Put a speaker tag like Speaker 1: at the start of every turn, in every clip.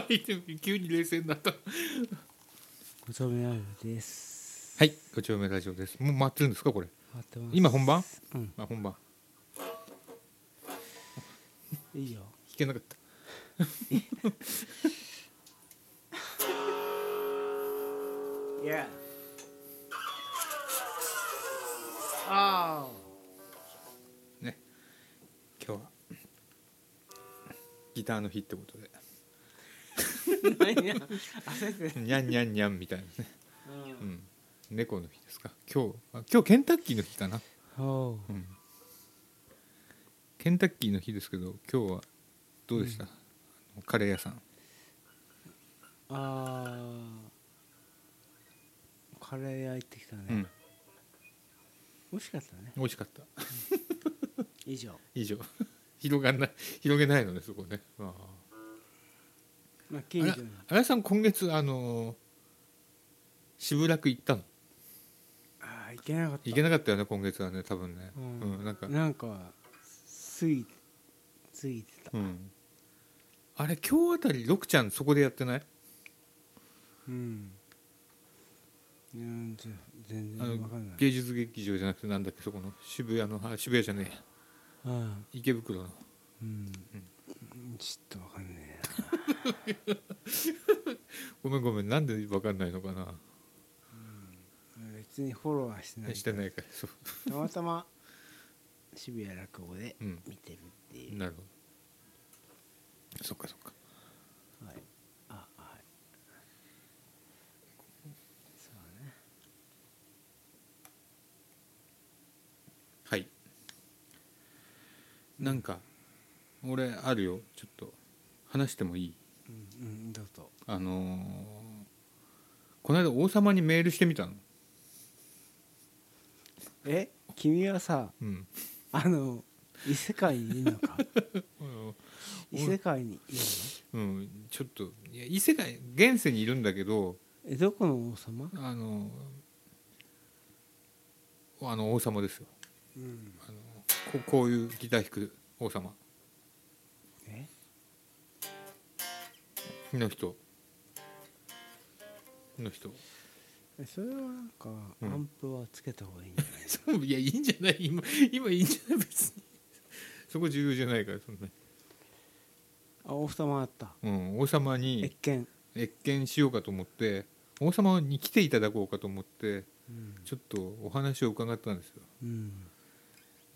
Speaker 1: 急に冷静になった
Speaker 2: ごちめラジオです
Speaker 1: はいご丁目ラジオですもう待ってるんですかこれ
Speaker 2: 待ってます
Speaker 1: 今本番
Speaker 2: うん
Speaker 1: あ本番
Speaker 2: いいよ
Speaker 1: 弾けなかった
Speaker 2: いやあ
Speaker 1: ね今日はギターの日ってことで
Speaker 2: ー何や焦って
Speaker 1: にゃんにゃんにゃんみたいなね、
Speaker 2: う
Speaker 1: うんん、猫の日ですか今日あ今日ケンタッキーの日かな、
Speaker 2: おう
Speaker 1: うん、ケンタッキーの日ですけど今日はどうでした、カレー屋さん
Speaker 2: あーカレー屋行ってきたね、
Speaker 1: うん
Speaker 2: 美味しかったね
Speaker 1: 美味しかった
Speaker 2: 以上
Speaker 1: 以上 広がんない広げないのねそこねああ
Speaker 2: まあ近所に
Speaker 1: あやさん今月あのー渋楽行ったの
Speaker 2: ああ行けなかった
Speaker 1: 行けなかったよね今月はね多分ね、
Speaker 2: う
Speaker 1: うんんなんか、
Speaker 2: なんかついついてた
Speaker 1: うん、あれ今日あたり六ちゃんそこでやってない
Speaker 2: うんうんぜ全
Speaker 1: あの
Speaker 2: 然わかんない
Speaker 1: 芸術劇場じゃなくてなんだっけそこの渋谷のあ渋谷じゃねえや
Speaker 2: ああ
Speaker 1: 池袋の
Speaker 2: うんちょっとわかんね
Speaker 1: ごめんごめんなんで分かんないのかな、
Speaker 2: えな別にフォローはしてない
Speaker 1: してないからそう、
Speaker 2: たまたま渋谷落語で
Speaker 1: うん、
Speaker 2: 見てるっていう、
Speaker 1: なるほどそっかそっか
Speaker 2: はいあはいそうね
Speaker 1: はいなんか俺あるよちょっと話してもいい
Speaker 2: うん、うん、どうぞ
Speaker 1: あのーこの間王様にメールしてみたの、
Speaker 2: え君はさ
Speaker 1: うん、
Speaker 2: あの異世界にいるの か異
Speaker 1: 俺
Speaker 2: 世界にいる
Speaker 1: うん、ちょっといや異世界現世にいるんだけど
Speaker 2: のえどこの王様
Speaker 1: あのーあの王様ですよ
Speaker 2: うん
Speaker 1: あのここういうギター弾く王様
Speaker 2: え
Speaker 1: の人の人
Speaker 2: それはなんかア
Speaker 1: うん
Speaker 2: ンプはつけた方がいいんじゃ ない、
Speaker 1: そういやいいんじゃない今今いいんじゃない別にそこ重要じゃないからそんな
Speaker 2: あ王様あった
Speaker 1: うん王様に
Speaker 2: 越見、
Speaker 1: 謁見しようかと思って王様に来ていただこうかと思って
Speaker 2: うん
Speaker 1: ちょっとお話を伺ったんですよ
Speaker 2: うん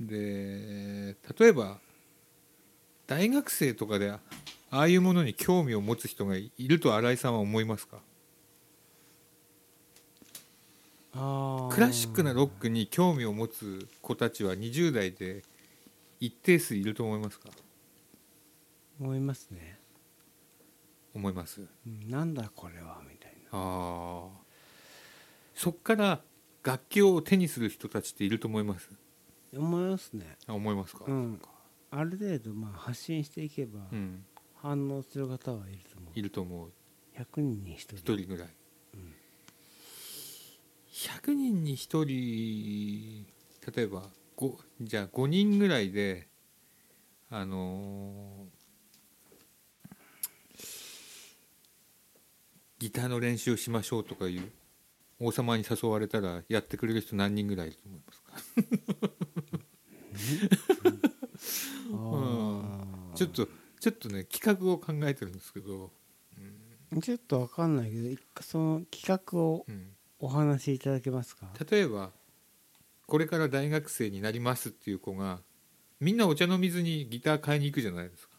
Speaker 1: で例えば大学生とかでああいうものに興味を持つ人がいると新井さんは思いますか
Speaker 2: あー
Speaker 1: クラシックなロックに興味を持つ子たちは20代で一定数いると思いますか
Speaker 2: 思いますね、
Speaker 1: 思います
Speaker 2: うん、なんだこれはみたいな
Speaker 1: ああそっから楽器を手にする人たちっていると思います
Speaker 2: 思いますね
Speaker 1: あ思いますか、
Speaker 2: うんある程度まあ発信していけば
Speaker 1: うん、
Speaker 2: 反応する方はいると思う、
Speaker 1: いると思う
Speaker 2: 100人に1人
Speaker 1: 一人ぐら
Speaker 2: う
Speaker 1: い、
Speaker 2: ん
Speaker 1: 100人に1人例えば5じゃあ5人ぐらいであのーギターの練習をしましょうとかいう王様に誘われたらやってくれる人何人ぐらいいると思いますか
Speaker 2: あー
Speaker 1: ちょっとちょっとね企画を考えてるんですけど、
Speaker 2: ちょっとわかんないけど一回その企画を
Speaker 1: うん、
Speaker 2: お話しいただけますか
Speaker 1: 例えばこれから大学生になりますっていう子がみんなお茶の水にギター買いに行くじゃないですか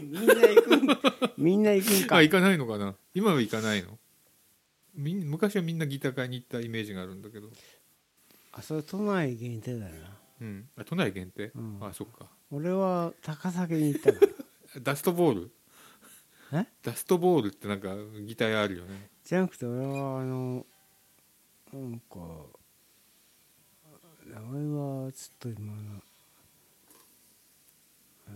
Speaker 2: みんな行くん みんな行くんか
Speaker 1: あ行かないのかな今は行かないのみん昔はみんなギター買いに行ったイメージがあるんだけど、
Speaker 2: あそれ都内限定だよな
Speaker 1: うん、あ都内限定、
Speaker 2: うん
Speaker 1: あそっか
Speaker 2: 俺は高崎に行った か
Speaker 1: ダストボール
Speaker 2: らえ
Speaker 1: ダストボールってなんかギター屋あるよね
Speaker 2: じゃなくて俺はあのなんか名前はちょっと今のえ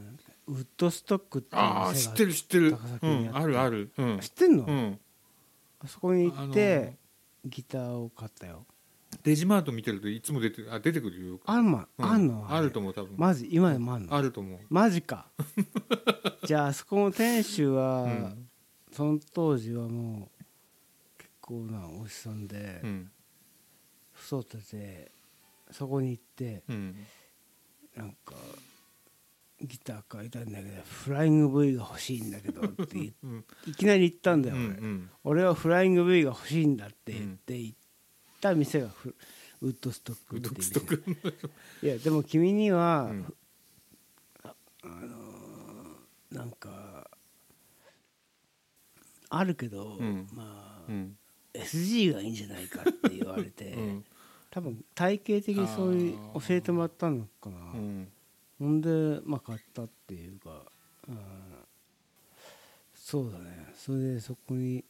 Speaker 2: ウッドストックっていう
Speaker 1: ああ
Speaker 2: 店
Speaker 1: 知
Speaker 2: が
Speaker 1: ってる知ってる
Speaker 2: 高、崎
Speaker 1: う
Speaker 2: に
Speaker 1: ん、
Speaker 2: あった
Speaker 1: あるあるうん
Speaker 2: 知ってんの、
Speaker 1: うん
Speaker 2: あそこに行って
Speaker 1: あの
Speaker 2: ギターを買ったよ
Speaker 1: レジマート見てるといつも出てあ出てくるよ、
Speaker 2: あんま、
Speaker 1: うん
Speaker 2: あんの
Speaker 1: あると
Speaker 2: 思
Speaker 1: 思う多分、
Speaker 2: マジ今でもあんの
Speaker 1: あると思う
Speaker 2: マジ かじゃああそこの店主は、
Speaker 1: うん
Speaker 2: その当時はもう結構なおじさんで、
Speaker 1: うん
Speaker 2: 太っててそこに行って
Speaker 1: うん
Speaker 2: なんかギター買いたいんだけどフライング V が欲しいんだけ どって言っ
Speaker 1: うん
Speaker 2: いきなり言ったんだ
Speaker 1: う
Speaker 2: よ
Speaker 1: んう
Speaker 2: 俺、
Speaker 1: ん
Speaker 2: 俺はフライング V が欲しいんだって言って行った店がフウッドストック
Speaker 1: ウ
Speaker 2: っ
Speaker 1: ッ
Speaker 2: てい
Speaker 1: ド
Speaker 2: う店
Speaker 1: ストック
Speaker 2: いやでも君には、
Speaker 1: うん
Speaker 2: なんかあるけど、
Speaker 1: うん
Speaker 2: まあ、
Speaker 1: うん
Speaker 2: SG がいいんじゃないかって言われて、
Speaker 1: うん
Speaker 2: 多分体系的にそういう
Speaker 1: あー
Speaker 2: 教えてもらったのかな、
Speaker 1: うん
Speaker 2: ほんでまあ買ったっていうか、うん、そうだねそれでそこに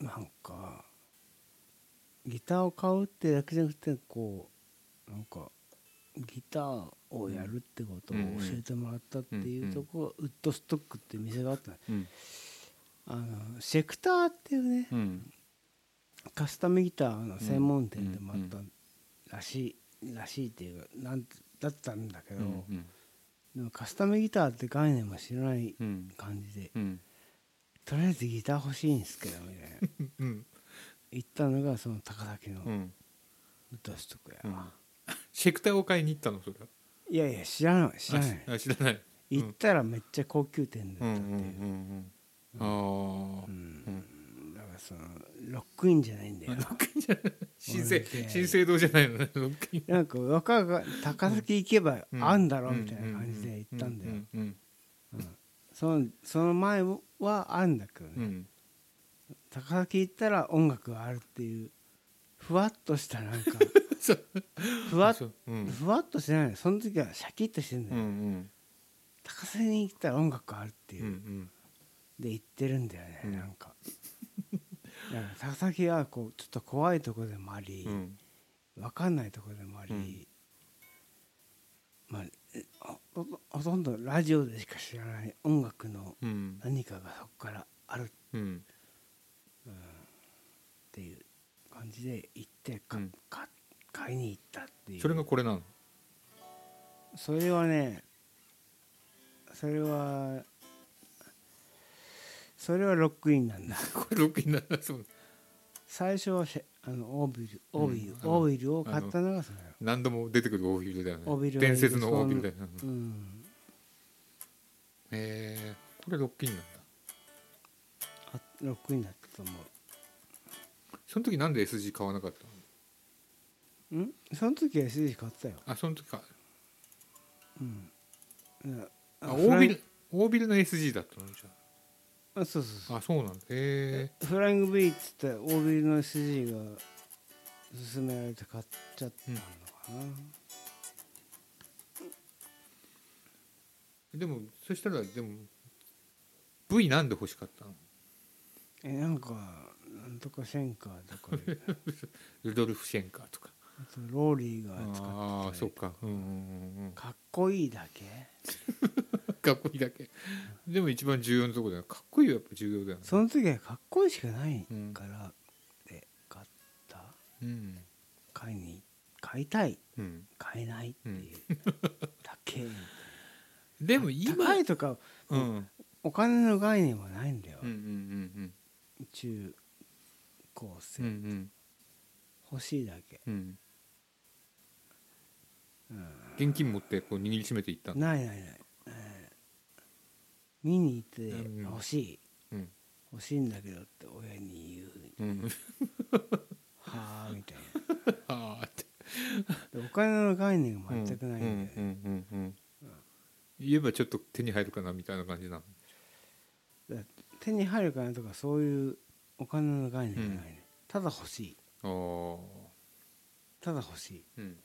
Speaker 2: なんかギターを買うってだけじゃなくてこうなんかギターをやるってことを教えてもらったっていうとこ、ウッドストックっていう店があったの
Speaker 1: うん
Speaker 2: あのシェクターっていうね
Speaker 1: うん
Speaker 2: カスタムギターの専門店でもあったらしい、らしいっていうかなんだったんだけ
Speaker 1: う
Speaker 2: ど、
Speaker 1: ん
Speaker 2: でもカスタムギターって概念も知らない
Speaker 1: うん
Speaker 2: 感じで、
Speaker 1: うん
Speaker 2: とりあえずギター欲しいんですけどみたいな
Speaker 1: うん
Speaker 2: 言ったのがその高崎の
Speaker 1: うん
Speaker 2: ドストクや、
Speaker 1: うんシェクターを買いに行ったのそれはい
Speaker 2: やいや知らない知らない
Speaker 1: ああ知らないうん
Speaker 2: 行ったらめっちゃ高級店
Speaker 1: う
Speaker 2: だっ
Speaker 1: んう
Speaker 2: たって
Speaker 1: ん
Speaker 2: いうう、
Speaker 1: んうんああ
Speaker 2: だからそのロックインじゃないんだよ
Speaker 1: 新生新生堂じゃないのねロッキン
Speaker 2: なんか若が高崎行けば
Speaker 1: うん
Speaker 2: あんだろみたいな感じで行ったんだよ、
Speaker 1: ううん
Speaker 2: そのその前はあんだけどね、
Speaker 1: うん
Speaker 2: 高崎行ったら音楽があるっていうふわっとしたなんか
Speaker 1: そう
Speaker 2: ふわっ
Speaker 1: そううん
Speaker 2: ふわっとしてないのその時はシャキッとしてるんだ
Speaker 1: う
Speaker 2: よ、
Speaker 1: ん
Speaker 2: 高瀬に行ったら音楽があるって
Speaker 1: う
Speaker 2: い
Speaker 1: ん
Speaker 2: う、
Speaker 1: うん
Speaker 2: で行ってるんだよね、
Speaker 1: うん
Speaker 2: なんかだから高崎はこうちょっと怖いとこでもあり、
Speaker 1: うんうん
Speaker 2: わかんないとこでもあり、まあえほほほとんどラジオでしか知らない音楽の
Speaker 1: うん
Speaker 2: 何かがそこからあるっ
Speaker 1: うん
Speaker 2: ていう感じで行ってか、
Speaker 1: うん
Speaker 2: か買いに行ったっていう
Speaker 1: それがこれなの
Speaker 2: それはねそれはそれはロックインなんだ
Speaker 1: これロッキンだなそう
Speaker 2: 最初はシェあのオービルオービル、
Speaker 1: うんあの
Speaker 2: オービルを買ったのがそれ
Speaker 1: 何度も出てくるオーフィルだよ
Speaker 2: オーフィ
Speaker 1: ね
Speaker 2: ル
Speaker 1: 伝説のオーフィルだよねうん
Speaker 2: う
Speaker 1: へ
Speaker 2: ん
Speaker 1: えこれロッキンなんだ
Speaker 2: あロックインだったと思
Speaker 1: その時なんで SG 買わなかったの
Speaker 2: ううんその時は SG 買ったよ
Speaker 1: あその時か
Speaker 2: うんうん
Speaker 1: あ
Speaker 2: あ
Speaker 1: オ
Speaker 2: フラ
Speaker 1: ー
Speaker 2: イ
Speaker 1: ビルオービルの SG だったのじゃ
Speaker 2: あそうそうそう
Speaker 1: ああそうなんだへ
Speaker 2: フライング V っつってオービルの SG が勧められて買っちゃったのかな、
Speaker 1: えでもそしたらでも V なんで欲しかったの
Speaker 2: えなんかなんとかシェンカーとか で
Speaker 1: ルドルフ・シェンカーとか
Speaker 2: あとローリーが使ってたり
Speaker 1: ああーそうかうんうんうんうん
Speaker 2: かっこいいだけ
Speaker 1: かっこいいだけでも一番重要なとこだよかっこいいはやっぱ重要だよね
Speaker 2: その時はかっこいいしかない
Speaker 1: うん
Speaker 2: からで買った
Speaker 1: うん
Speaker 2: 買いに買いたい
Speaker 1: うん
Speaker 2: 買えないっていう、だけ
Speaker 1: でも今
Speaker 2: 高いとか
Speaker 1: うんうん
Speaker 2: お金の概念はないんだよ、
Speaker 1: うんうん
Speaker 2: 中高生、
Speaker 1: うんうん
Speaker 2: 欲しいだけ
Speaker 1: うん現金持ってこう握りしめていったんだ
Speaker 2: ないないない、えー見に行って
Speaker 1: うん
Speaker 2: 欲しい
Speaker 1: うん
Speaker 2: 欲しいんだけどって親に言う
Speaker 1: うん
Speaker 2: はあみたいな
Speaker 1: ああって
Speaker 2: でお金の概念が全くないん
Speaker 1: う
Speaker 2: だよ
Speaker 1: ん
Speaker 2: ね、
Speaker 1: うんうんうん言えばちょっと手に入るかなみたいな感じなの
Speaker 2: だから手に入るかなとかそういうお金の概念がないね、ただ欲しい
Speaker 1: ああ
Speaker 2: ただ欲しい
Speaker 1: うん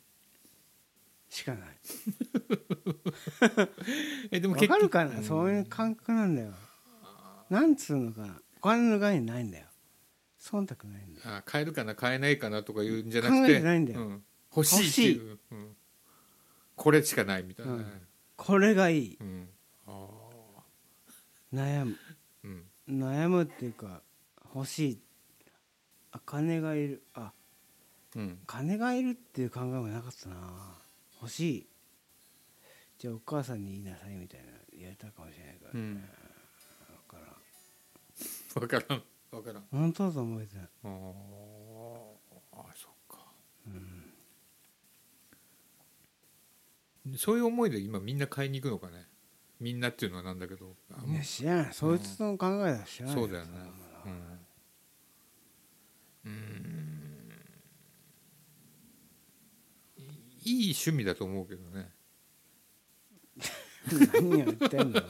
Speaker 2: しかない
Speaker 1: えでも
Speaker 2: わかるかな、
Speaker 1: うん
Speaker 2: そういう感覚なんだよなんつうのかなお金の概念ないんだよ忖度ないんだよ
Speaker 1: あ買えるかな買えないかなとか言うんじゃなくて
Speaker 2: 考えてないんだよ
Speaker 1: う欲しいっていううんこれしかないみたいな、
Speaker 2: うんこれがいい
Speaker 1: うんああ
Speaker 2: 悩む
Speaker 1: うん
Speaker 2: 悩むっていうか欲しいあ金がいるあ
Speaker 1: うん
Speaker 2: 金がいるっていう考えもなかったな欲しいじゃあお母さんに言いなさいみたいなやれたかもしれないから、
Speaker 1: う
Speaker 2: ね
Speaker 1: ん
Speaker 2: だからん
Speaker 1: 分からん分からん
Speaker 2: 本当だと思えてない
Speaker 1: あああそっか
Speaker 2: うん
Speaker 1: そういう思いで今みんな買いに行くのかねみんなっていうのはなんだけどあん
Speaker 2: いや知らないそいつの考えだ知らない
Speaker 1: そうだよね
Speaker 2: そんなもの
Speaker 1: うんうーんいいい趣味だと思うけどね
Speaker 2: 何を言ってんの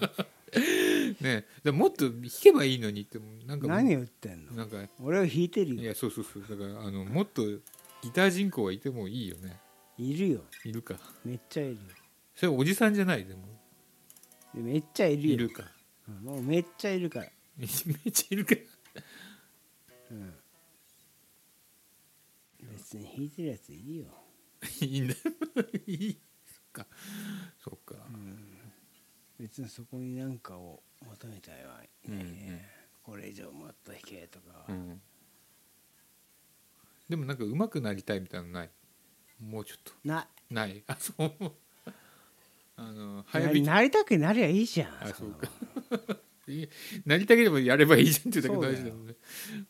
Speaker 1: ねでももっと弾けばいいのにってなんか
Speaker 2: 何を言ってんの
Speaker 1: なんか
Speaker 2: 俺を弾いてる
Speaker 1: い
Speaker 2: よ
Speaker 1: やそうそうそうだからあのもっとギター人口はいてもいいよね
Speaker 2: いるよ
Speaker 1: いるか
Speaker 2: めっちゃいるよ
Speaker 1: それおじさんじゃないでも
Speaker 2: でめっちゃいるよ
Speaker 1: いるか
Speaker 2: うんもうめっちゃいるから、
Speaker 1: めっちゃいるか
Speaker 2: うん、別に弾いてるやついるよ、
Speaker 1: いいんだよいいそっかそっか
Speaker 2: うん、別にそこに何かを求めたいはいないね、これ以上もっと弾けとかは、
Speaker 1: うんでもなんか上手くなりたいみたいなのないもうちょっと
Speaker 2: な
Speaker 1: ないあそう あの早
Speaker 2: な
Speaker 1: 引き
Speaker 2: なりたくなりゃいいじゃん
Speaker 1: あ
Speaker 2: そ
Speaker 1: そ
Speaker 2: ん
Speaker 1: う
Speaker 2: なもん
Speaker 1: かいいなりたければやればいいじゃんっていうだけ
Speaker 2: そうだ
Speaker 1: 大
Speaker 2: よ
Speaker 1: 事だよね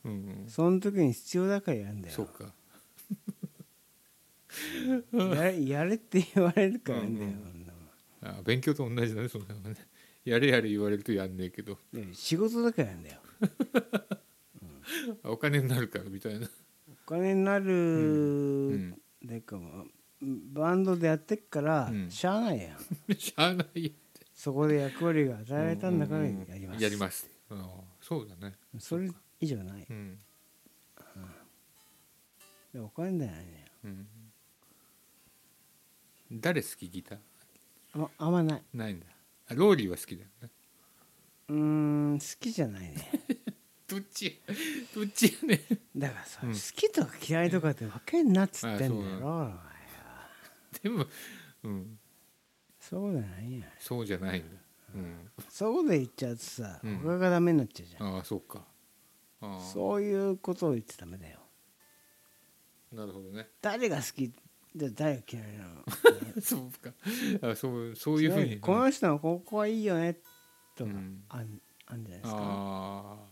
Speaker 1: うんうん
Speaker 2: その時に必要だからやんだよ
Speaker 1: そうか
Speaker 2: やれやれって言われるからやんだよ、
Speaker 1: うん
Speaker 2: そんなもん
Speaker 1: あ勉強と同じだねそんなのねやれやれ言われるとやんねえけど
Speaker 2: で仕事だからやんだよ
Speaker 1: あお金になるからみたいな
Speaker 2: お金にな
Speaker 1: う
Speaker 2: る
Speaker 1: ん
Speaker 2: でかもバンドでやってっから
Speaker 1: うん
Speaker 2: しゃあないやん、
Speaker 1: しゃあないや
Speaker 2: そこで役割が与えられたんだからやります、
Speaker 1: やりますあそうだね
Speaker 2: それ以上ない
Speaker 1: うん
Speaker 2: でお金だよね
Speaker 1: うん誰好きギター
Speaker 2: あんまあんまない
Speaker 1: ないんだあローリーは好きだよね
Speaker 2: うーん好きじゃない ね
Speaker 1: どっちどっちやね
Speaker 2: だからさ、
Speaker 1: うん
Speaker 2: 好きとか嫌いとかって分けんなっつってんだ
Speaker 1: あそう
Speaker 2: ろ
Speaker 1: だ
Speaker 2: お前は
Speaker 1: でもうん
Speaker 2: そうじゃないやん
Speaker 1: そうじゃないんだうん
Speaker 2: そこで言っちゃうとさ、
Speaker 1: うん
Speaker 2: 他がダメになっちゃうじゃん
Speaker 1: ああそうかああ
Speaker 2: そういうことを言ってダメだよ
Speaker 1: なるほ どね
Speaker 2: 誰が好きで誰が嫌いなの
Speaker 1: そうかあそうそういうふうに
Speaker 2: この人のここはいいよねとか、
Speaker 1: うん
Speaker 2: あんあんじゃないですか
Speaker 1: ああ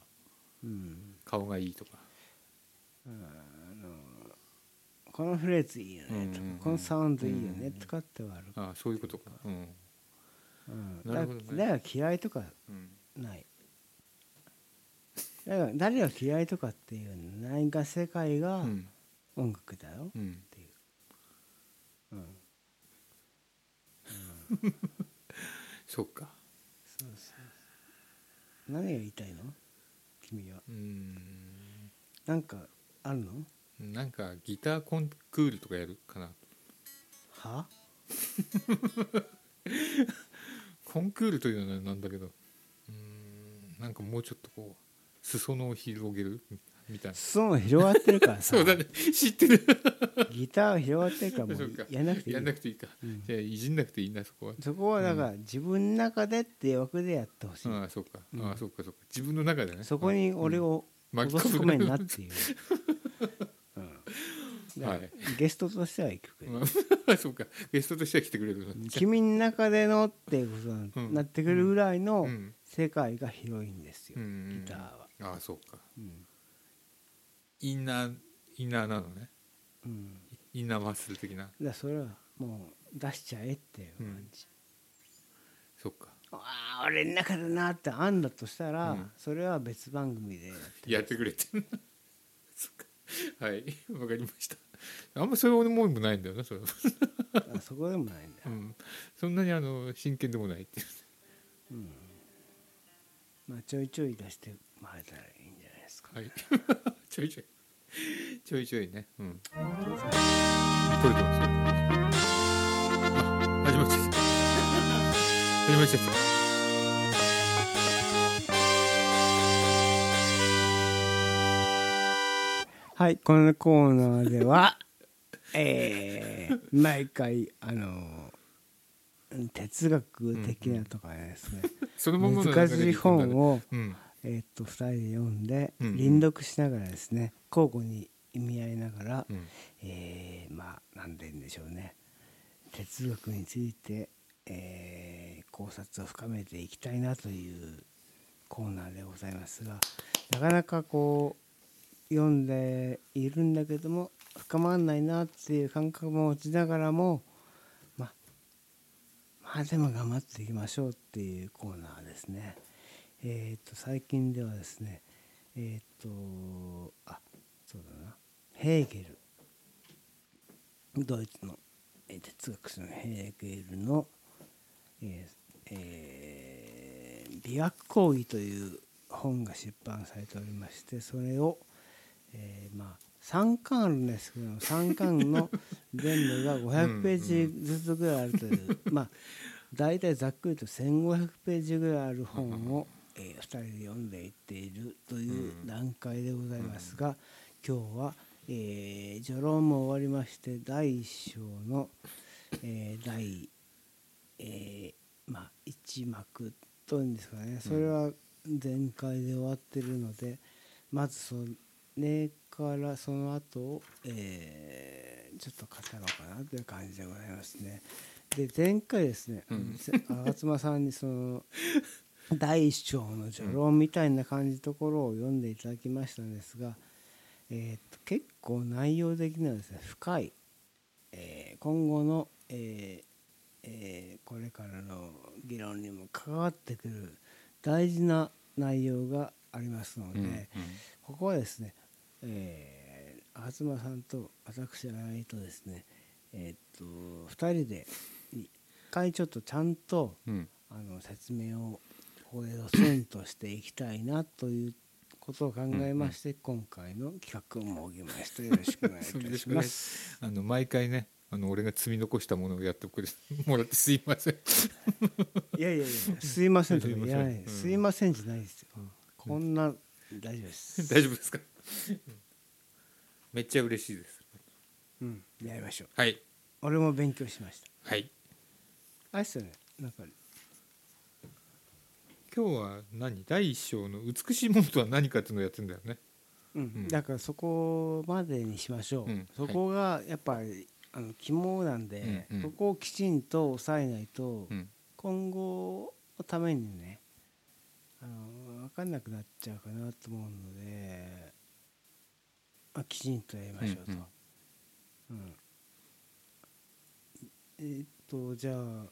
Speaker 2: うん
Speaker 1: 顔がいいとか
Speaker 2: このフレーズいいよねとか、
Speaker 1: うんうんうん
Speaker 2: このサウンドいいよねとかってはある、
Speaker 1: ああそういうことかうん、
Speaker 2: うん
Speaker 1: なるほどね
Speaker 2: だ誰が嫌いとか
Speaker 1: うん、
Speaker 2: ないだから誰が嫌いとかっていうのないが世界
Speaker 1: う
Speaker 2: が
Speaker 1: ん
Speaker 2: 音楽だよ
Speaker 1: う、ん
Speaker 2: うん
Speaker 1: そうか
Speaker 2: そうそう何が言いたいの君は
Speaker 1: うん
Speaker 2: なんかあるの
Speaker 1: なんかギターコンクールとかやるかな
Speaker 2: は
Speaker 1: コンクールというのはなんだけどうんなんかもうちょっとこう裾野を広げるみたいな
Speaker 2: そう広がってるからさ
Speaker 1: そうだね知ってる
Speaker 2: ギターは広がってるからも
Speaker 1: そう
Speaker 2: う
Speaker 1: か
Speaker 2: やんなくていい
Speaker 1: やんなくていいか、
Speaker 2: うん
Speaker 1: じゃあいじんなくていいなそこは
Speaker 2: そこはだから自分の中でっていう枠でやってほしい、
Speaker 1: ああそうか、
Speaker 2: うん
Speaker 1: ああそうかそうか自分の中でね
Speaker 2: そこに俺を
Speaker 1: うん
Speaker 2: 落とし込めんなって いう、うんだから
Speaker 1: はい
Speaker 2: ゲストとしては行くけど、
Speaker 1: まあそうかゲストとしては来てくれるの
Speaker 2: 君の中でのっていうこと
Speaker 1: う
Speaker 2: に
Speaker 1: ん
Speaker 2: なってくるぐらいの
Speaker 1: うん
Speaker 2: 世界が広いんですよ、
Speaker 1: うん
Speaker 2: ギターは、
Speaker 1: ああそうか
Speaker 2: うん
Speaker 1: インナーインナーなのね
Speaker 2: うんだか
Speaker 1: インナーマッスル的な
Speaker 2: らそれはもう出しちゃえっていう感じ、
Speaker 1: そっか
Speaker 2: ああ俺の中だなってあんだとしたら、
Speaker 1: うん
Speaker 2: それは別番組 でやって
Speaker 1: やってくれてそっかはいわかりましたあんまそういう思いもないんだよな それは、
Speaker 2: あそこでもないんだ
Speaker 1: う、ん、そんなにあの真剣でもないっていう
Speaker 2: うんまあ、ちょいちょい出してもらえたらいいんじゃないですか
Speaker 1: はい ちょいちょいちょいちょいねうん取れてますあ始まっちゃった始まっちゃった
Speaker 2: はいこのコーナーでは えー毎回あのうん哲学的なとかですね、
Speaker 1: そのままの
Speaker 2: 難しい本を、
Speaker 1: うん
Speaker 2: えーっと2人で読んで、
Speaker 1: うん
Speaker 2: 輪読しながらですね交互に意味合いながら、
Speaker 1: うん
Speaker 2: えーまあ何でんでしょうね哲学について、えー考察を深めていきたいなというコーナーでございますがなかなかこう読んでいるんだけども深まらないなっていう感覚も持ちながらもまあまあでも頑張っていきましょうっていうコーナーですね。えー、と最近ではですねえっ、とあそうだなヘーゲルドイツのえー哲学者のヘーゲルの、えーえー美学講義」という本が出版されておりましてそれを、えーまあ3巻あるんですけども3巻の全部が500ページずつぐらいあるというまあ大体ざっくりと1,500ページぐらいある本を、え2人で読んでいっているという
Speaker 1: うん
Speaker 2: 段階でございますが、今日は、えー序論も終わりまして第1章の、えー第、えーまあ、1幕というんですかねそれは前回で終わってるので、まずそれからその後を、えーちょっと語ろうかなという感じでございますね。で前回ですね、
Speaker 1: うん
Speaker 2: 吾妻さんにその第一章の序論みたいな感じのところを読んでいただきましたんですが、えー、と結構内容的にはですね深い、えー今後の、えーえーこれからの議論にも関わってくる大事な内容がありますので、ここはですね、えー、吾妻さんと私新井とですねえーっと2人で一回ちょっとちゃんと
Speaker 1: うん
Speaker 2: あの説明をここでドスンとしていきたいなということを考えまして、今回の企画を設けましたよろしくお願いい
Speaker 1: それ
Speaker 2: た
Speaker 1: で
Speaker 2: し
Speaker 1: しょうね
Speaker 2: ます。
Speaker 1: あの毎回ねあの俺が積み残したものをやって もらってすいません
Speaker 2: いやいやいやすいませんとか言わないです
Speaker 1: す
Speaker 2: す
Speaker 1: い
Speaker 2: い
Speaker 1: ま
Speaker 2: ませんじゃないですよ、こんな大丈夫です、
Speaker 1: 大丈夫ですかめっちゃ嬉しいです
Speaker 2: うん、やりましょう
Speaker 1: はい
Speaker 2: 俺も勉強しました
Speaker 1: はい
Speaker 2: あれですよねなんか
Speaker 1: 今日は何第一章の美しいものとは何かっていうのをやってんだよね
Speaker 2: うん
Speaker 1: ん
Speaker 2: だからそこまでにしましょう、
Speaker 1: うん
Speaker 2: そこがやっぱりあの肝なんで、
Speaker 1: うんうん
Speaker 2: そこをきちんと抑えないと、
Speaker 1: うん
Speaker 2: 今後のためにねあの分かんなくなっちゃうかなと思うので、まあ、きちんとやりましょうと。
Speaker 1: うん
Speaker 2: うんえーっとじゃあ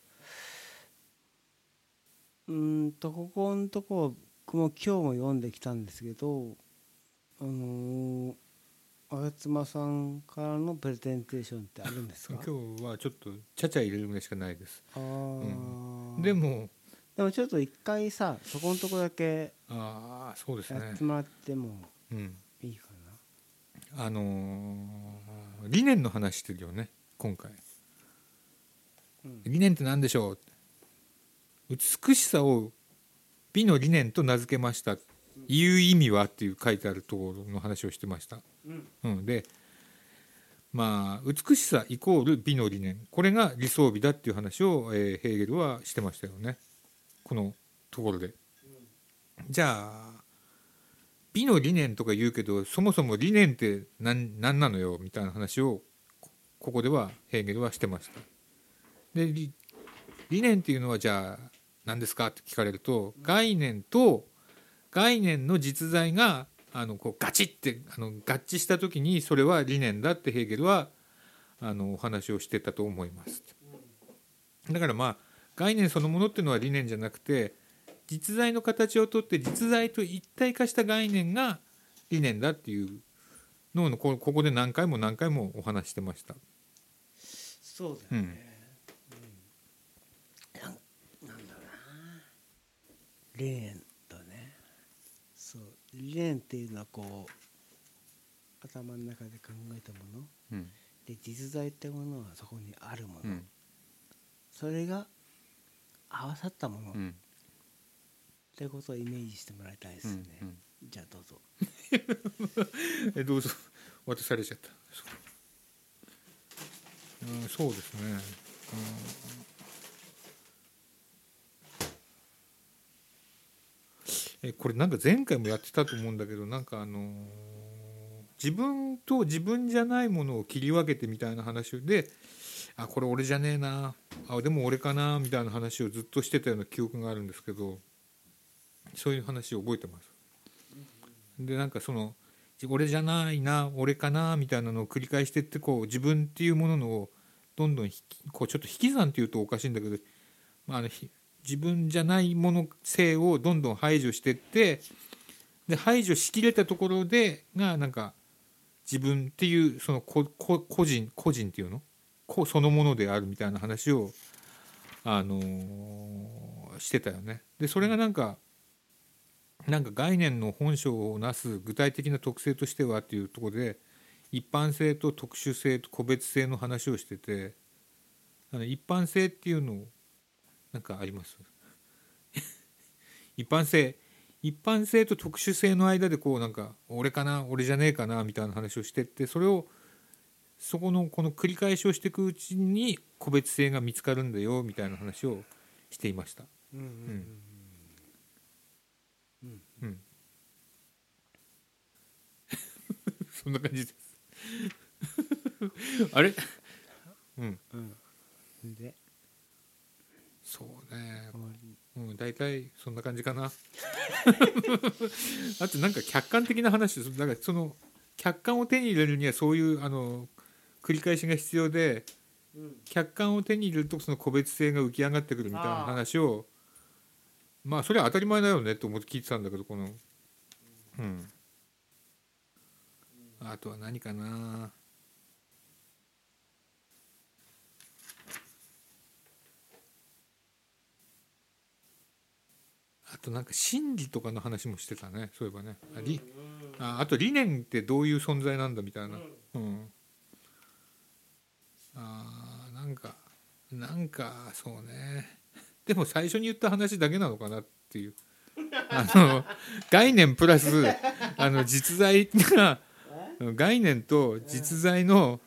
Speaker 2: うーんとここのとこ僕も今日も読んできたんですけどあのー、吾妻さんからのプレゼンテーションってあるんですか
Speaker 1: 今日はちょっとちゃちゃ入れるぐらいしかないです
Speaker 2: あー
Speaker 1: でも
Speaker 2: でもちょっと一回さそこのとこだけ
Speaker 1: ああそうです
Speaker 2: や
Speaker 1: ね
Speaker 2: ってもらっても
Speaker 1: うん
Speaker 2: いいかな、
Speaker 1: あのー理念の話してるよね今回
Speaker 2: うん
Speaker 1: 理念って何でしょう美しさを美の理念と名付けましたいう意味はっていう書いてあるところの話をしてました、
Speaker 2: うん
Speaker 1: うん、でまあ美しさイコール美の理念これが理想美だっていう話を、えーヘーゲルはしてましたよねこのところでじゃあ美の理念とか言うけどそもそも理念って何何なのよみたいな話をこここではヘーゲルはしてましたで理理念っていうのはじゃあ何ですかって聞かれると概念と概念の実在があのこうガチってあの合致した時にそれは理念だってヘーゲルはあのお話をしてたと思います。だからまあ概念そのものっていうのは理念じゃなくて実在の形をとって実在と一体化した概念が理念だっていうのをこここで何回も何回もお話してました。
Speaker 2: そう
Speaker 1: う
Speaker 2: だよ
Speaker 1: ん
Speaker 2: ね、うんなんなんだろうな理念とねそう理念っていうのはこう頭の中で考えたもの
Speaker 1: うん
Speaker 2: で実在ってものはそこにあるもの、
Speaker 1: うん
Speaker 2: それが合わさったもの、
Speaker 1: う
Speaker 2: っ
Speaker 1: ん
Speaker 2: てことをイメージしてもらいたいです
Speaker 1: う
Speaker 2: よ
Speaker 1: ん
Speaker 2: ね、じゃあどうぞ
Speaker 1: えどうぞ渡されちゃったそう,、うん、そうですね、うんえこれなんか前回もやってたと思うんだけどなんかあのー自分と自分じゃないものを切り分けてみたいな話であこれ俺じゃねえなあでも俺かなみたいな話をずっとしてたような記憶があるんですけどそういう話を覚えてます。でなんかその俺じゃないな俺かなみたいなのを繰り返してってこう自分っていうもののをどんどん引きこうちょっと引き算っていうとおかしいんだけど、まあ、あのひ自分じゃないもの性をどんどん排除してってで排除しきれたところでがなんか自分っていうそのここ個人個人っていうのこそのものであるみたいな話を、あのーしてたよね。でそれがなんかなんか概念の本性をなす具体的な特性としてはっていうところで一般性と特殊性と個別性の話をしててあの一般性っていうのなんかあります 一般性一般性と特殊性の間でこうなんか俺かな俺じゃねえかなみたいな話をしてってそれをそこのこの繰り返しをしていくうちに個別性が見つかるんだよみたいな話をしていました。
Speaker 2: うんうんうんうん
Speaker 1: うん そんな感じですあれうん
Speaker 2: うんそれで
Speaker 1: そうね
Speaker 2: 終わり
Speaker 1: うん大体そんな感じかな あとなんか客観的な話ですだからその客観を手に入れるにはそういうあの繰り返しが必要で
Speaker 2: うん
Speaker 1: 客観を手に入れるとその個別性が浮き上がってくるみたいな話をまあそれは当たり前だよねと思って聞いてたんだけどこのうんあとは何かなあとなんか心理とかの話もしてたねそういえばねありああと理念ってどういう存在なんだみたいなうんあーなんかなんかそうね でも最初に言った話だけなのかなっていうあの概念プラスあの実在が概念と実在の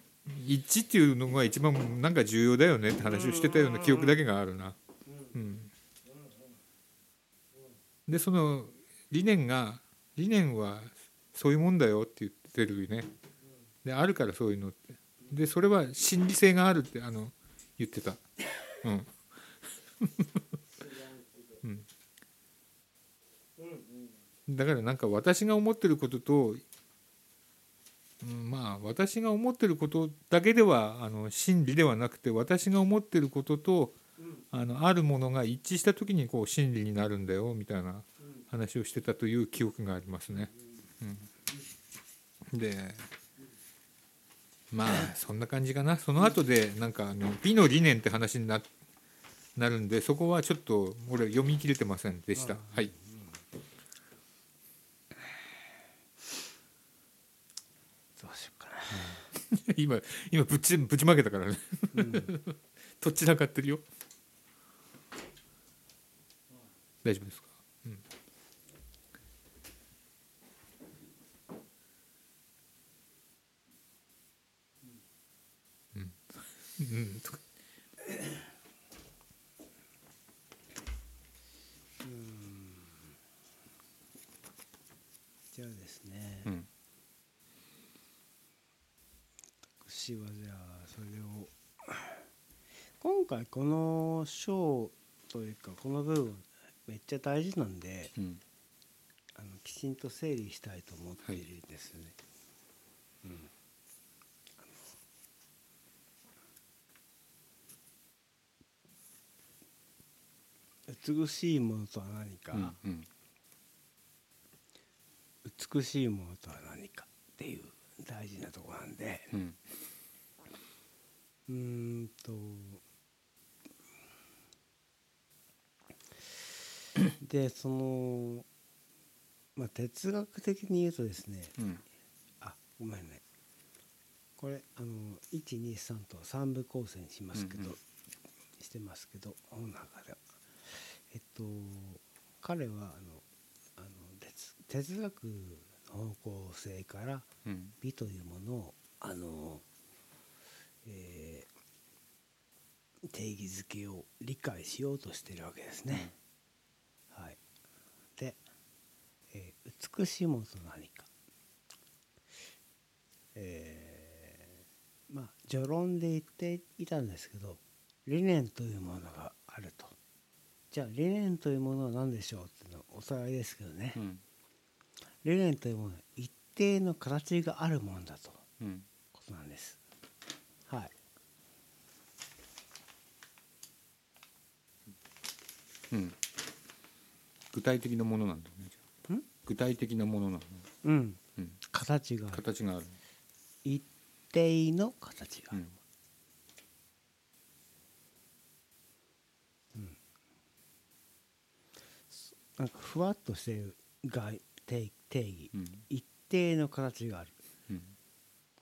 Speaker 1: 一致っていうのが一番なんか重要だよねって話をしてたような記憶だけがあるな。うん、でその理念が理念はそういうもんだよって言ってるね。であるからそういうのって。でそれは心理性があるってあの言ってた。うんだからなんか私が思ってることと、うん、まあ私が思ってることだけではあの真理ではなくて私が思ってることとあのあるものが一致した時にこう真理になるんだよみたいな話をしてたという記憶がありますね。うん、で まあそんな感じかなその後でなんかあの美の理念って話にななるんでそこはちょっと俺読み切れてませんでした。はい
Speaker 2: どうしようか
Speaker 1: 今今ぶちぶちまけたからね
Speaker 2: な、 うん
Speaker 1: どちらかってるよ大丈夫ですか、うんうんうんとか
Speaker 2: じゃあですね、
Speaker 1: うん
Speaker 2: 私はじゃあそれを今回この章というかこの部分めっちゃ大事なんで
Speaker 1: うん
Speaker 2: あのきちんと整理したいと思っているんですよね。うんあの美しいものとは何か、
Speaker 1: うん
Speaker 2: 美しいものとは何かっていう大事なとこなんで
Speaker 1: うん
Speaker 2: うーん とでそのまあ哲学的に言うとですね
Speaker 1: うん
Speaker 2: あごめんねこれあの123と3部構成にしますけど、
Speaker 1: うんうん
Speaker 2: してますけどこの中ではえっと彼はあのあの哲哲学の方向性から
Speaker 1: うん
Speaker 2: 美というものをあの、えー定義づけを理解しようとしているわけですね。はい、で、えー美しいものと何か」まあ序論で言っていたんですけど理念というものがあるとじゃあ理念というものは何でしょうっていうのはおさらいですけどね、
Speaker 3: うん
Speaker 2: 理念というものは一定の形があるものだと
Speaker 3: うん
Speaker 2: ことなんですはい
Speaker 3: うん
Speaker 1: 具体的なものなんだねじゃあ
Speaker 2: ん
Speaker 1: 具体的なものなの、
Speaker 2: うん
Speaker 1: うん、
Speaker 2: 形がある
Speaker 1: 形がある、
Speaker 2: 一定の形があ
Speaker 1: う
Speaker 2: る、
Speaker 1: ん
Speaker 2: なんかふわっとしてる概定定義、
Speaker 1: うん
Speaker 2: 一定の形がある
Speaker 1: うん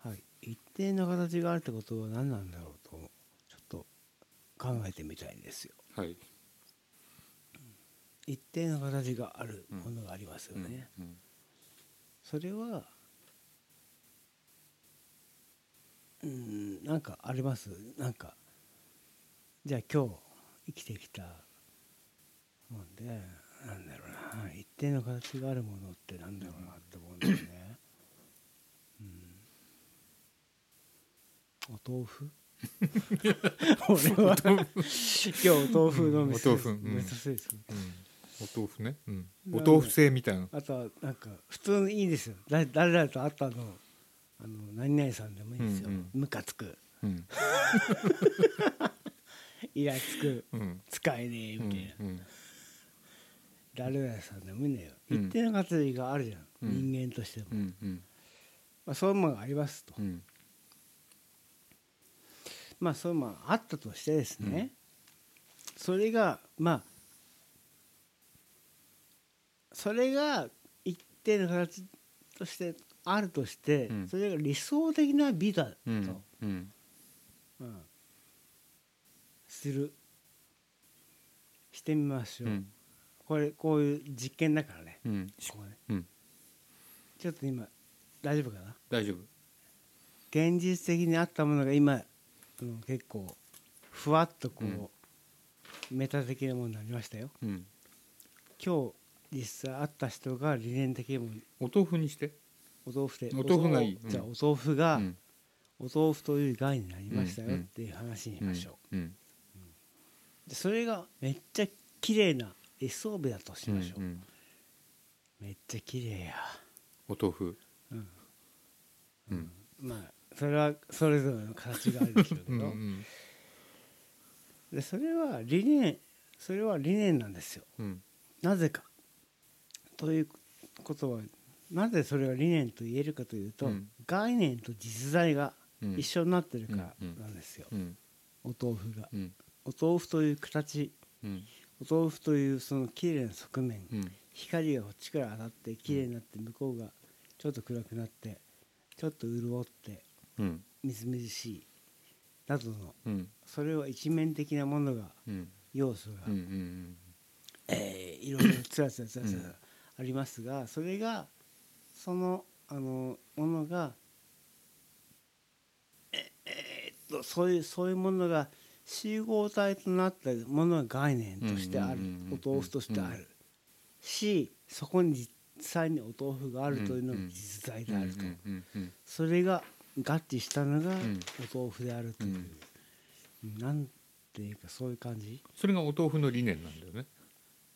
Speaker 2: はい、一定の形があるってことは何なんだろうとちょっと考えてみたいんですよ。
Speaker 1: はい、
Speaker 2: 一定の形があるものがありますよね。
Speaker 1: うん
Speaker 2: それはうんなんかありますなんかじゃあ今日生きてきたもんでなんだろうな一定の形があるものってなんだろうなって思うんだよね。うん、お豆 腐俺は今日お豆腐の味噌
Speaker 1: うんお豆腐うん
Speaker 2: 味噌汁です
Speaker 1: うんお豆腐ね、うん、
Speaker 2: な
Speaker 1: お
Speaker 2: んか
Speaker 1: 豆腐製みたいな
Speaker 2: あとはなんか普通にいいですよだ誰々と会ったのあの何々さんでもいいですよ、
Speaker 1: うんうん
Speaker 2: ムカつく
Speaker 1: うん
Speaker 2: イラつく
Speaker 1: うん
Speaker 2: 使えねえみ
Speaker 1: う
Speaker 2: たいな、
Speaker 1: んうん
Speaker 2: 誰々さんでもいいんだよ、
Speaker 1: うん
Speaker 2: 一定の形があるじゃん、
Speaker 1: うん
Speaker 2: 人間としても、
Speaker 1: うんうん
Speaker 2: まあ、そういうものがありますと、
Speaker 1: うん
Speaker 2: まあそういうものがあったとしてですね、それがまあそれが一定の形としてあるとして、
Speaker 1: うん
Speaker 2: それが理想的な美だと、
Speaker 1: うんうん
Speaker 2: うん、するしてみましょう、
Speaker 1: うん
Speaker 2: これこういう実験だからね、
Speaker 1: うん
Speaker 2: ここね
Speaker 1: うん
Speaker 2: ちょっと今大丈夫かな
Speaker 1: 大丈夫
Speaker 2: 現実的にあったものが今、うん、結構ふわっとこう、
Speaker 1: うん
Speaker 2: メタ的なものになりましたよ
Speaker 1: うん
Speaker 2: 今日実際あった人が理念的にも
Speaker 1: お豆腐にして
Speaker 2: お豆腐で
Speaker 1: お豆腐がいい
Speaker 2: おじゃあ
Speaker 1: う
Speaker 2: お豆腐が、
Speaker 1: うん
Speaker 2: お豆腐という概念になりましたよ
Speaker 1: う
Speaker 2: っ
Speaker 1: んうん
Speaker 2: ていう話にしましょう、
Speaker 1: うん
Speaker 2: でそれがめっちゃ綺麗な理想美だとしましょう、
Speaker 1: うんうん
Speaker 2: めっちゃ綺麗や
Speaker 1: お豆腐
Speaker 2: うん
Speaker 1: うん
Speaker 2: まあそれはそれぞれの形があるでしょうけ
Speaker 1: うんう
Speaker 2: ど
Speaker 1: ん
Speaker 2: でそれは理念それは理念なんですよ
Speaker 1: うん
Speaker 2: なぜかということはなぜそれが理念と言えるかというと、
Speaker 1: うん
Speaker 2: 概念と実在が
Speaker 1: うん
Speaker 2: 一緒になってるからなんですよ、
Speaker 1: うん
Speaker 2: お豆腐が
Speaker 1: うん
Speaker 2: お豆腐という形
Speaker 1: うん
Speaker 2: お豆腐というその綺麗な側面、
Speaker 1: うん
Speaker 2: 光がこっちから当たって綺麗になって向こうがちょっと暗くなってちょっと潤って
Speaker 1: うん
Speaker 2: みずみずしいなどの
Speaker 1: うん
Speaker 2: それは一面的なものが
Speaker 1: うん
Speaker 2: 要素が、
Speaker 1: うんうん
Speaker 2: えーいろいろつらつらつらつら
Speaker 1: うん
Speaker 2: ありますがそれがそのあのものがええーっとそういうそういうものが集合体となったものが概念としてある
Speaker 1: うんうんうんうん
Speaker 2: お豆腐としてあるしそこに実際にお豆腐があるというのが実在であると
Speaker 1: うんうんうん
Speaker 2: それが合致したのが
Speaker 1: ん
Speaker 2: お豆腐であるという
Speaker 1: うん、
Speaker 2: なんていうかそういう感じ
Speaker 1: それがお豆腐の理念なんだよね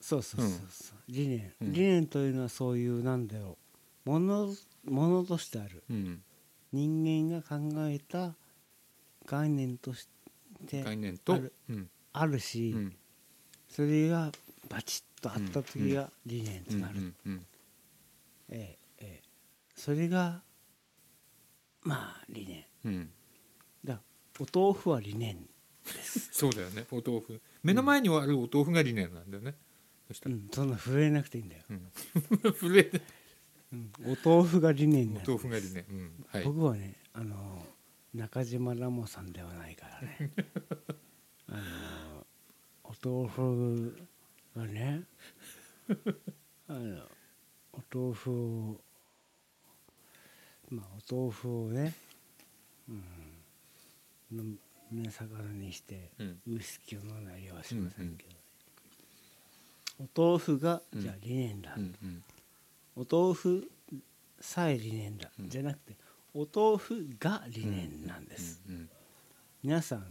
Speaker 2: そうそうそうそう、理念、
Speaker 1: うん
Speaker 2: 理念というのはそういうなんだろうものものとしてある
Speaker 1: うん
Speaker 2: 人間が考えた概念として
Speaker 1: 概念と
Speaker 2: ある
Speaker 1: うん
Speaker 2: ある
Speaker 1: う
Speaker 2: し、
Speaker 1: ん
Speaker 2: それがバチッとあった時が理念と
Speaker 1: うん
Speaker 2: なる、
Speaker 1: うん
Speaker 2: ええええ、それがまあ理念
Speaker 1: うん
Speaker 2: だからお豆腐は理念、
Speaker 1: そうだよねお豆腐目の前にあるお豆腐が理念なんだよねそした
Speaker 2: う
Speaker 1: ら
Speaker 2: ん、そんな震えなくていいんだよ、
Speaker 1: うん震えて
Speaker 2: うん、お豆腐が理念なん
Speaker 1: お
Speaker 2: だ
Speaker 1: 豆腐が理念うんはい
Speaker 2: 僕はねあの中島ラモさんではないから ねあのお豆腐がねあのお豆腐をまあお豆腐をね、うん、飲む魚にして、
Speaker 1: うん
Speaker 2: ウイスキーを飲んだりはしませんけどね、お豆腐がじゃあ理念だ、
Speaker 1: うんうん
Speaker 2: お豆腐さえ理念だ、じゃなくてお豆腐が理念なんです、
Speaker 1: うん
Speaker 2: 皆さん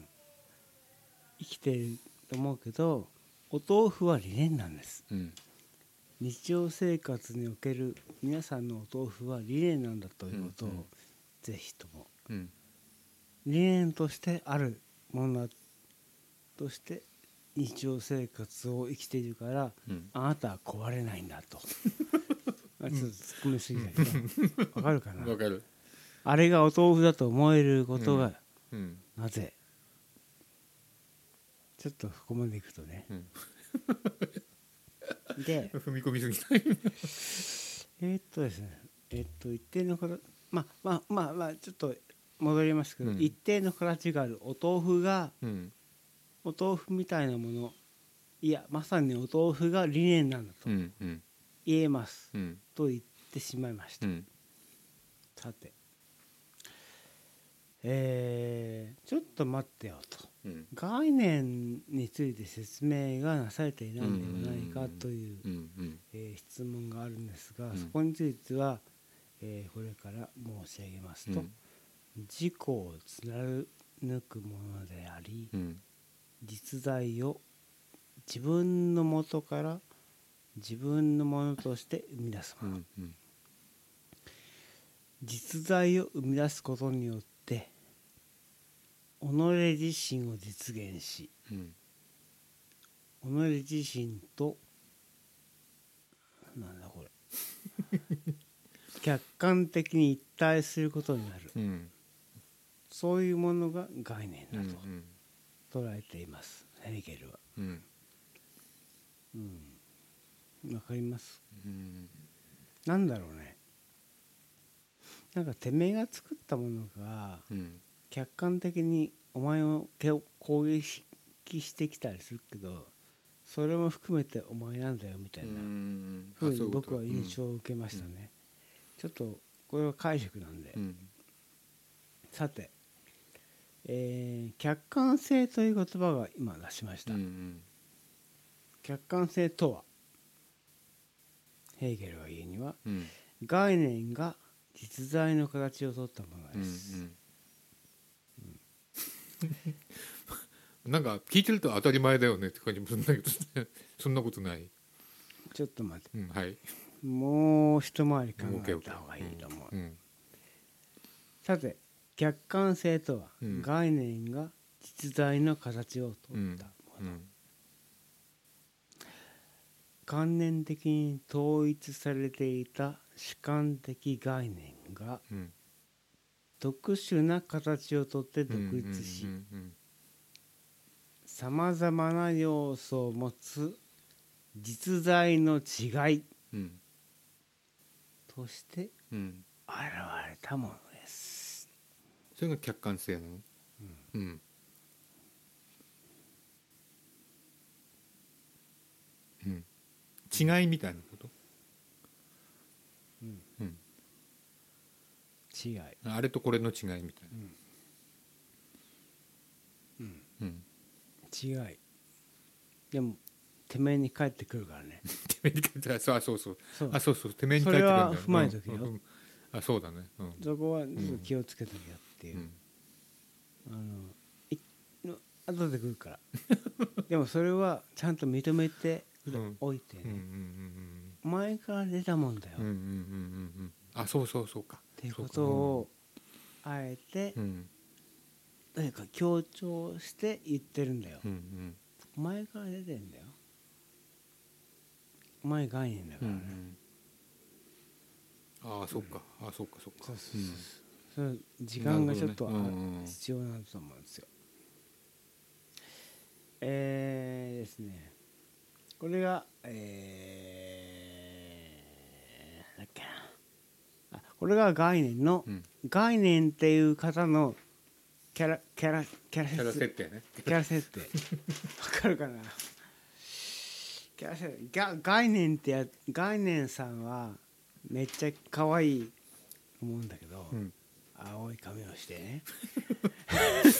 Speaker 2: 生きてると思うけどお豆腐は理念なんです
Speaker 1: うん
Speaker 2: 日常生活における皆さんのお豆腐は理念なんだということを、
Speaker 1: うんうん
Speaker 2: ぜひとも
Speaker 1: うん
Speaker 2: 理念としてあるものだとして日常生活を生きているから
Speaker 1: うん
Speaker 2: あなたは壊れないんだ とあちょっと突っ込みすぎたけ どわかるかな
Speaker 1: わかる
Speaker 2: あれがお豆腐だと思えることが
Speaker 1: うん
Speaker 2: なぜ、ちょっとここまでいくとね
Speaker 1: うん
Speaker 2: で
Speaker 1: 踏み込みすぎない
Speaker 2: えーっとですねえーっと一定の形まあまあまあまあちょっと戻りますけど、
Speaker 1: うん
Speaker 2: 一定の形があるお豆腐が
Speaker 1: うん
Speaker 2: お豆腐みたいなものいやまさにお豆腐が理念なんだと
Speaker 1: うんうん
Speaker 2: 言えます、
Speaker 1: うん
Speaker 2: と言ってしまいました、
Speaker 1: うん
Speaker 2: さてえーちょっと待ってよと
Speaker 1: うん
Speaker 2: 概念について説明がなされていないんではない
Speaker 1: うんうんうんう
Speaker 2: か
Speaker 1: ん
Speaker 2: という、
Speaker 1: うんうん
Speaker 2: えー質問があるんですが、
Speaker 1: うん
Speaker 2: そこについては、えーこれから申し上げますと、自己を貫くものであり、
Speaker 1: うん
Speaker 2: 実在を自分のもとから自分のものとして生み出す
Speaker 1: う
Speaker 2: もの、
Speaker 1: んうん
Speaker 2: 実在を生み出すことによって己自身を実現し
Speaker 1: うん
Speaker 2: 己自身となんだこれ 客観的に一体することになる
Speaker 1: うん
Speaker 2: そういうものが概念
Speaker 1: うん
Speaker 2: だと捉えています、ヘーゲルは。
Speaker 1: うん
Speaker 2: うん、わかります
Speaker 1: うん
Speaker 2: なんだろうねなんかてめえが作ったものが
Speaker 1: うん
Speaker 2: 客観的にお前を手を攻撃してきたりするけどそれも含めてお前なんだよみたいな
Speaker 1: うん
Speaker 2: ふうに僕は印象を受けましたね、ちょっとこれは解釈なんで、
Speaker 1: うん
Speaker 2: さて、えー客観性という言葉が今出しました、
Speaker 1: うん
Speaker 2: 客観性とはヘーゲルが言うには
Speaker 1: うん
Speaker 2: 概念が実在の形をとったもの
Speaker 1: うん
Speaker 2: です、
Speaker 1: うんなんか聞いてると当たり前だよねって感じもするんだけどそんなことない、
Speaker 2: ちょっと待って
Speaker 1: うん、はい
Speaker 2: もう一回り考
Speaker 1: オッケー
Speaker 2: え
Speaker 1: オッケ
Speaker 2: た方がいいと思う、
Speaker 1: ーうん
Speaker 2: さて客観性とは、
Speaker 1: うん
Speaker 2: 概念が実在の形をとった
Speaker 1: う
Speaker 2: もの、
Speaker 1: んうん
Speaker 2: 観念的に統一されていた主観的概念が
Speaker 1: うん
Speaker 2: 特殊な形をとって独立し
Speaker 1: うんうん
Speaker 2: さまざまな要素を持つ実在の違い
Speaker 1: うん
Speaker 2: として
Speaker 1: うんうん
Speaker 2: 現れたものです。
Speaker 1: それが客観性なのうんうん違いみたいなこと
Speaker 2: うん
Speaker 1: うん
Speaker 2: 違い、
Speaker 1: あれとこれの違いみたいな
Speaker 2: うん、
Speaker 1: うん
Speaker 2: 違いでもてめえに返ってくるから ね
Speaker 1: てめえに書いてあるそうあそうそう
Speaker 2: そう
Speaker 1: あそうそうてめえに書いてあるんだよ
Speaker 2: それは踏まえとけよ
Speaker 1: うんうんうんあそうだねうん
Speaker 2: そこはちょっと気をつけとけよっていうう、
Speaker 1: ん
Speaker 2: あのい後で来るからでもそれはちゃんと認めて
Speaker 1: うん
Speaker 2: おいてね、
Speaker 1: うんうんうん
Speaker 2: お前から出たもんだよ
Speaker 1: うんうんうんうん
Speaker 2: っ
Speaker 1: うんうんあそうそうそうか
Speaker 2: ていうことをあえて
Speaker 1: そうかうん
Speaker 2: とにかく強調して言ってるんだよ、
Speaker 1: うんうん
Speaker 2: お前から出てんだよお前概念だか
Speaker 1: うんう
Speaker 2: らね、
Speaker 1: んああそうかあそうかそうか
Speaker 2: そうそうそう、その時間がちょっと、
Speaker 1: なるほどねうんうん
Speaker 2: あ必要なんだと思うんですよえー、ですねこれがえー、なんだっけなあこれが概念の、
Speaker 1: うん
Speaker 2: 概念っていう方のキャラキャラキャラ
Speaker 1: キャラ
Speaker 2: 設
Speaker 1: 設
Speaker 2: 定
Speaker 1: 定ね
Speaker 2: キャラ設定わかるかなキャラ設定が概念ってや概念さんはめっちゃ可愛いと思うんだけど、
Speaker 1: うん
Speaker 2: 青い髪をしてね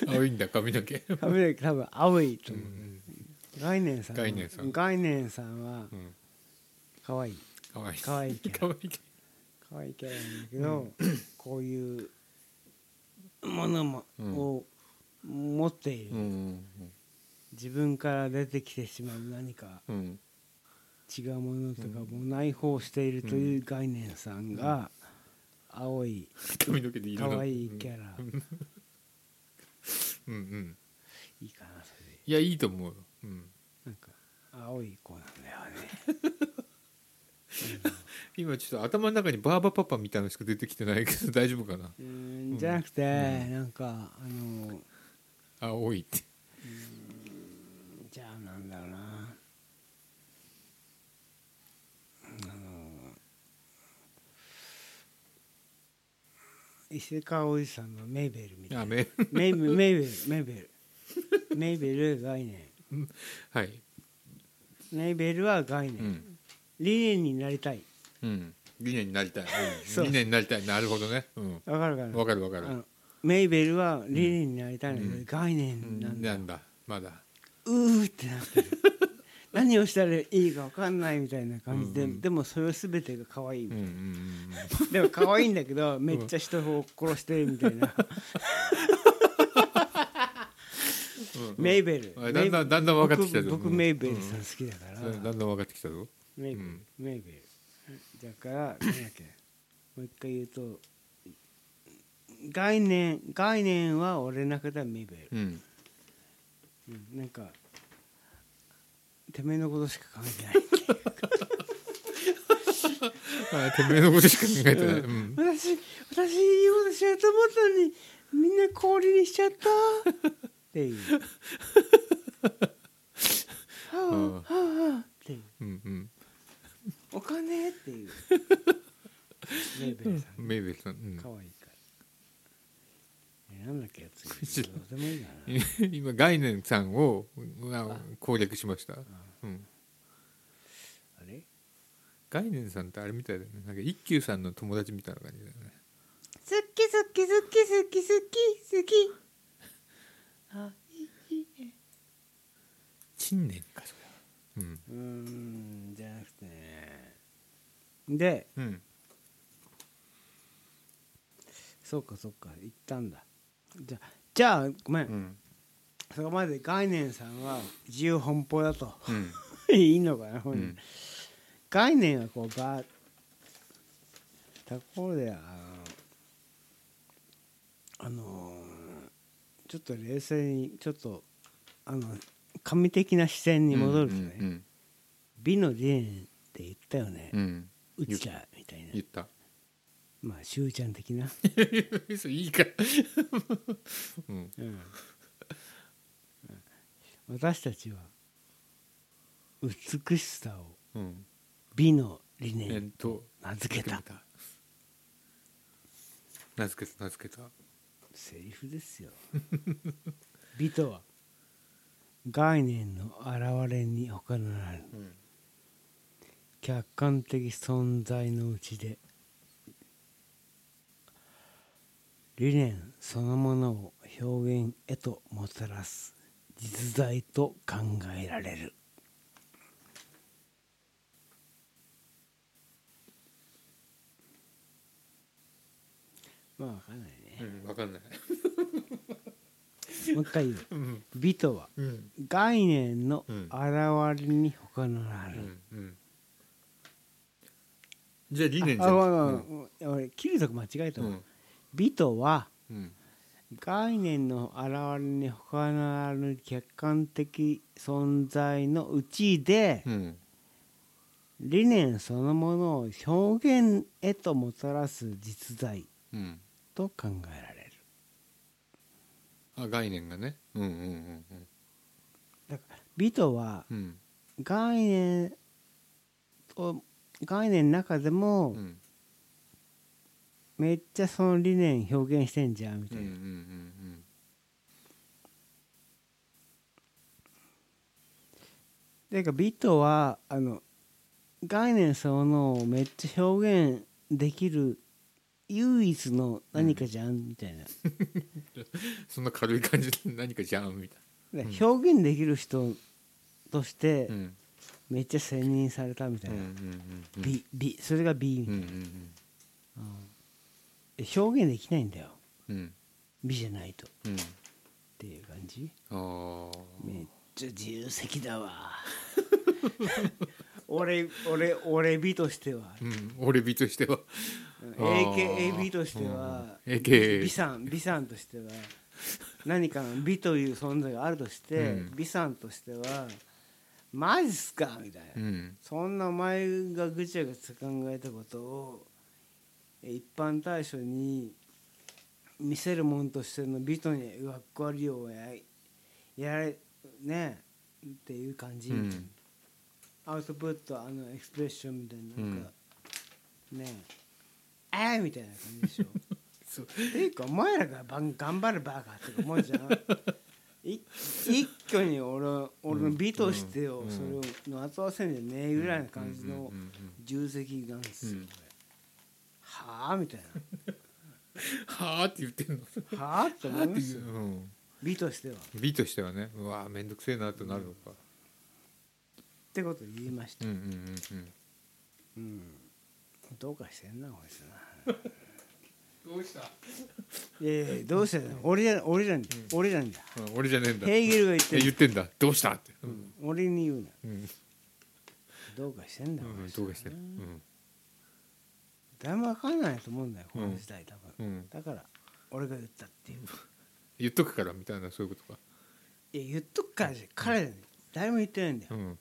Speaker 1: 青いんだ髪の毛
Speaker 2: 髪の毛多分青いと
Speaker 1: うんう
Speaker 2: 思う、
Speaker 1: ん
Speaker 2: 概念さんは
Speaker 1: 概念さん
Speaker 2: 概念さんは
Speaker 1: うん
Speaker 2: 可愛い
Speaker 1: かわいい
Speaker 2: 可愛いキャラ
Speaker 1: かわいいキャラ
Speaker 2: 可愛いキャラなんだけど、こういうものも
Speaker 1: うん
Speaker 2: を持っている、
Speaker 1: うん
Speaker 2: 自分から出てきてしまう何か
Speaker 1: うんうん
Speaker 2: 違うものとか
Speaker 1: うん
Speaker 2: も内包しているという概念さんが青い
Speaker 1: 髪の毛でいい
Speaker 2: 可愛いキャラ、
Speaker 1: うんうん
Speaker 2: いいかなそれで
Speaker 1: いやいいと思うようん
Speaker 2: なんか青い子なんだよね
Speaker 1: 今ちょっと頭の中にバーバパパみたいなのしか出てきてないけど大丈夫かな
Speaker 2: うーんじゃなくて、
Speaker 1: うん
Speaker 2: なんかあの
Speaker 1: 青いって
Speaker 2: じゃあなんだろうなあの伊勢川おじさんのメイベルみたい
Speaker 1: あ
Speaker 2: な
Speaker 1: め
Speaker 2: メイベルメイベルメイベルメイベル概念
Speaker 1: はい
Speaker 2: メイベルは概
Speaker 1: う
Speaker 2: 念、
Speaker 1: ん
Speaker 2: 理念になりたい
Speaker 1: うん理念になりたい、う
Speaker 2: そ
Speaker 1: ん、
Speaker 2: う
Speaker 1: 理念になりたいなるほどねうん
Speaker 2: わかるかな
Speaker 1: わかるわかる
Speaker 2: あのメイベルは理念になりたいので、
Speaker 1: うん
Speaker 2: 概
Speaker 1: う
Speaker 2: 念
Speaker 1: ん
Speaker 2: なんだ、
Speaker 1: なんだまだ
Speaker 2: うーってな ってる何をしたらいいか分かんないみたいな感じで、
Speaker 1: うんうん
Speaker 2: でもそれ全てが可愛いみ
Speaker 1: う
Speaker 2: た
Speaker 1: ん
Speaker 2: い
Speaker 1: うん
Speaker 2: な、
Speaker 1: うん
Speaker 2: でも可愛いんだけどめっちゃ人を殺してるみたいな、
Speaker 1: うん
Speaker 2: メイベル
Speaker 1: あだんだんだんだん分かってきたぞ
Speaker 2: 僕僕
Speaker 1: うん
Speaker 2: メイベルさん好きだから、
Speaker 1: だんだん分かってきたぞ
Speaker 2: メイベル、
Speaker 1: うん
Speaker 2: メイベルだからなんだっけもう一回言うと概念概念は俺の中ではメイベル、
Speaker 1: うん
Speaker 2: うんなんかてめえのことしか考えてない
Speaker 1: あてめえのことしか考えてない、うん、
Speaker 2: 私私いいことしようと思ったのにみんな氷にしちゃったっていう。はあ
Speaker 1: うん
Speaker 2: はあはあっていう
Speaker 1: うんうん
Speaker 2: お金っていう。メイベルさん
Speaker 1: メイベルさん、うん
Speaker 2: 可愛いから。えなんだっけやつ。
Speaker 1: 知ら
Speaker 2: どうでもいいな。
Speaker 1: 今概念さんをな攻略しました、うん、
Speaker 2: あれ
Speaker 1: 概念さんってあれみたいだよねなんか一休さんの友達みたいな感じだよね
Speaker 2: 好き好き好き好き好き好き。あいいいい。
Speaker 1: 陳年かそれは
Speaker 2: うーんじゃなくてね。で。
Speaker 1: うん、うん、
Speaker 2: そうかそうか行ったんだじゃあじゃあごめん、
Speaker 1: うん
Speaker 2: そこまで概念さんは自由奔放だと
Speaker 1: うん
Speaker 2: いいのかな、
Speaker 1: うん
Speaker 2: 概念はこうバーところであの、あのーちょっと冷静にちょっとあの神的な視線に戻るとね、
Speaker 1: うん
Speaker 2: 美の理念って言ったよね、
Speaker 1: う
Speaker 2: うん
Speaker 1: うん
Speaker 2: ちらみたい
Speaker 1: 言
Speaker 2: な
Speaker 1: った
Speaker 2: まあしゅうちゃん的な
Speaker 1: 嘘いいかうん
Speaker 2: うん私たちは美しさを
Speaker 1: うん
Speaker 2: 美の理
Speaker 1: えっ
Speaker 2: 念
Speaker 1: と
Speaker 2: 名付けた
Speaker 1: 名付けた名付けた
Speaker 2: セリフですよ 美とは概念の現れに他ならぬ
Speaker 1: うん
Speaker 2: 客観的存在のうちで理念そのものを表現へともたらす実在と考えられるまあわかんないね
Speaker 1: うん分かんない
Speaker 2: もう一回言う
Speaker 1: うん
Speaker 2: 美とは
Speaker 1: うん
Speaker 2: 概念の
Speaker 1: うん
Speaker 2: 現れに他なら
Speaker 1: う
Speaker 2: ぬ、
Speaker 1: んうんじゃあ理念じゃ
Speaker 2: あ、
Speaker 1: ん
Speaker 2: ごめんごめん俺切るとこ間違えた
Speaker 1: う
Speaker 2: わ、
Speaker 1: ん
Speaker 2: 美とは
Speaker 1: うん
Speaker 2: 概念の現れに他ならぬ客観的存在のうちで、
Speaker 1: うん
Speaker 2: 理念そのものを表現へともたらす実在
Speaker 1: うん
Speaker 2: と考えられる
Speaker 1: あ概念がねうんうんうん
Speaker 2: だから美とは
Speaker 1: うんうん
Speaker 2: 概念と概念の中でも、
Speaker 1: うん
Speaker 2: めっちゃその理念表現してんじゃんみ
Speaker 1: う
Speaker 2: た
Speaker 1: ん
Speaker 2: い
Speaker 1: うんう
Speaker 2: な、
Speaker 1: ん
Speaker 2: ていうかビットはあの概念そのものをめっちゃ表現できる唯一の何かじゃん、みたいな
Speaker 1: そんな軽い感じで何かじゃんみたい
Speaker 2: で
Speaker 1: うん
Speaker 2: 表現できる人として
Speaker 1: なうん
Speaker 2: めっちゃ選任されたみた
Speaker 1: う
Speaker 2: い
Speaker 1: んう
Speaker 2: な、
Speaker 1: んうん
Speaker 2: 美美それが美、
Speaker 1: うんうん
Speaker 2: 表現できないんだよ
Speaker 1: うんうん
Speaker 2: 美じゃないとっ
Speaker 1: うん
Speaker 2: ていう感じ
Speaker 1: あ
Speaker 2: めっちゃ自責だ わ俺俺俺美としては
Speaker 1: ーうん俺美としては
Speaker 2: AKAB としては
Speaker 1: うん AKA
Speaker 2: 美さん美さんとしては何かの美という存在があるとして、
Speaker 1: うん
Speaker 2: 美さんとしてはマジっすかみたいな、
Speaker 1: うん
Speaker 2: そんなお前がぐちゃぐちゃ考えたことを一般大賞に見せるもんとしての美とに上っこわるようややれねっていう感じ、
Speaker 1: うん
Speaker 2: アウトプットあのエクスプレッションみたいななんか、ねええーみたいな感じでしょ
Speaker 1: そう
Speaker 2: っていうかお前らがばん頑張るバカって思うじゃんい一挙に俺は俺の美としてを
Speaker 1: うん
Speaker 2: それをの後合わせんじゃねえぐらいの感じ
Speaker 1: うんうん
Speaker 2: の
Speaker 1: うん
Speaker 2: 重責なんですよ、
Speaker 1: うん
Speaker 2: これはあみたい
Speaker 1: はあって言ってんの
Speaker 2: なはあって
Speaker 1: はあ
Speaker 2: 思いま
Speaker 1: って 言
Speaker 2: す
Speaker 1: う
Speaker 2: よ
Speaker 1: うん
Speaker 2: 美としてはっ
Speaker 1: 美としてはねうわーめんどくせえなとなるのか
Speaker 2: てことを言いまし
Speaker 1: う
Speaker 2: た、
Speaker 1: ん
Speaker 2: うん
Speaker 1: うんうんうん
Speaker 2: どうかしてんなこいつな
Speaker 1: どうした
Speaker 2: いやいやどうしたの俺じゃ俺じゃんだ、俺じゃんだ
Speaker 1: 俺じゃねえんだ
Speaker 2: ヘーゲルが言って
Speaker 1: え
Speaker 2: る
Speaker 1: 言ってんだどうしたってう
Speaker 2: 俺に言うな
Speaker 1: うん
Speaker 2: どうかしてんだ、
Speaker 1: うん
Speaker 2: こいつ
Speaker 1: どうかしてるうん
Speaker 2: 誰も分かんないと思うんだよこの時代多分、
Speaker 1: うん
Speaker 2: だから俺が言ったっていう
Speaker 1: 言っとくからみたいなそういうことか
Speaker 2: いや言っとくからじゃ彼らに誰も言ってないんだよ、
Speaker 1: うん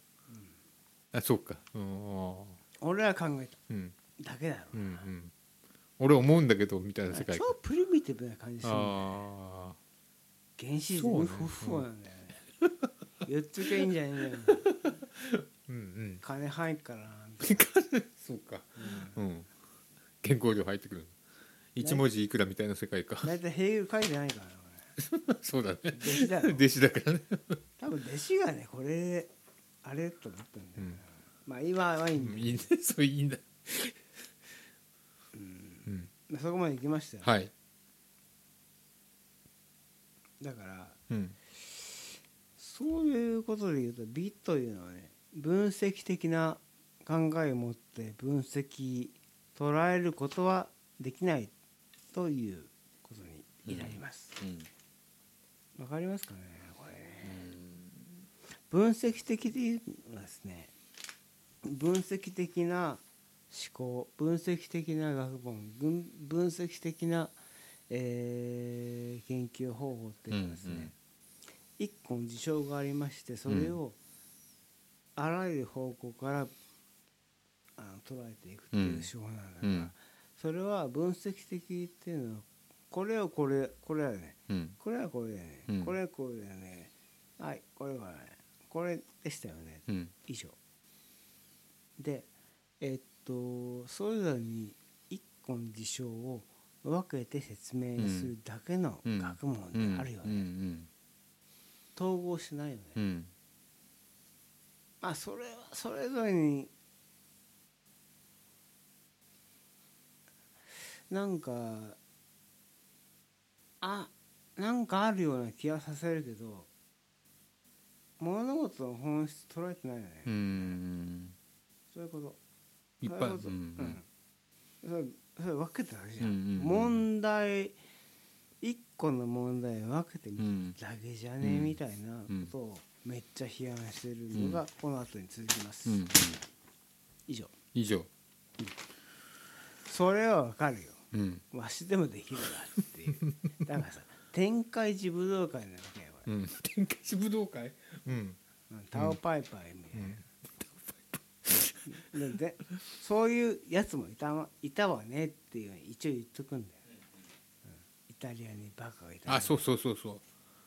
Speaker 1: あそうかうんあ
Speaker 2: 俺らが考えた
Speaker 1: ーうん
Speaker 2: だけだろ
Speaker 1: うんう
Speaker 2: うな、
Speaker 1: ん俺思うんだけどみたいな世界
Speaker 2: 超プリミティブな感じするんだよ
Speaker 1: ああ
Speaker 2: 原始
Speaker 1: そう
Speaker 2: 人
Speaker 1: ね
Speaker 2: 不不なんだよね、言っときゃいいんじゃねえよ
Speaker 1: うんうん
Speaker 2: 金入っからな
Speaker 1: そうかうん原稿料入ってくる一文字いくらみたいな世界か
Speaker 2: 大体平流書いてないからな
Speaker 1: そうだね
Speaker 2: 俺弟子だ ろ
Speaker 1: 弟子だからね
Speaker 2: 多分弟子がねこれあれと思ったんだ
Speaker 1: う
Speaker 2: よ、
Speaker 1: ん
Speaker 2: まあ今はいいんだよ
Speaker 1: いいねそういいんだうん
Speaker 2: まあそこまで行きましたよ、
Speaker 1: はい
Speaker 2: だから
Speaker 1: うん
Speaker 2: そういうことで言うと美というのはね分析的な考えを持って分析捉えることはできないということになります。
Speaker 1: うん
Speaker 2: わ、かりますかねこれね。分析的というのはですね分析的な思考分析的な学問分分析的な、えー研究方法っていうのはですね、
Speaker 1: うんうん
Speaker 2: 一個の事象がありましてそれをあらゆる方向からあの捉えていくっていう手法なんだから、
Speaker 1: うん
Speaker 2: それは分析的っていうのはこれをこれこれはね
Speaker 1: うん
Speaker 2: これはこれだよね、
Speaker 1: うん
Speaker 2: これはこれだよねはいこれはねこれでしたよね、
Speaker 1: うん
Speaker 2: 以上でえっとそれぞれに一個の事象を分けて説明するだけの
Speaker 1: うん
Speaker 2: 学問であるよね、
Speaker 1: うん
Speaker 2: 統合しないよね、
Speaker 1: うんうん
Speaker 2: まあそれはそれぞれになんかあなんかあるような気がさせるけど物事の本質捉えてないよね、
Speaker 1: うん
Speaker 2: そういうこと
Speaker 1: 一
Speaker 2: そうい
Speaker 1: 般
Speaker 2: うこと
Speaker 1: う
Speaker 2: うんんそれそれ分けただけじゃん,、
Speaker 1: うんうんうん
Speaker 2: 問題一個の問題分けて
Speaker 1: う
Speaker 2: み
Speaker 1: ん
Speaker 2: ただけじゃね、
Speaker 1: うん
Speaker 2: みたいなことをめっちゃ批判してるのがこの後に続きます、
Speaker 1: うん
Speaker 2: 以上
Speaker 1: 以上
Speaker 2: それはわかるよ
Speaker 1: うん
Speaker 2: わしでもできるわっていう だからさ天界寺武道会なわけよこ
Speaker 1: う
Speaker 2: れ、
Speaker 1: ん天下一武道会うん
Speaker 2: うんタオパイパイみた
Speaker 1: う
Speaker 2: い
Speaker 1: ん
Speaker 2: な、でそういうやつもいたわいたわねっていうの一応言っとくんだよ、うんイタリアにバカがいた
Speaker 1: あそうそうそうそ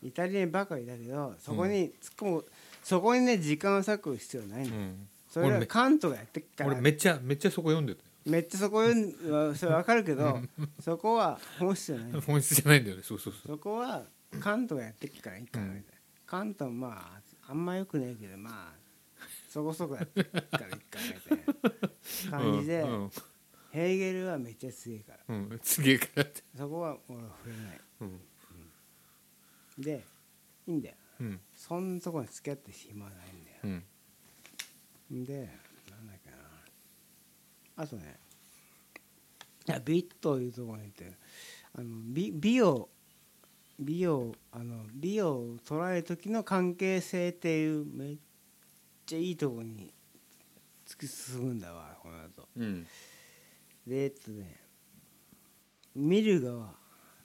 Speaker 1: う
Speaker 2: イタリアにバカがいたけどそこに突っ込む、そこにね時間を割く必要ないんだよ、
Speaker 1: うん
Speaker 2: それ
Speaker 1: 俺
Speaker 2: は
Speaker 1: め
Speaker 2: カントがやってっから
Speaker 1: 俺めっちゃめっちゃそこ読んでた
Speaker 2: めっちゃそこはそれわかるけどそこは本質じゃないんだよ
Speaker 1: よ本質じゃないんだよねそうそうそう
Speaker 2: そこは関東がやってっからいいかなみたいな、
Speaker 1: うん
Speaker 2: 関東まああんまよくないけどまあそこそこやってっからいいかなみたいな感じで、
Speaker 1: うん
Speaker 2: ヘーゲルはめっちゃ強いから
Speaker 1: うんうんすげえからって
Speaker 2: そこは俺は触れない
Speaker 1: うん
Speaker 2: でいいんだよ
Speaker 1: うん
Speaker 2: そんなとこに付き合って暇はないんだよ
Speaker 1: う、ん
Speaker 2: でなんだっけなあとねいや美というところに行ってあの美美を美をあの美を捉える時の関係性っていうめっちゃいいとこに突き進むんだわこの後
Speaker 3: うん
Speaker 2: でえっとね見る側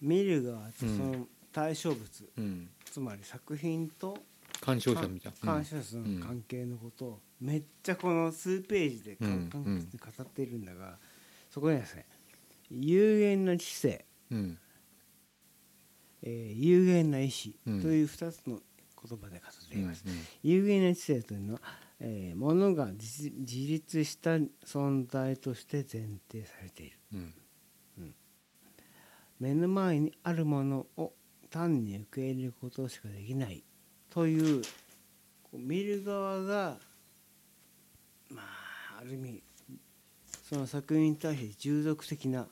Speaker 2: 見る側とその対象物、
Speaker 3: うん
Speaker 2: つまり作品と
Speaker 3: 鑑賞者みたいな
Speaker 2: 感謝者
Speaker 3: うん
Speaker 2: の関係のことをめっちゃこの数ページで
Speaker 3: うん
Speaker 2: 簡単に語っているんだがそこにはですね有限な知性
Speaker 3: うん
Speaker 2: えー有限な意志
Speaker 3: うん
Speaker 2: という2つの言葉で語って
Speaker 3: う
Speaker 2: い
Speaker 3: ん
Speaker 2: ます。有限な知性というのは、えー、物が自自立した存在として前提されている
Speaker 3: うん
Speaker 2: 目の前にあるものを単に受け入れることしかできないというこう見る側がまあある意味その作品に対して従属的な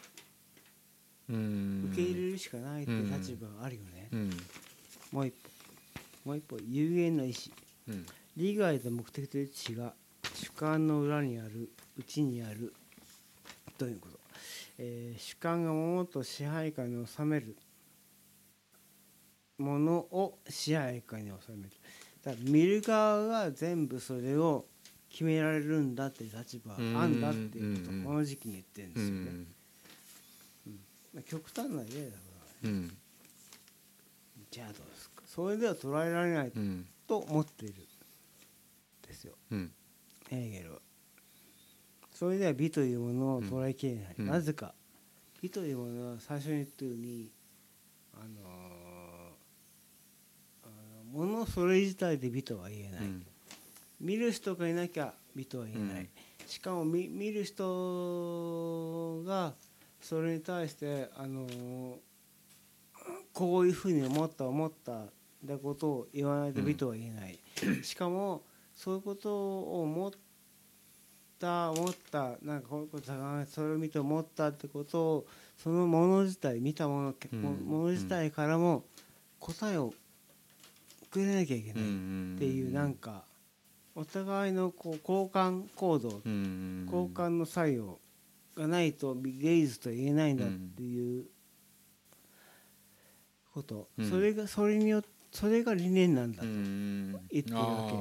Speaker 3: うん
Speaker 2: 受け入れるしかないという立場があるよね。
Speaker 3: うん
Speaker 2: もう一歩もう一歩有限な意志
Speaker 3: うん
Speaker 2: 利害と目的という違が主観の裏にある内にあるということ、えー主観が物と支配下に収めるものを支配下に収めるだから見る側が全部それを決められるんだっていう立場があんだっていうこと
Speaker 3: うんうんうん
Speaker 2: をこの時期に言ってるん
Speaker 3: う
Speaker 2: ですよね、
Speaker 3: ん
Speaker 2: まあ極端な例だから
Speaker 3: うん
Speaker 2: じゃあどうですかそれでは捉えられない
Speaker 3: うん
Speaker 2: と思っているんですよ
Speaker 3: うん
Speaker 2: ヘーゲルはそれでは美というものを捉えきれない、
Speaker 3: うん
Speaker 2: なぜか美というものは最初に言ったようにあのーあのものそれ自体で美とは言えない、見る人がいなきゃ美とは言えない、
Speaker 3: うん
Speaker 2: しかも見見る人がそれに対してあのーこういうふうに思った思ったってことを言わないと美とは言えない、しかもそういうことを思った思ったなんかこういうことだなそれを見て思ったってことをそのもの自体見たもの、
Speaker 3: うん
Speaker 2: もの自体からも答えをくれなきゃいけない、
Speaker 3: うん
Speaker 2: っていうなんかお互いのこう交換行動
Speaker 3: うん
Speaker 2: 交換の作用がないと芸術と言えないんだっていうこと
Speaker 3: うん
Speaker 2: それがそれによそれが理念なんだ
Speaker 3: うん
Speaker 2: 言ってるわけ
Speaker 3: あ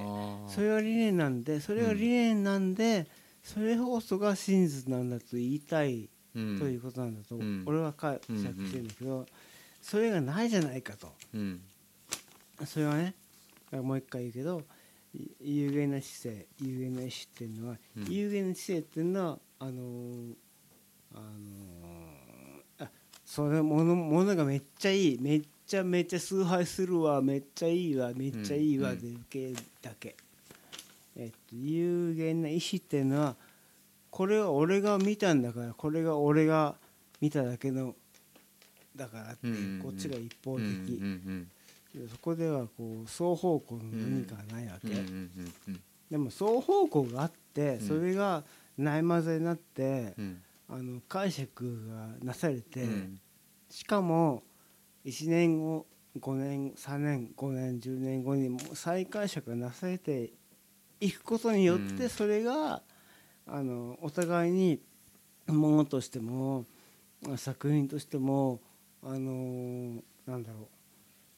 Speaker 3: ー
Speaker 2: それが理念なんでそれが理念なんでそれこそが真実なんだと言いたい
Speaker 3: うん
Speaker 2: ということなんだと
Speaker 3: うん
Speaker 2: 俺は解釈してるんだけどそれがないじゃないかと。
Speaker 3: うん
Speaker 2: それはねもう一回言うけどい有限な知性有限な意志っていうのは、
Speaker 3: うん
Speaker 2: 有限な知性っていうのはあのーあのーあそれものものがめっちゃいいめっちゃめっちゃ崇拝するわめっちゃいいわめっちゃいいわ
Speaker 3: うん
Speaker 2: で受けるだけ、えっと、有限な意志っていうのはこれは俺が見たんだからこれが俺が見ただけのだからっていう、
Speaker 3: うん
Speaker 2: こっちが一方
Speaker 3: う
Speaker 2: 的、
Speaker 3: ん
Speaker 2: そこではこう双方向の何かがないわ
Speaker 3: う
Speaker 2: け、
Speaker 3: んうんうんうん
Speaker 2: でも双方向があって
Speaker 3: うん
Speaker 2: それがないまぜになって
Speaker 3: う、ん
Speaker 2: あの解釈がなされて、
Speaker 3: うん
Speaker 2: しかも1年後5年3年5年10年後にもう再解釈がなされていくことによっ
Speaker 3: う
Speaker 2: て
Speaker 3: ん
Speaker 2: それが、あのお互いにものとしても作品としてもあのなんだろう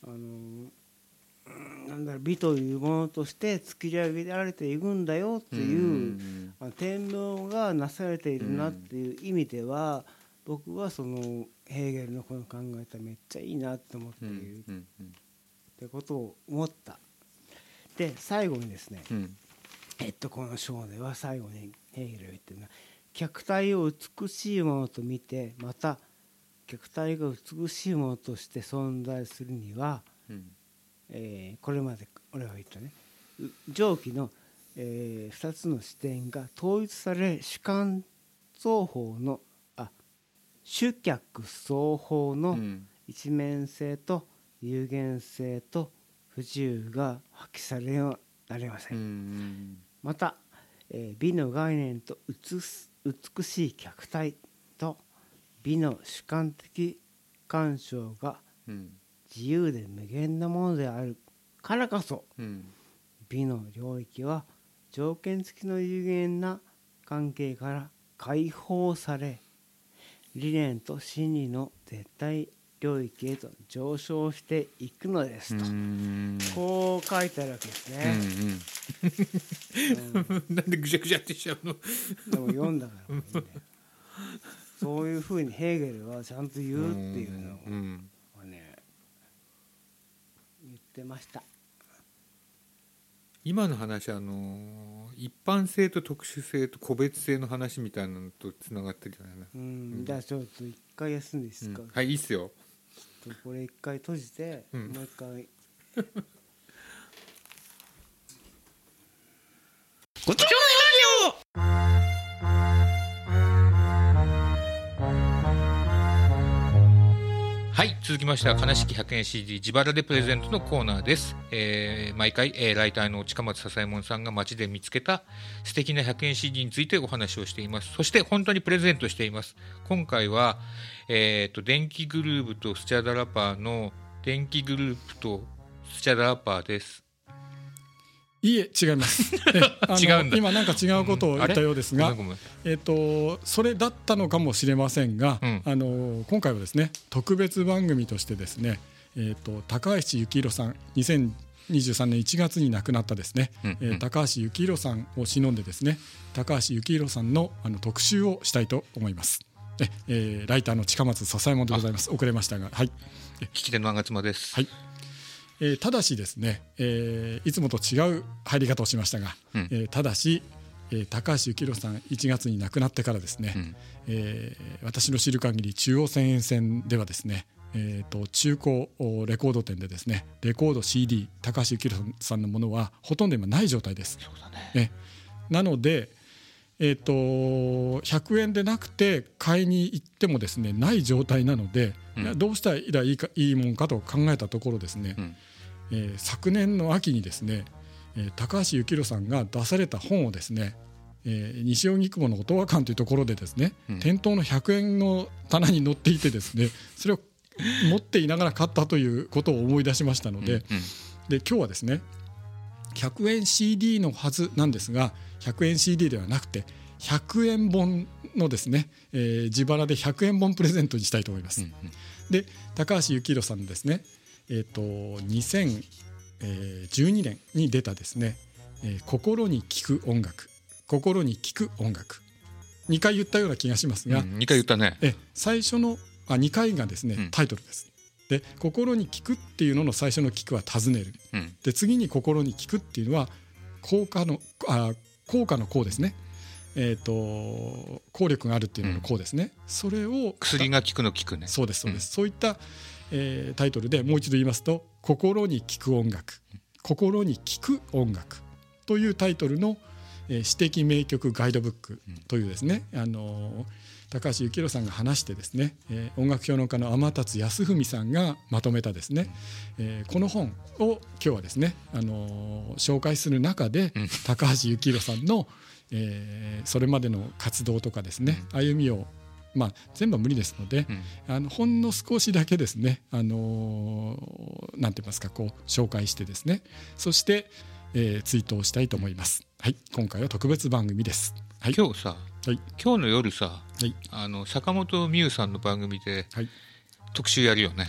Speaker 2: あのうんなんだろう美というものとして作り上げられていくんだよっていう。
Speaker 3: うん
Speaker 2: あの天皇がなされているなっていう意味では、僕はそのヘーゲルのこの考え方めっちゃいいなって思って
Speaker 3: う
Speaker 2: い
Speaker 3: ん
Speaker 2: る、
Speaker 3: う
Speaker 2: っ
Speaker 3: んうん
Speaker 2: てことを思った。で最後にですね、
Speaker 3: うん
Speaker 2: えっとこの章では最後にヘーゲルが言ってるのは客体を美しいものと見てまた客体が美しいものとして存在するには、
Speaker 3: うん
Speaker 2: えーこれまで俺が言ったねう上記の、え2つの視点が統一され主観双方のあ主客双方
Speaker 3: う
Speaker 2: の
Speaker 3: ん
Speaker 2: 一面性と有限性と不自由が発揮されはなりませ、
Speaker 3: うんん
Speaker 2: また、えー美の概念と美す美しい客体と美の主観的鑑賞が
Speaker 3: うん
Speaker 2: 自由で無限なものであるからこそ
Speaker 3: うん
Speaker 2: 美の領域は条件付きの有限な関係から解放され理念と真理の絶対領域へと上昇していくのですと、
Speaker 3: ん
Speaker 2: こう書いてあるわけです
Speaker 3: うん
Speaker 2: ね、
Speaker 3: うん
Speaker 2: うん
Speaker 1: なんでぐちゃぐちゃってしちゃうの
Speaker 2: でも読んだからもういいんだよそういうふうにヘーゲルはちゃんと言うっていうの
Speaker 1: うん
Speaker 2: をね言ってました
Speaker 1: 今の話あの一般性と特殊性と個別性の話みたいなのとつながってるじゃないな、
Speaker 2: うん、
Speaker 1: ん
Speaker 2: じゃあちょっと一回休んでいいですか、
Speaker 1: うんはいいいっすよ
Speaker 2: ちょっとこれ一回閉じて、
Speaker 1: うん
Speaker 2: もう一回
Speaker 1: はい続きましては「悲しき100円 CD 自腹でプレゼント」のコーナーです、えー毎回、えーライターの近松笹右衛門さんが街で見つけた素敵な100円 CD についてお話をしていますそして本当にプレゼントしています今回は、えーと電気グルーヴとスチャダラパーの電気グループとスチャダラパーです
Speaker 4: いいえ違 います。えあの
Speaker 1: 違うんだ
Speaker 4: 今なんか違うことを言ったようです
Speaker 1: ごめ
Speaker 4: が
Speaker 1: ん、ごめん
Speaker 4: えっ、とそれだったのかもしれませんが、
Speaker 1: うん
Speaker 4: あの今回はですね特別番組としてですね、えっ、と高橋幸宏さん2023年1月に亡くなったですね、
Speaker 3: うん
Speaker 4: えー高橋幸宏さんを偲んでですね高橋幸宏さんのあの特集をしたいと思います。ええーライターの近松笹山でございます。遅れましたが、はい。
Speaker 1: 聞き手の吾妻です
Speaker 4: はいえーただしですね、えーいつもと違う入り方をしましたが、
Speaker 3: うん
Speaker 4: えーただし、えー高橋幸宏さん1月に亡くなってからですね、
Speaker 3: うん
Speaker 4: えー私の知る限り中央線沿線ではですね、えーと中古おレコード店でですねレコード CD 高橋幸宏さんのものはほとんど今ない状態です。
Speaker 3: そうだね
Speaker 4: ね、なので、えー、と100円でなくて買いに行ってもですねない状態なので、
Speaker 3: うん
Speaker 4: いやどうしたらいいかいいもんかと考えたところですね、
Speaker 3: うん
Speaker 4: えー昨年の秋にですね、えー高橋幸宏さんが出された本をですね、えー西荻窪の音羽館というところでですね、
Speaker 3: うん
Speaker 4: 店頭の100円の棚に載っていてですねそれを持っていながら買ったということを思い出しましたので、
Speaker 3: うん
Speaker 4: で今日はですね100円 CD のはずなんですが100円 CD ではなくて100円本のですね、えー自腹で100円本プレゼントにしたいと思います。
Speaker 3: うんうん
Speaker 4: で高橋幸宏さんのですね、えー、と2012年に出たですね「えー心に聞く音楽」「心に聞く音楽」2回言ったような気がします
Speaker 3: うん
Speaker 4: が、
Speaker 3: うん二回言ったね
Speaker 4: え最初のあ2回がですね、
Speaker 3: うん
Speaker 4: タイトルです。で「心に聞く」っていうのの最初の「聞く」は「尋ねる」
Speaker 3: うん
Speaker 4: で次に心に聞くっていうのは効果のあ効果の効ですね。えっ、と効力があるっていうのの効ですね。それを
Speaker 1: 薬が効くの効くね
Speaker 4: そうですそうで
Speaker 3: うん
Speaker 4: す。そういった、えータイトルでもう一度言いますと心に聞く音楽心に聞く音楽というタイトルの、えー、詩的名曲ガイドブックというですね、あのー高橋幸宏さんが話してですね、えー音楽評論家の天達康文さんがまとめたですね、えーこの本を今日はですね、あのー紹介する中で、
Speaker 3: うん
Speaker 4: 高橋幸宏さんの、えーそれまでの活動とかですね、歩みを、まあ、全部は無理ですので、
Speaker 3: うん
Speaker 4: あのほんの少しだけですね、あのーなんて言いますかこう紹介してですねそして、えー、追悼したいと思いますはい今回は特別番組ですはい
Speaker 1: 今日さ
Speaker 4: はい
Speaker 1: 今日の夜さ
Speaker 4: はい
Speaker 1: あの坂本美優さんの番組で
Speaker 4: はい
Speaker 1: 特集やるよね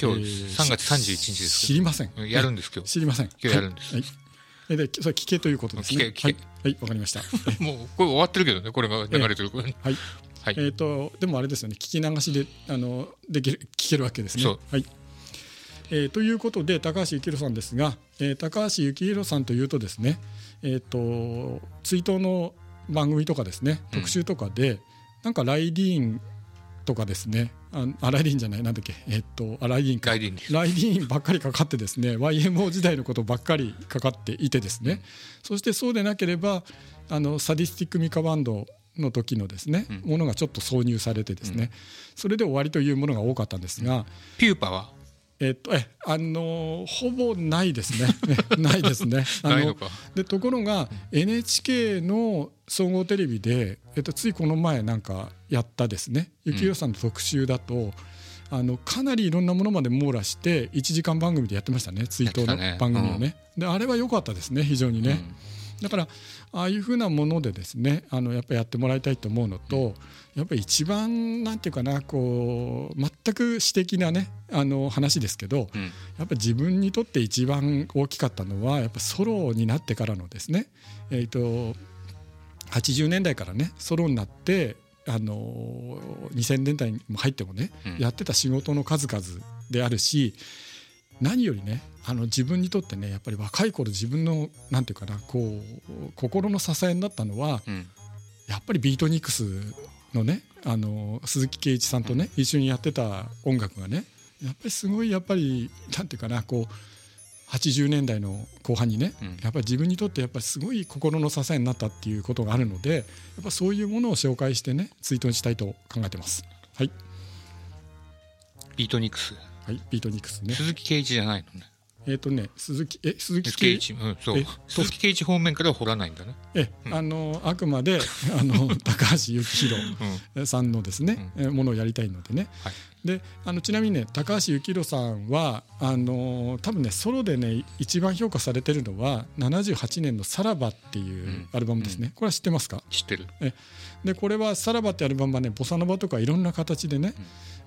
Speaker 1: 今日
Speaker 4: えー
Speaker 1: 3月31日で
Speaker 4: し
Speaker 1: す
Speaker 4: 知
Speaker 1: け
Speaker 4: りません
Speaker 1: ど、やるんです今日
Speaker 4: 知りません
Speaker 1: 今日やるんです
Speaker 4: はい、はいえでそれ聞けということですね
Speaker 1: 聞け聞け
Speaker 4: はいはいわかりました
Speaker 1: もうこれ終わってるけどねこれが流れてる、
Speaker 4: はい
Speaker 1: はい、
Speaker 4: えっ、とでもあれですよね聞き流しであのできる聞けるわけですね。
Speaker 1: そう
Speaker 4: はい。えーということで高橋幸宏さんですが、えー高橋幸宏さんというとですね、えっ、と追悼の番組とかですね
Speaker 3: うん
Speaker 4: 特集とかで、なんかライディーンとかですねああライディーンじゃないなんだっけえっ、とあライディーンか
Speaker 1: ガイディンです
Speaker 4: ライディーンばっかりかかってですね YMO 時代のことばっかりかかっていてですね、そしてそうでなければあのサディスティック・ミカバンドの時のですね、
Speaker 3: うん
Speaker 4: ものがちょっと挿入されてですね、それで終わりというものが多かったんですが、
Speaker 1: ピューパは
Speaker 4: えっとえあのーほぼないですねないですね。あ
Speaker 1: ないのか
Speaker 4: でところが NHK の総合テレビで、えっと、ついこの前なんかやったですね幸宏さんの特集だと、あのかなりいろんなものまで網羅して1時間番組でやってましたね追悼
Speaker 3: やっ
Speaker 4: の
Speaker 3: てたね
Speaker 4: 番組をね
Speaker 3: う
Speaker 4: であれは良かったですね非常にね、だからああいうふうなものでですねあのやっぱやってもらいたいと思うのと、やっぱり一番なんていうかなこう全く私的なねあの話ですけど、
Speaker 3: うん
Speaker 4: やっぱ自分にとって一番大きかったのはやっぱソロになってからのですねえっ、と80年代からねソロになってあの2000年代にも入ってもね、
Speaker 3: うん
Speaker 4: やってた仕事の数々であるし何よりねあの自分にとってねやっぱり若い頃自分のなんていうかなこう心の支えになったのは
Speaker 3: うん
Speaker 4: やっぱりビートニクスのねあの鈴木圭一さんとね、一緒にやってた音楽がねやっぱりすごいやっぱりなんていうかなこう80年代の後半にね、
Speaker 3: うん
Speaker 4: やっぱり自分にとってやっぱりすごい心の支えになったっていうことがあるのでやっぱそういうものを紹介してねツイートにしたいと考えてますはい、
Speaker 3: ビートニクス
Speaker 4: はい、ビートニクスね
Speaker 3: 鈴木圭一じゃないのね
Speaker 4: えっ、とね鈴木え鈴木
Speaker 1: 鈴木圭一、うん、そう
Speaker 4: え
Speaker 1: 鈴木圭一方面からは掘らないんだね、
Speaker 4: えあのあくまであ の高橋幸宏
Speaker 1: うん、
Speaker 4: さんのですね、えーものをやりたいのでね、
Speaker 1: はい
Speaker 4: であのちなみにね高橋幸宏さんはあのー多分ねソロでね一番評価されてるのは78年の「さらば」っていうんアルバムですね、これは知ってますか
Speaker 3: 知ってる
Speaker 4: でこれは「さらば」ってアルバムはねボサノバとかいろんな形でね、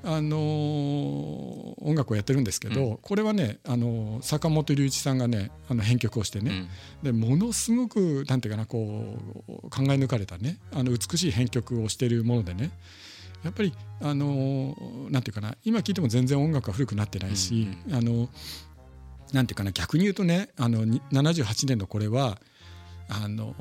Speaker 4: あのー音楽をやってるんですけど、これはね、あのー坂本龍一さんがねあの編曲をしてね、でものすごくなんていうかなこう考え抜かれたねあの美しい編曲をしているものでねやっぱりあのなんていうかな今聴いても全然音楽は古くなってないし、あのなんていうかな逆に言うとねあのに78年のこれはあの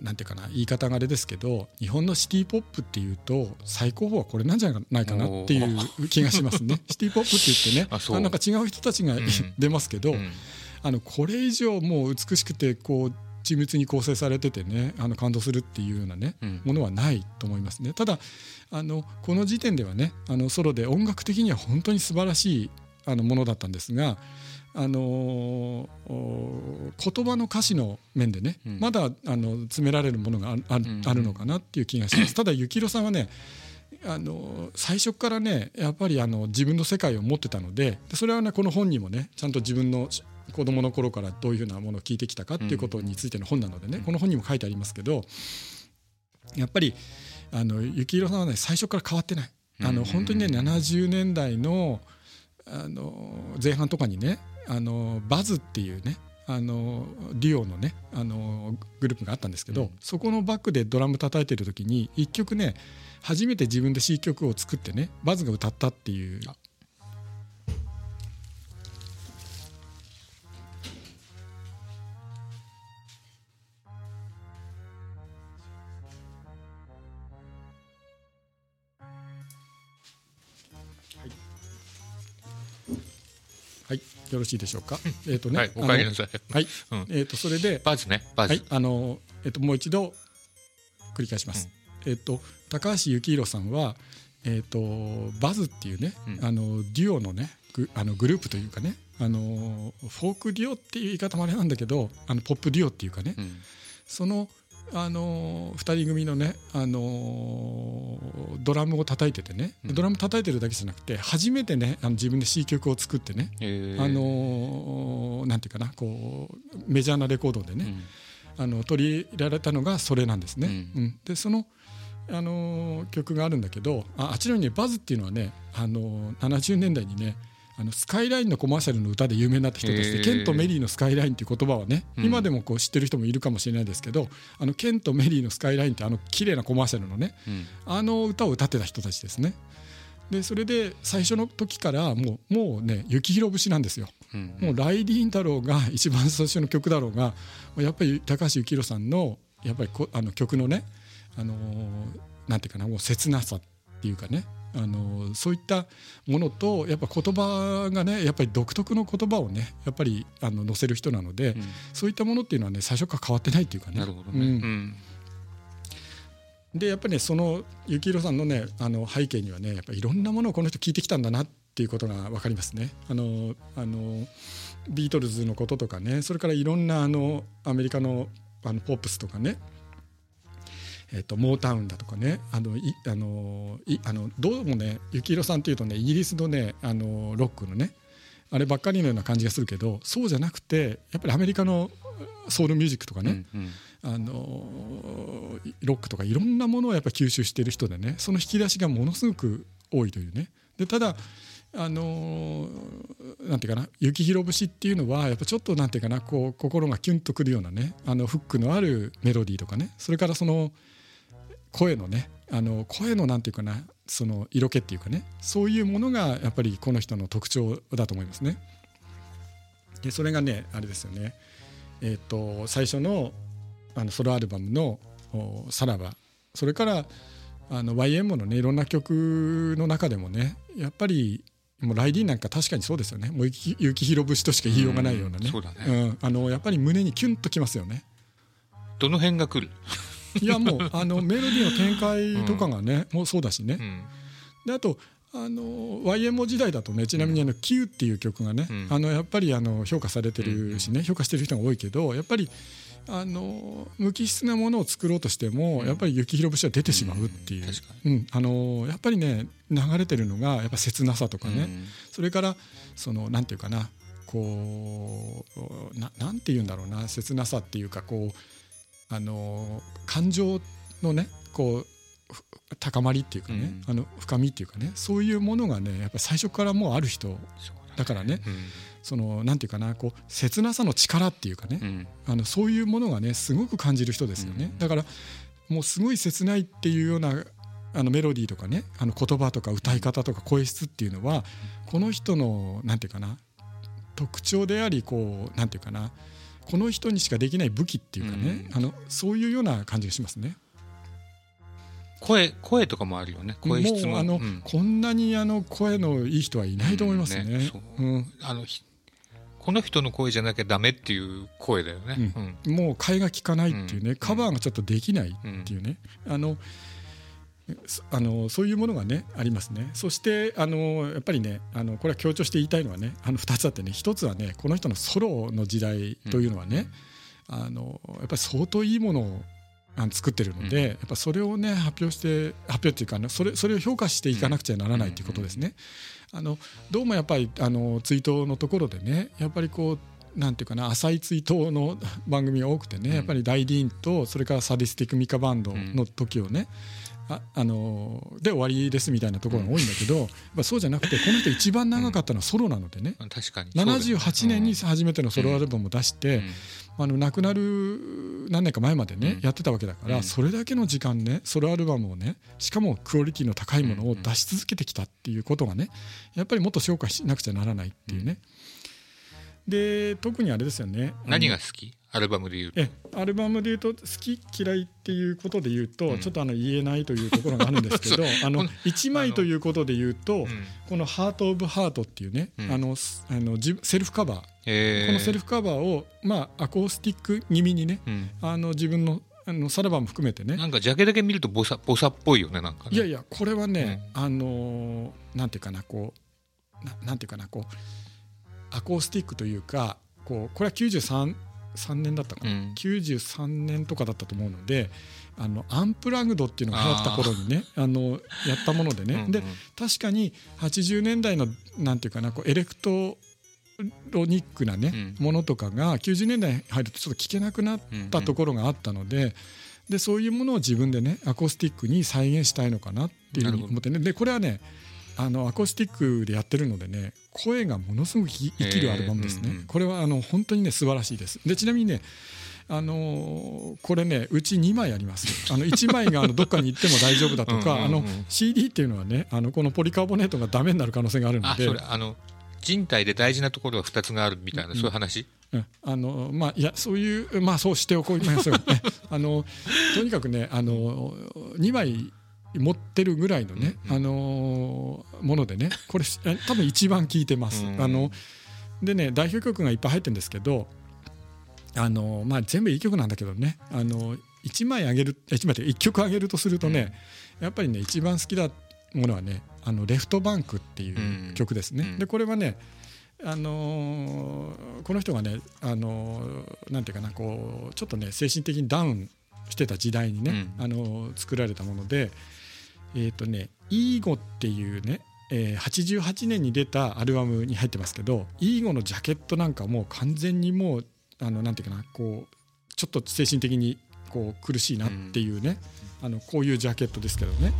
Speaker 4: なんていうかな言い方があれですけど日本のシティ・ポップっていうと最高峰はこれなんじゃないかなっていう気がしま すね。シティ・ポップって言って
Speaker 3: あ
Speaker 4: ね
Speaker 3: そう
Speaker 4: あなんか違う人たちが、
Speaker 3: ん
Speaker 4: 出ますけど、
Speaker 3: うん
Speaker 4: あのこれ以上もう美しくてこう緻密に構成されててねあの感動するっていうようなね、
Speaker 3: うん
Speaker 4: ものはないと思いますねただあのこの時点ではねあのソロで音楽的には本当に素晴らしいあのものだったんですが、あのーお言葉の歌詞の面でね、
Speaker 3: うん
Speaker 4: まだあの詰められるものがあある
Speaker 3: うん
Speaker 4: あるのかなっていう気がします。ただ幸宏さんはねあの最初からねやっぱりあの自分の世界を持ってたのででそれはねこの本にもねちゃんと自分のし子供の頃からどういうふうなものを聞いてきたかっていうことについての本なのでね、この本にも書いてありますけどやっぱりあの幸宏さんはね最初から変わってない。あ
Speaker 3: うん
Speaker 4: の本当にね70年代のあの前半とかにねあのバズっていうねあのデュオのねあのグループがあったんですけど、
Speaker 3: うん
Speaker 4: そこのバックでドラム叩いてる時に一曲ね初めて自分で C 曲を作ってねバズが歌ったっていうはいよろしいでしょうか、えっ、とね、
Speaker 1: はい、おかえりな
Speaker 4: あ
Speaker 1: さい。
Speaker 4: のはい、
Speaker 1: うん
Speaker 4: えっ、とそれで
Speaker 3: バズねバズ、
Speaker 4: はい、あのえっともう一度繰り返します。えっと高橋幸宏さんはえっとバズっていうね、
Speaker 3: うん
Speaker 4: あのデュオのねグあのグループというかね、あのフォークデュオっていう言い方もあれなんだけど、あのポップデュオっていうかね、
Speaker 3: うん
Speaker 4: そのあの二人組のね、あのドラムを叩いててね、
Speaker 3: うん
Speaker 4: ドラム叩いてるだけじゃなくて初めてねあの自分で C 曲を作ってね、
Speaker 3: えー
Speaker 4: あのなんていうかなこうメジャーなレコードでね。
Speaker 3: うん
Speaker 4: あの取り入れられたのがそれなんですね。
Speaker 3: う
Speaker 4: うんでその、あのー曲があるんだけどああちらにねバズっていうのはね、あのー70年代にねあのスカイラインのコマーシャルの歌で有名になった人でして、
Speaker 3: へー
Speaker 4: ケンとメリーのスカイラインっていう言葉はね、
Speaker 3: うん
Speaker 4: 今でもこう知ってる人もいるかもしれないですけどあのケンとメリーのスカイラインってあの綺麗なコマーシャルのね
Speaker 3: うん
Speaker 4: あの歌を歌ってた人たちですね。でそれで最初の時からもうもうね雪広節なんですよ。
Speaker 3: うん
Speaker 4: もう「ライディーンだろうが一番最初の曲だろうがやっぱり高橋幸宏さんのやっぱりこあの曲のね、あのーなんていうかなもう切なさっていうかね、あのーそういったものとやっぱ言葉がねやっぱり独特の言葉をねやっぱりあの載せる人なので、
Speaker 3: うん
Speaker 4: そういったものっていうのはね最初から変わってないっていうかね。
Speaker 3: なるほどね、
Speaker 4: う
Speaker 3: うんん
Speaker 4: でやっぱりねその幸宏さんのねあの背景にはねやっぱいろんなものをこの人聞いてきたんだなっていうことが分かりますね。あのあのビートルズのこととかねそれからいろんなあのアメリカのあのポップスとかねえっとモータウンだとかねあのいあのいあのどうもね幸宏さんっていうとねイギリスのねあのロックのねあればっかりのような感じがするけどそうじゃなくてやっぱりアメリカのソウルミュージックとかね、
Speaker 3: うん
Speaker 4: あのーロックとかいろんなものをやっぱ吸収している人でねその引き出しがものすごく多いというねでただあのーなんていうかな「雪広節」っていうのはやっぱちょっとなんていうかなこう心がキュンとくるようなねあのフックのあるメロディーとかねそれからその声のねあの声のなんていうかなその色気っていうかねそういうものがやっぱりこの人の特徴だと思いますね。でそれがねあれですよね。えっ、と最初のあのソロアルバムのお「さらば」それからあの YMO のねいろんな曲の中でもねやっぱりもうライディーンなんか確かにそうですよねもう雪雪広節としか言いようがないような
Speaker 3: う
Speaker 4: ね,、
Speaker 3: ん
Speaker 4: ん
Speaker 3: そうだね
Speaker 4: あのやっぱり胸にキュンときますよね。
Speaker 3: どの辺が来る、
Speaker 4: いやもうあのメロディーの展開とかがね、もうそうだしね、
Speaker 1: うん
Speaker 4: であとあの YMO 時代だとねちなみにあの「Q」っていう曲がね、
Speaker 3: うん
Speaker 4: あのやっぱりあの評価されてるしね、評価してる人が多いけどやっぱりあの無機質なものを作ろうとしても、やっぱり雪広節は出てしまうっていう、
Speaker 3: うん確か
Speaker 4: うんあのやっぱりね流れてるのがやっぱ切なさとかね、それからそのなんていうかなこうななんて言うんだろうな切なさっていうかこうあの感情のねこうふ高まりっていうかね、
Speaker 3: う
Speaker 4: あの深みっていうかねそういうものがねやっぱ最初からもうある人だからねそのなんていうかなこう切なさの力っていうかね、
Speaker 3: うんうん
Speaker 4: あのそういうものがねすごく感じる人ですよね、
Speaker 3: うん
Speaker 4: だからもうすごい切ないっていうようなあのメロディーとかねあの言葉とか歌い方とか声質っていうのはこの人のなんていうかな特徴でありこうなんていうかなこの人にしかできない武器っていうかね、
Speaker 3: うん
Speaker 4: あのそういうような感じがしますね。
Speaker 3: 声声とかもあるよね声質も
Speaker 4: うあ
Speaker 3: う
Speaker 4: の、
Speaker 3: ん
Speaker 4: こんなにあの声のいい人はいないと思いますね。
Speaker 3: うんねそう
Speaker 4: うん
Speaker 3: あのひこの人の声じゃなきゃダメっていう声だよね、
Speaker 4: う
Speaker 3: うん
Speaker 4: もう替えが利かないっていうね、
Speaker 3: うん
Speaker 4: カバーがちょっとできないっていうね、あのそあのそういうものがねありますねそしてあのやっぱりねあのこれは強調して言いたいのはねあの2つあってね1つはねこの人のソロの時代というのはね、あのやっぱり相当いいものをあの作ってるので、
Speaker 3: うん
Speaker 4: やっぱそれをね発表して発表っていうかあのそれそれを評価していかなくちゃならないということですね。あのどうもやっぱりあの追悼のところでねやっぱりこうなんていうかな浅い追悼の 番組が多くてね、
Speaker 3: うん
Speaker 4: やっぱりライディーンとそれからサディスティック・ミカバンドの時をね、ああのーで終わりですみたいなところが多いんだ けど、やっぱそうじゃなくてこの人一番長かったのはソロなのでね、
Speaker 3: 確かに
Speaker 4: 78年に
Speaker 3: そ
Speaker 4: 初めてのソロアルバムを出して、
Speaker 3: うだよね
Speaker 4: あの亡くなる何年か前までね、
Speaker 3: うん
Speaker 4: やってたわけだから、
Speaker 3: うん
Speaker 4: それだけの時間ねソロアルバムをねしかもクオリティの高いものを出し続けてきたっていうことがねやっぱりもっと評価しなくちゃならないっていうね。で特にあれですよね
Speaker 3: うん何が
Speaker 4: あの
Speaker 3: 好きアルバムで言うと
Speaker 4: えアルバムで言うと好き嫌いっていうことで言うと、
Speaker 3: うん
Speaker 4: ちょっとあの言えないというところがあるんです けどあ
Speaker 3: こ
Speaker 4: の
Speaker 3: の
Speaker 4: 1枚ということで言うと、
Speaker 3: うん
Speaker 4: この「ハート・オブ・ハート」っていうね、
Speaker 3: うん
Speaker 4: あのすあのじセルフカバー、
Speaker 3: えー
Speaker 4: このセルフカバーを、まあ、アコースティック気味にね
Speaker 3: うん
Speaker 4: あの自分のあのさらばも含めてね
Speaker 3: なんかジャケだけ見るとボサボサっぽいよねなんかね
Speaker 4: いやいやこれはね、あのーなんていうかなこうななんていうかなこうアコースティックというかこうこれは93 3年だったかな、
Speaker 3: うん
Speaker 4: 93年とかだったと思うのであのアンプラグドっていうのが流行った頃にねあのやったものでね
Speaker 3: うんうん
Speaker 4: で確かに80年代のなんていうかなこうエレクトロニックなね、
Speaker 3: うん
Speaker 4: ものとかが90年代に入るとちょっと聞けなくなっ
Speaker 3: うんうん
Speaker 4: たところがあったので。でそういうものを自分でねアコースティックに再現したいのかなっていうふうに思ってねでこれはねあのアコースティックでやってるのでね声がものすごく生き生きるアルバムですね、
Speaker 3: えーうんうん
Speaker 4: これはあの本当にね素晴らしいですでちなみにねあのーこれねうち2枚ありますあの1枚があのどっかに行っても大丈夫だとか
Speaker 3: うんうんうん
Speaker 4: あの CD っていうのはねあのこのポリカーボネートがダメになる可能性があるの
Speaker 3: あ
Speaker 4: で
Speaker 3: それあの人体で大事なところが2つがあるみたいな、そういう話
Speaker 4: うんあのまあいやそういうまあそうしておこうま あそうねあのとにかくねあの2枚持ってるぐらいのね、
Speaker 3: うんうん
Speaker 4: あのものでねこれえ多分一番聞いてます。
Speaker 3: うん
Speaker 4: あのでね代表曲がいっぱい入ってるんですけどあの、まあ、全部いい曲なんだけどねあの1枚あげる1枚って1曲あげるとするとね、やっぱりね一番好きだものはね「あのレフトバンク」っていう曲ですね。
Speaker 3: うん
Speaker 4: でこれはねあのーこの人がね、あのーなんていうかなこうちょっとね精神的にダウンしてた時代にね、あのー作られたものでえっ、とね「イーゴ」っていうねえー88年に出たアルバムに入ってますけどイーゴのジャケットなんかもう完全にもうあのなんていうかなこうちょっと精神的にこう苦しいなっていうね、あのこういうジャケットですけどね。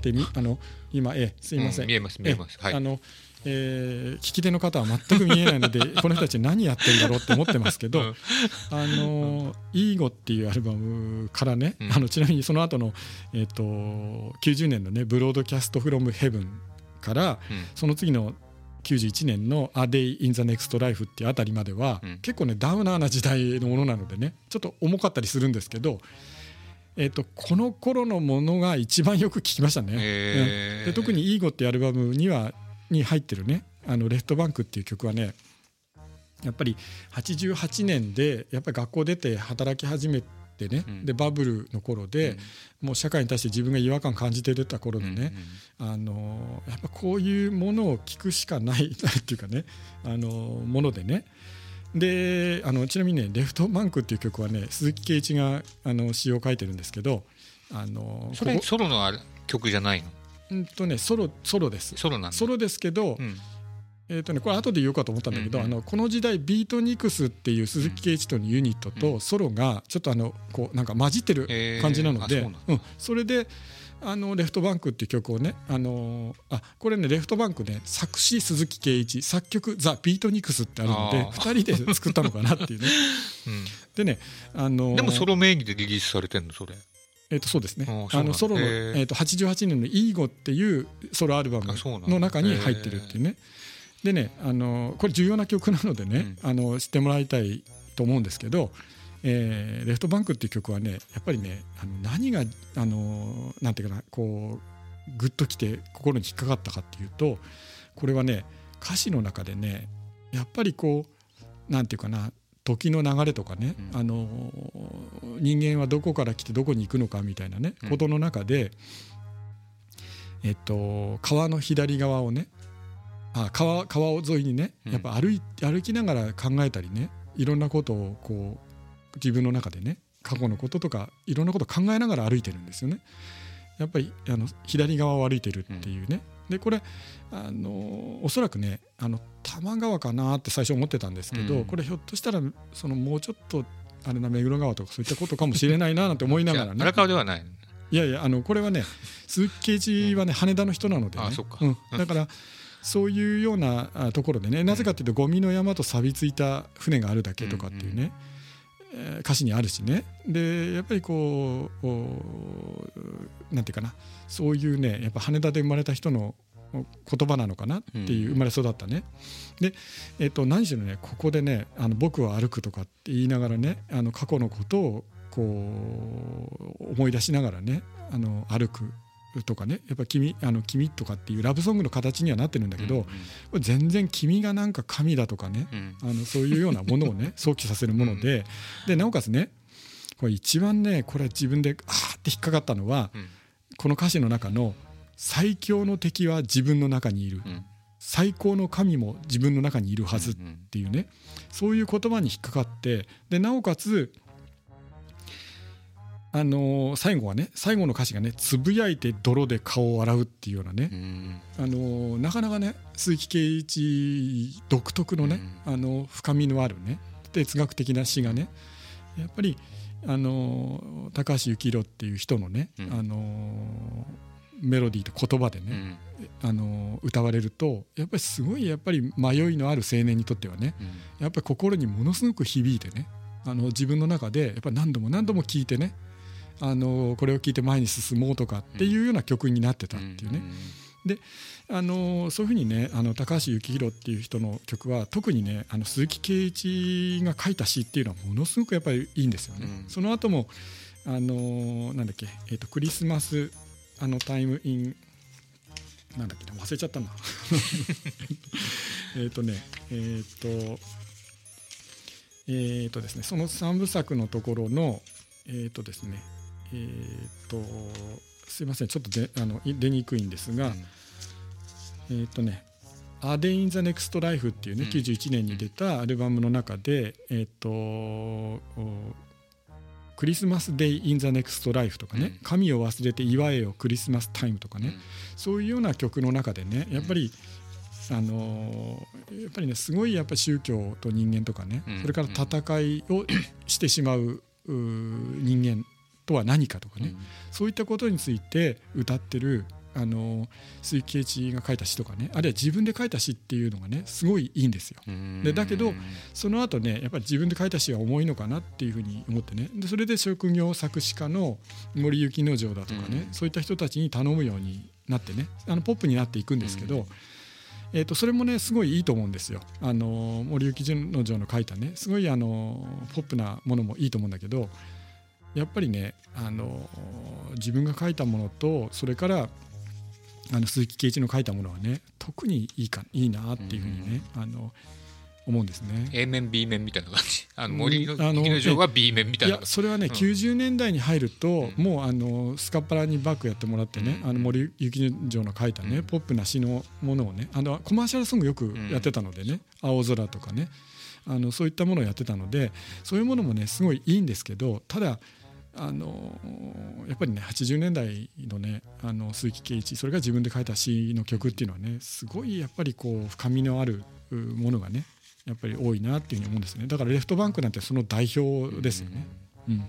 Speaker 4: でみあの今えーすいません、
Speaker 3: う見えます見えますは
Speaker 4: あ
Speaker 3: い
Speaker 4: のえー聞き手の方は全く見えな いのでこの人たち何やってんだろうって思ってますけど、
Speaker 3: うん
Speaker 4: あのー「イーゴ」っていうアルバムからね、
Speaker 3: うん
Speaker 4: あのちなみにその後のえっ、と90年のね「ブロードキャスト・フロム・ヘブン」から
Speaker 3: うん
Speaker 4: その次の91年の「A Day in the Next Life」っていうあたりまでは、
Speaker 3: うん
Speaker 4: 結構ねダウナーな時代のものなのでねちょっと重かったりするんですけど、えっとこの頃のものが一番よく聞きましたね。
Speaker 3: えー
Speaker 4: で特に「イーゴ」っていうアルバムにはに入ってるね「あのレフトバンク」っていう曲はねやっぱり88年でやっぱり学校出て働き始めてね、
Speaker 3: うん
Speaker 4: でバブルの頃で、もう社会に対して自分が違和感感じて出た頃
Speaker 3: うん
Speaker 4: のね、あのやっぱこういうものを聞くしかない っていうかねあのものでねであのちなみにね「レフトバンク」っていう曲はね鈴木圭一があの詩を書いてるんですけどあの
Speaker 3: それ
Speaker 4: ここ
Speaker 3: ソロのあれ曲じゃないの
Speaker 4: うんとねソロソロです
Speaker 3: ソロなんだ
Speaker 4: ソロですけど、
Speaker 3: うん
Speaker 4: えーとね、これ後で言おうかと思ったんだけど、
Speaker 3: うんうん
Speaker 4: あのこの時代ビートニクスっていう鈴木圭一とのユニット
Speaker 3: う
Speaker 4: とソロがちょっとあのこうなんか混じってる
Speaker 3: えー
Speaker 4: 感じなので、
Speaker 3: あそううんなんだ
Speaker 4: それであの「レフトバンク」っていう曲をね、あのーあこれね「レフトバンクね」作詞鈴木圭一作曲「ザ・ビートニクス」ってあるので
Speaker 3: あ
Speaker 4: 2人で作ったのかなっていうねでね、あの
Speaker 3: う
Speaker 4: ー
Speaker 3: んでもソロ名義でリリースされてんのそれ
Speaker 4: えー、とそうですね
Speaker 3: あーそうなん
Speaker 4: あ
Speaker 3: だ
Speaker 4: のソロの、
Speaker 3: へ
Speaker 4: え
Speaker 3: ー
Speaker 4: ー、と88年の「イーゴ」っていうソロアルバム
Speaker 3: あそうなんだ
Speaker 4: の中に入ってるっていうねでねあのこれ重要な曲なのでね、あの知ってもらいたいと思うんですけど「えーレフトバンク」っていう曲はねやっぱりねあの何があのなんていうかなこうグッときて心に引っかかったかっていうとこれはね歌詞の中でねやっぱりこうなんていうかな時の流れとかね、
Speaker 3: うん
Speaker 4: あの人間はどこから来てどこに行くのかみたいなね、
Speaker 3: うん
Speaker 4: ことの中で、えっと、川の左側をねあ川川沿いにね
Speaker 3: うん
Speaker 4: やっぱ歩い歩きながら考えたりねいろんなことをこう自分の中でね過去のこととかいろんなことを考えながら歩いてるんですよね。やっぱりあの左側を歩いてるっていうね、でこれあのおそらくねあの多摩川かなって最初思ってたんですけど、
Speaker 3: うん
Speaker 4: これひょっとしたらそのもうちょっとあれな目黒川とかそういったことかもしれないななんて思いながら
Speaker 3: じゃあ
Speaker 4: ね
Speaker 3: 荒川では ないの
Speaker 4: いやいやあのこれはね鈴木圭一はね羽田の人なので、ね
Speaker 3: あそっか
Speaker 4: うん、だからそういうようなあところでねなぜかっていうとゴミの山と錆びついた船があるだけとかっていうね、えー歌詞にあるしねでやっぱりこうおなんていうかなそういうねやっぱ羽田で生まれた人のお言葉なのかなっていう生まれ育ったね、で、えっと何しろねここでね「あの僕は歩く」とかって言いながらねあの過去のことをこう思い出しながらねあの歩くとかねやっぱ君「あの君」とかっていうラブソングの形にはなってるんだけど、
Speaker 3: うん
Speaker 4: これ全然「君」がなんか神だとかね
Speaker 3: うん
Speaker 4: あのそういうようなもの をね想起させるものででなおかつねこれ一番ねこれ自分であーって引っかかったのは
Speaker 3: うん
Speaker 4: この歌詞の中の「最強の敵は自分の中にいる
Speaker 3: うん
Speaker 4: 最高の神も自分の中にいるはず」っ
Speaker 3: うんうん
Speaker 4: ていうねそういう言葉に引っかかってでなおかつあのー最後はね最後の歌詞がね「つぶやいて泥で顔を洗う」っていうようなね
Speaker 3: うん
Speaker 4: あのーなかなかね鈴木圭一独特のね、あの深みのあるね哲学的な詩がねやっぱり、あのー高橋幸宏っていう人のね、
Speaker 3: うん
Speaker 4: あのーメロディーと言葉で
Speaker 3: う
Speaker 4: ね、
Speaker 3: ん
Speaker 4: あのー歌われるとやっぱりすごいやっぱり迷いのある青年にとってはね
Speaker 3: うん
Speaker 4: やっぱり心にものすごく響いてねあの自分の中でやっぱり何度も何度も聴いてねあのーこれを聴いて前に進もうとかっていうような曲になってたっていうね、あのそういうふうにねあの高橋幸宏っていう人の曲は特にねあの鈴木圭一が書いた詩っていうのはものすごくやっぱりいいんですよね。
Speaker 3: うん
Speaker 4: その後もあのなんだっけ、えっとクリスマスあのタイムインなんだっけな忘れちゃったな。 えっとねえっ、とえっ、とですねその三部作のところのえっ、とですねえっ、とすいませんちょっとであのい出にくいんですが。えーっ、とね「A Day in the Next Life」っていうね、
Speaker 3: うん
Speaker 4: 91年に出たアルバムの中で、えーっ、とお「クリスマス・デイ・イン・ザ・ネクスト・ライフ」とかね、
Speaker 3: うん
Speaker 4: 神を忘れて祝えよクリスマス・タイム」とかね、
Speaker 3: うん
Speaker 4: そういうような曲の中でねやっぱり、あのーやっぱりねすごいやっぱ宗教と人間とかね、
Speaker 3: うん
Speaker 4: それから戦いをしてしまううー人間とは何かとかね、そういったことについて歌ってるあのー鈴木圭一が書いた詩とかねあるいは自分で書いた詩っていうのがねすごいいいんですよ。
Speaker 3: うん
Speaker 4: でだけどその後ねやっぱり自分で書いた詩は重いのかなっていうふうに思ってねでそれで職業作詞家の森幸之丞だとかね、
Speaker 3: うん
Speaker 4: そういった人たちに頼むようになってねあのポップになっていくんですけど、えー、とそれもねすごいいいと思うんですよ。あのー森幸之丞の書いたねすごいあのーポップなものもいいと思うんだけどやっぱりねあのー自分が書いたものとそれからあの鈴木圭一の書いたものはね特にいいかいいなっていうふうにね、あの思うんですね。
Speaker 3: A 面 B 面みたいな感じあの
Speaker 4: うん
Speaker 3: 森の
Speaker 4: あの
Speaker 3: 木の城は B 面みたい
Speaker 4: い
Speaker 3: な
Speaker 4: やそれはね、
Speaker 3: ん
Speaker 4: 90年代に入ると、
Speaker 3: うん
Speaker 4: もうあのスカパラにバックやってもらってね、
Speaker 3: うん
Speaker 4: あの森幸城の書いたね、
Speaker 3: うん
Speaker 4: ポップな詩のものをねあのコマーシャルソングよくやってたのでね「青空」とかねあのそういったものをやってたのでそういうものもねすごいいいんですけどただあのやっぱりね80年代のねあの鈴木圭一それが自分で書いた詩の曲っていうのはねすごいやっぱりこう深みのあるうものがねやっぱり多いなっていうふうに思うんですねだからレフトバンクなんてその代表ですよね。うん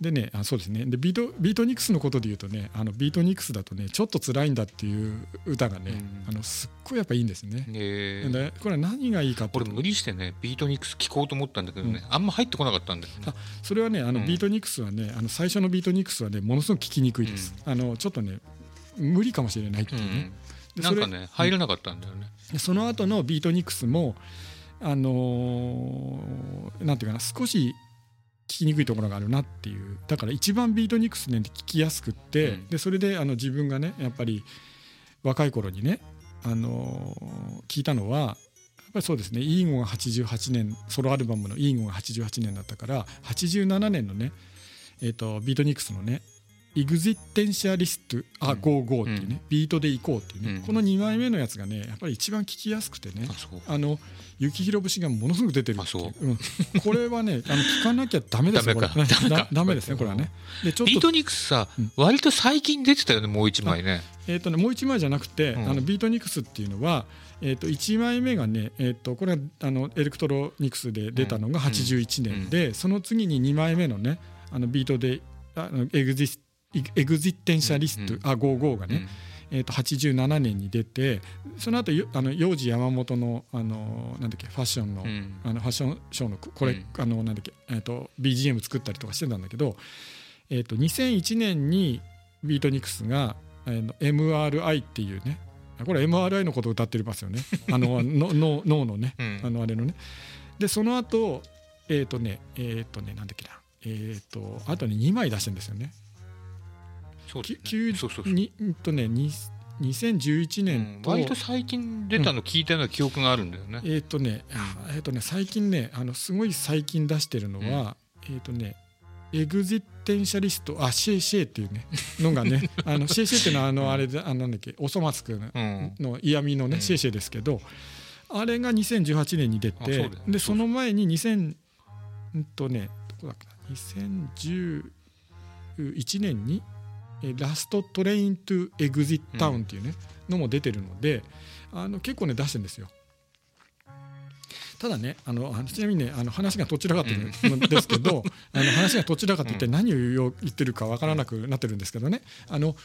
Speaker 4: でねあそうですねでビートビートニクスのことで言うとねあのビートニクスだとね「ちょっと辛いんだ」っていう歌がね、
Speaker 3: うん
Speaker 4: あのすっごいやっぱいいんですね。
Speaker 3: えー
Speaker 4: でこれは何がいいかっていう
Speaker 3: 俺
Speaker 4: と
Speaker 3: 無理してねビートニクス聞こうと思ったんだけどね、あんま入ってこなかったんだよね
Speaker 4: あそれはねあの
Speaker 3: うん
Speaker 4: ビートニクスはね、あの最初のビートニクスはねものすごく聞きにくいです、あのちょっとね無理かもしれないって
Speaker 3: う
Speaker 4: い
Speaker 3: ん
Speaker 4: うね、で
Speaker 3: な
Speaker 4: そ
Speaker 3: ん
Speaker 4: れ
Speaker 3: かね入らなかったんだよね、
Speaker 4: でその後のビートニクスもあのーなんていうかな少し聞きにくいところがあるなっていうだから一番ビートニクスね聞きやすくって、
Speaker 3: うん
Speaker 4: でそれであの自分がねやっぱり若い頃にね、あのー聞いたのはやっぱりそうですねイーゴが88年ソロアルバムのイーゴが88年だったから87年のね、えー、とビートニクスのね「イグジッテンシャリスト・ア・ゴー・ゴー」っていうね、
Speaker 3: うん
Speaker 4: ビートで行こうっていうね、
Speaker 3: うん
Speaker 4: この2枚目のやつがねやっぱり一番聞きやすくてね
Speaker 3: あそう
Speaker 4: あの雪広節がものすごく出てるってい
Speaker 3: あ
Speaker 4: う、うん、これはねあの聞かなきゃダメですよこれ
Speaker 3: ダメかダメか
Speaker 4: だダメですねこれはねでちょっ
Speaker 3: ビー
Speaker 4: と,、
Speaker 3: トニクスさ、
Speaker 4: うん
Speaker 3: 割と最近出てたよねもう一枚ね
Speaker 4: えーとね、もう1枚じゃなくて、
Speaker 3: うん
Speaker 4: あのビートニクスっていうのは、えー、と1枚目がね、えー、とこれはあのエレクトロニクスで出たのが81年で、その次に2枚目のねあのビートであのエグジスエグジッテンシャリスト、
Speaker 3: うん
Speaker 4: あ55がね、
Speaker 3: うん
Speaker 4: えー、と87年に出てその後よあの幼児山本のあのなんだっけファッションの、
Speaker 3: うん
Speaker 4: あのファッションショーのここれ、
Speaker 3: うん
Speaker 4: あのなんだっけ、えー、と BGM 作ったりとかしてたんだけど、えー、と2001年にビートニクスが、えーの MRI っていうねこれ MRI のことを歌ってます よねあののの脳のね
Speaker 3: うん
Speaker 4: あのあれのねでその後えっ、とねえっ、とねなんだっけなえっ、とあとね2枚出してるんですよね
Speaker 3: そうだ
Speaker 4: き
Speaker 3: よね
Speaker 4: きゅう
Speaker 3: そうそうそう
Speaker 4: にうんとねに2011
Speaker 3: うん
Speaker 4: 年と、
Speaker 3: 割と最近出たの聞いたような記憶があるんだよね、
Speaker 4: えっ、とね、あえっ、とね最近ねあのすごい最近出してるのは、えっ、とねエグジッテンシャリストあシェイシェイっていうねの がねあのシェイシェイっていうのはあのあれであのなんだっけおそ松くん
Speaker 3: うん
Speaker 4: の嫌味のね、
Speaker 3: うん
Speaker 4: シェイシェイですけどあれが2018年に出
Speaker 3: あそう
Speaker 4: て
Speaker 3: だよね
Speaker 4: で
Speaker 3: そ
Speaker 4: そう
Speaker 3: そう
Speaker 4: の前に2000うんとねどこだっけな2011年にえ「ラストトレイン・トゥ・エグジット・タウン」っていうね、のも出てるのであの結構ね出してるんですよ。ただねあのあのちなみにねあの話がどちらかっていうのです けど、あの話がどちらかって一体何を言ってるかわからなくなってるんですけどねあの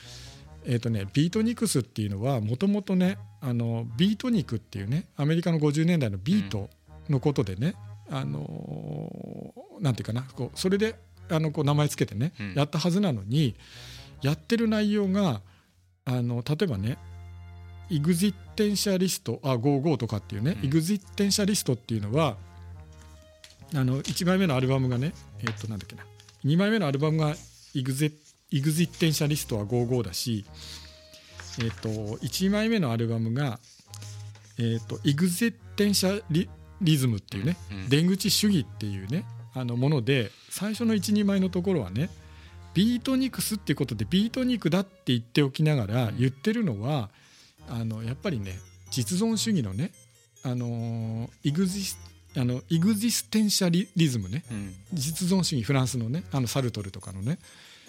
Speaker 4: えーとね、ビートニクスっていうのはもともとねあのビートニクっていうねアメリカの50年代のビートのことでね、あのーなんていうかなこうそれであのこう名前つけてね、
Speaker 3: うん
Speaker 4: やったはずなのにやってる内容があの例えばね「イグジッテンシャリスト」あ「55」とかっていうね、
Speaker 3: うん
Speaker 4: イグジッテンシャリストっていうのはあの1枚目のアルバムがねえっ、となんだっけな2枚目のアルバムがイグゼイグジッテンシャリストは55だし、えっと1枚目のアルバムが、えっとイグゼッテンシャリリズムっていうね、
Speaker 3: うん
Speaker 4: 出口主義っていうねあのもので最初の12枚のところはねビートニクスっていうことでビートニクだって言っておきながら言ってるのはあのやっぱりね実存主義のねあのイグジあのイグジステンシャリリズムね
Speaker 3: うん。
Speaker 4: 実存主義フランスのねあのサルトルとかのね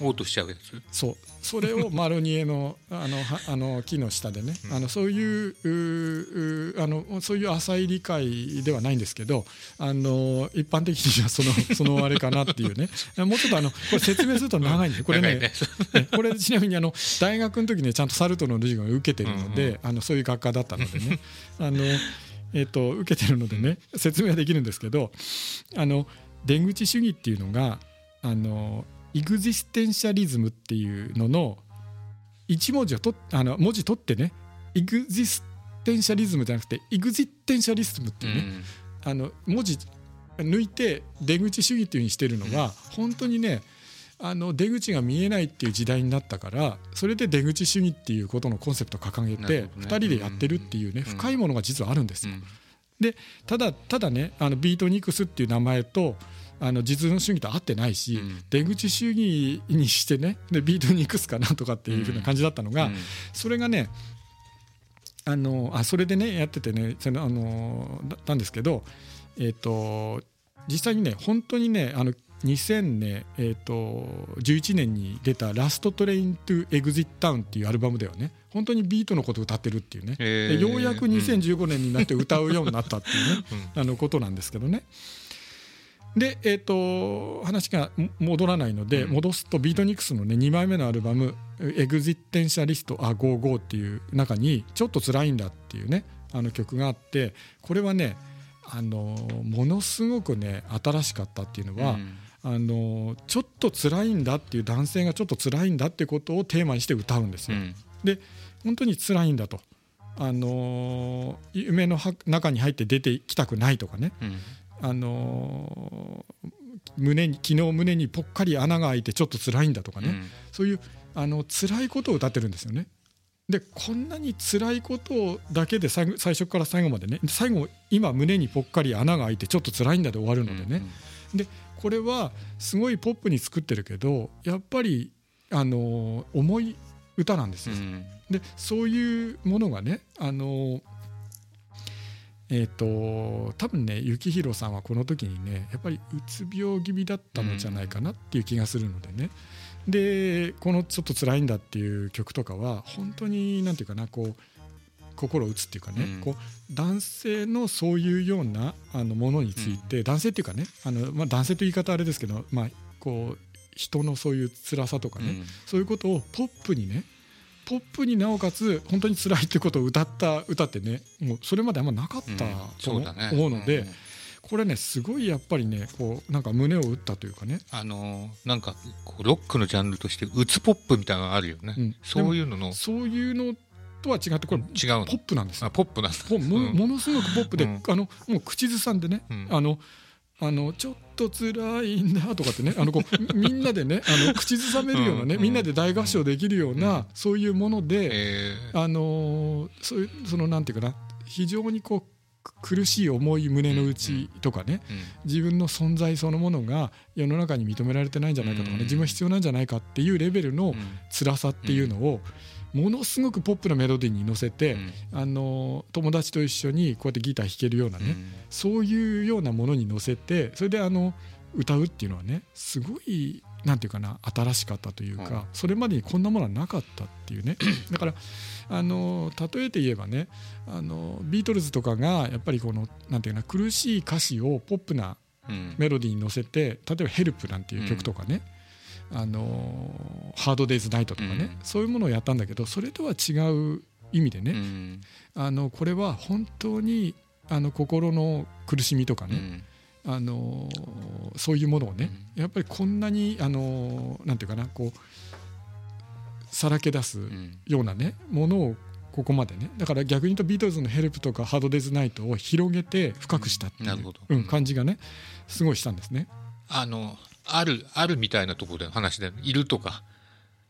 Speaker 3: おうとしちゃうやつ。
Speaker 4: そうそれをマロニエのあのはあの木の下でね、あのそういうううあのそういう浅い理解ではないんですけどあの一般的にはそのそのあれかなっていうねもうちょっとあのこれ説明すると長いんでこれ
Speaker 3: 長い
Speaker 4: ね これちなみにあの大学の時ねちゃんとサルトルの授業を受けてるので、
Speaker 3: うん
Speaker 4: あのそういう学科だったのでね あの、えっと受けてるのでね説明はできるんですけどあの出口主義っていうのがあのイグジステンシャリズムっていうのの一文字をとっあの文字取ってねイグジステンシャリズムじゃなくてイグジッテンシャリズムって
Speaker 3: う
Speaker 4: いうね、
Speaker 3: ん。
Speaker 4: あの文字抜いて出口主義っていう風にしてるのは本当にねあの出口が見えないっていう時代になったからそれで出口主義っていうことのコンセプトを掲げ
Speaker 3: なる
Speaker 4: て
Speaker 3: ほど
Speaker 4: 2
Speaker 3: ね
Speaker 4: 人でやってるっていうね
Speaker 3: うん
Speaker 4: 深いものが実はあるんです
Speaker 3: う
Speaker 4: よ。
Speaker 3: ん。
Speaker 4: ただただねあのビートニクスっていう名前とあの実存主義と合ってないし、
Speaker 3: うん
Speaker 4: 出口主義にしてねでビートニクスかなとかっていうふうな感じだったのが、
Speaker 3: うん
Speaker 4: それがねあのあそれでねやっててねそのあのだったんですけどえっ、と実際にね本当にねあの2000年、えー、と11年に出た「ラストトレイン・トゥ・エグジット・タウン」っていうアルバムではね本当にビートのことを歌ってるっていうね、
Speaker 3: へ
Speaker 4: で
Speaker 3: ー
Speaker 4: ようやく2015年になって歌うようになったっていうね、
Speaker 3: うん
Speaker 4: あのことなんですけどね。で、えー、と話がも戻らないので、
Speaker 3: うん
Speaker 4: 戻すとビートニクスのね2枚目のアルバム「エグジッテンシャリスト・ア・ゴー・ゴー」っていう中に「ちょっと辛いんだ」っていうねあの曲があってこれはねあのものすごくね新しかったっていうの
Speaker 3: う
Speaker 4: は、
Speaker 3: ん
Speaker 4: あのちょっと辛いんだっていう男性がちょっと辛いんだってことをテーマにして歌うんです
Speaker 3: う
Speaker 4: よ。
Speaker 3: ん。
Speaker 4: 本当に辛いんだと、あのー夢のは中に入って出てきたくないとかね、
Speaker 3: うん。
Speaker 4: あのー胸に昨日胸にぽっかり穴が開いてちょっと辛いんだとかね、そういうあの辛いことを歌ってるんですよね。でこんなに辛いことをだけで最後最初から最後までね最後今胸にぽっかり穴が開いてちょっと辛いんだで終わる
Speaker 3: う
Speaker 4: の
Speaker 3: ん。
Speaker 4: でね、これはすごいポップに作ってるけどやっぱり、あのー重い歌なんです
Speaker 3: う
Speaker 4: よ。
Speaker 3: ん。
Speaker 4: でそういうものがねあのえっ、と多分ね幸宏さんはこの時にねやっぱりうつ病気味だったのじゃないかなっていう気がするのでね、でこの「ちょっと辛いんだ」っていう曲とかは本当になんていうかなこう心を打つっていうかね、
Speaker 3: うん
Speaker 4: こう男性のそういうようなあのものについて、男性っていうかねあの、まあ、男性という言い方あれですけど、まあ、こう人のそういう辛さとかね、そういうことをポップにねポップになおかつ本当に辛いってことを歌った歌ってねもうそれまであんまなかったと
Speaker 3: そう
Speaker 4: 思,、
Speaker 3: だね。
Speaker 4: うので、
Speaker 3: ん
Speaker 4: これねすごいやっぱりねこうなんか胸を打ったというかね、
Speaker 3: あのーなんかこうロックのジャンルとしてうつポップみたいなのがあるよね、
Speaker 4: うん
Speaker 3: そういうのの違う
Speaker 4: そういうのとは違ってこれ
Speaker 3: の
Speaker 4: ポップなんですよ
Speaker 3: あポップなんだ
Speaker 4: ポも
Speaker 3: うん
Speaker 4: ものすごくポップで、
Speaker 3: うん
Speaker 4: あのもう口ずさんでね、
Speaker 3: うん
Speaker 4: あのあのちょっと辛いんだとかってねあのこうみみんなでねあの口ずさめるようなね、
Speaker 3: うん
Speaker 4: みんなで大合唱できるような、
Speaker 3: うん
Speaker 4: そういうもので、
Speaker 3: えー
Speaker 4: あのーそういうそのなんていうかな非常にこうく苦しい重い胸の内とかね
Speaker 3: うん
Speaker 4: 自分の存在そのものが世の中に認められてないんじゃないかとかね
Speaker 3: うん
Speaker 4: 自分は必要なんじゃないかっていうレベル
Speaker 3: う
Speaker 4: の
Speaker 3: ん
Speaker 4: 辛さっていうのをものすごくポップなメロディーに乗せてあのー友達と一緒にこうやってギター弾けるような
Speaker 3: うん
Speaker 4: ねそういうようなものに乗せてそれであの歌うっていうのはねすごいなんていうかな新しかったというか、
Speaker 3: うん
Speaker 4: それまでにこんなものはなかったっ ていうねだからあの例えて言えばねあのビートルズとかがやっぱりこのなんていうかな苦しい歌詞をポップな
Speaker 3: うん
Speaker 4: メロディーに乗せて例えば「ヘルプなんていう曲とかね「あのハードデイズナイトとかね、
Speaker 3: うん
Speaker 4: そういうものをやったんだけどそれとは違う意味でね、
Speaker 3: うん
Speaker 4: あのこれは本当にあの心の苦しみとか
Speaker 3: う
Speaker 4: ね、
Speaker 3: ん
Speaker 4: あのーそういうものをね、やっぱりこんなにあのーなんていうかなこうさらけ出す
Speaker 3: うん
Speaker 4: ようなねものをここまでねだから逆に言うとビートルズの「ヘルプとか「ハードデイズナイトを広げて深くしたっていう、
Speaker 3: なるほど
Speaker 4: うん感じがねすごいしたんですね。
Speaker 3: あのあるあるみたいなところでの話でいるとか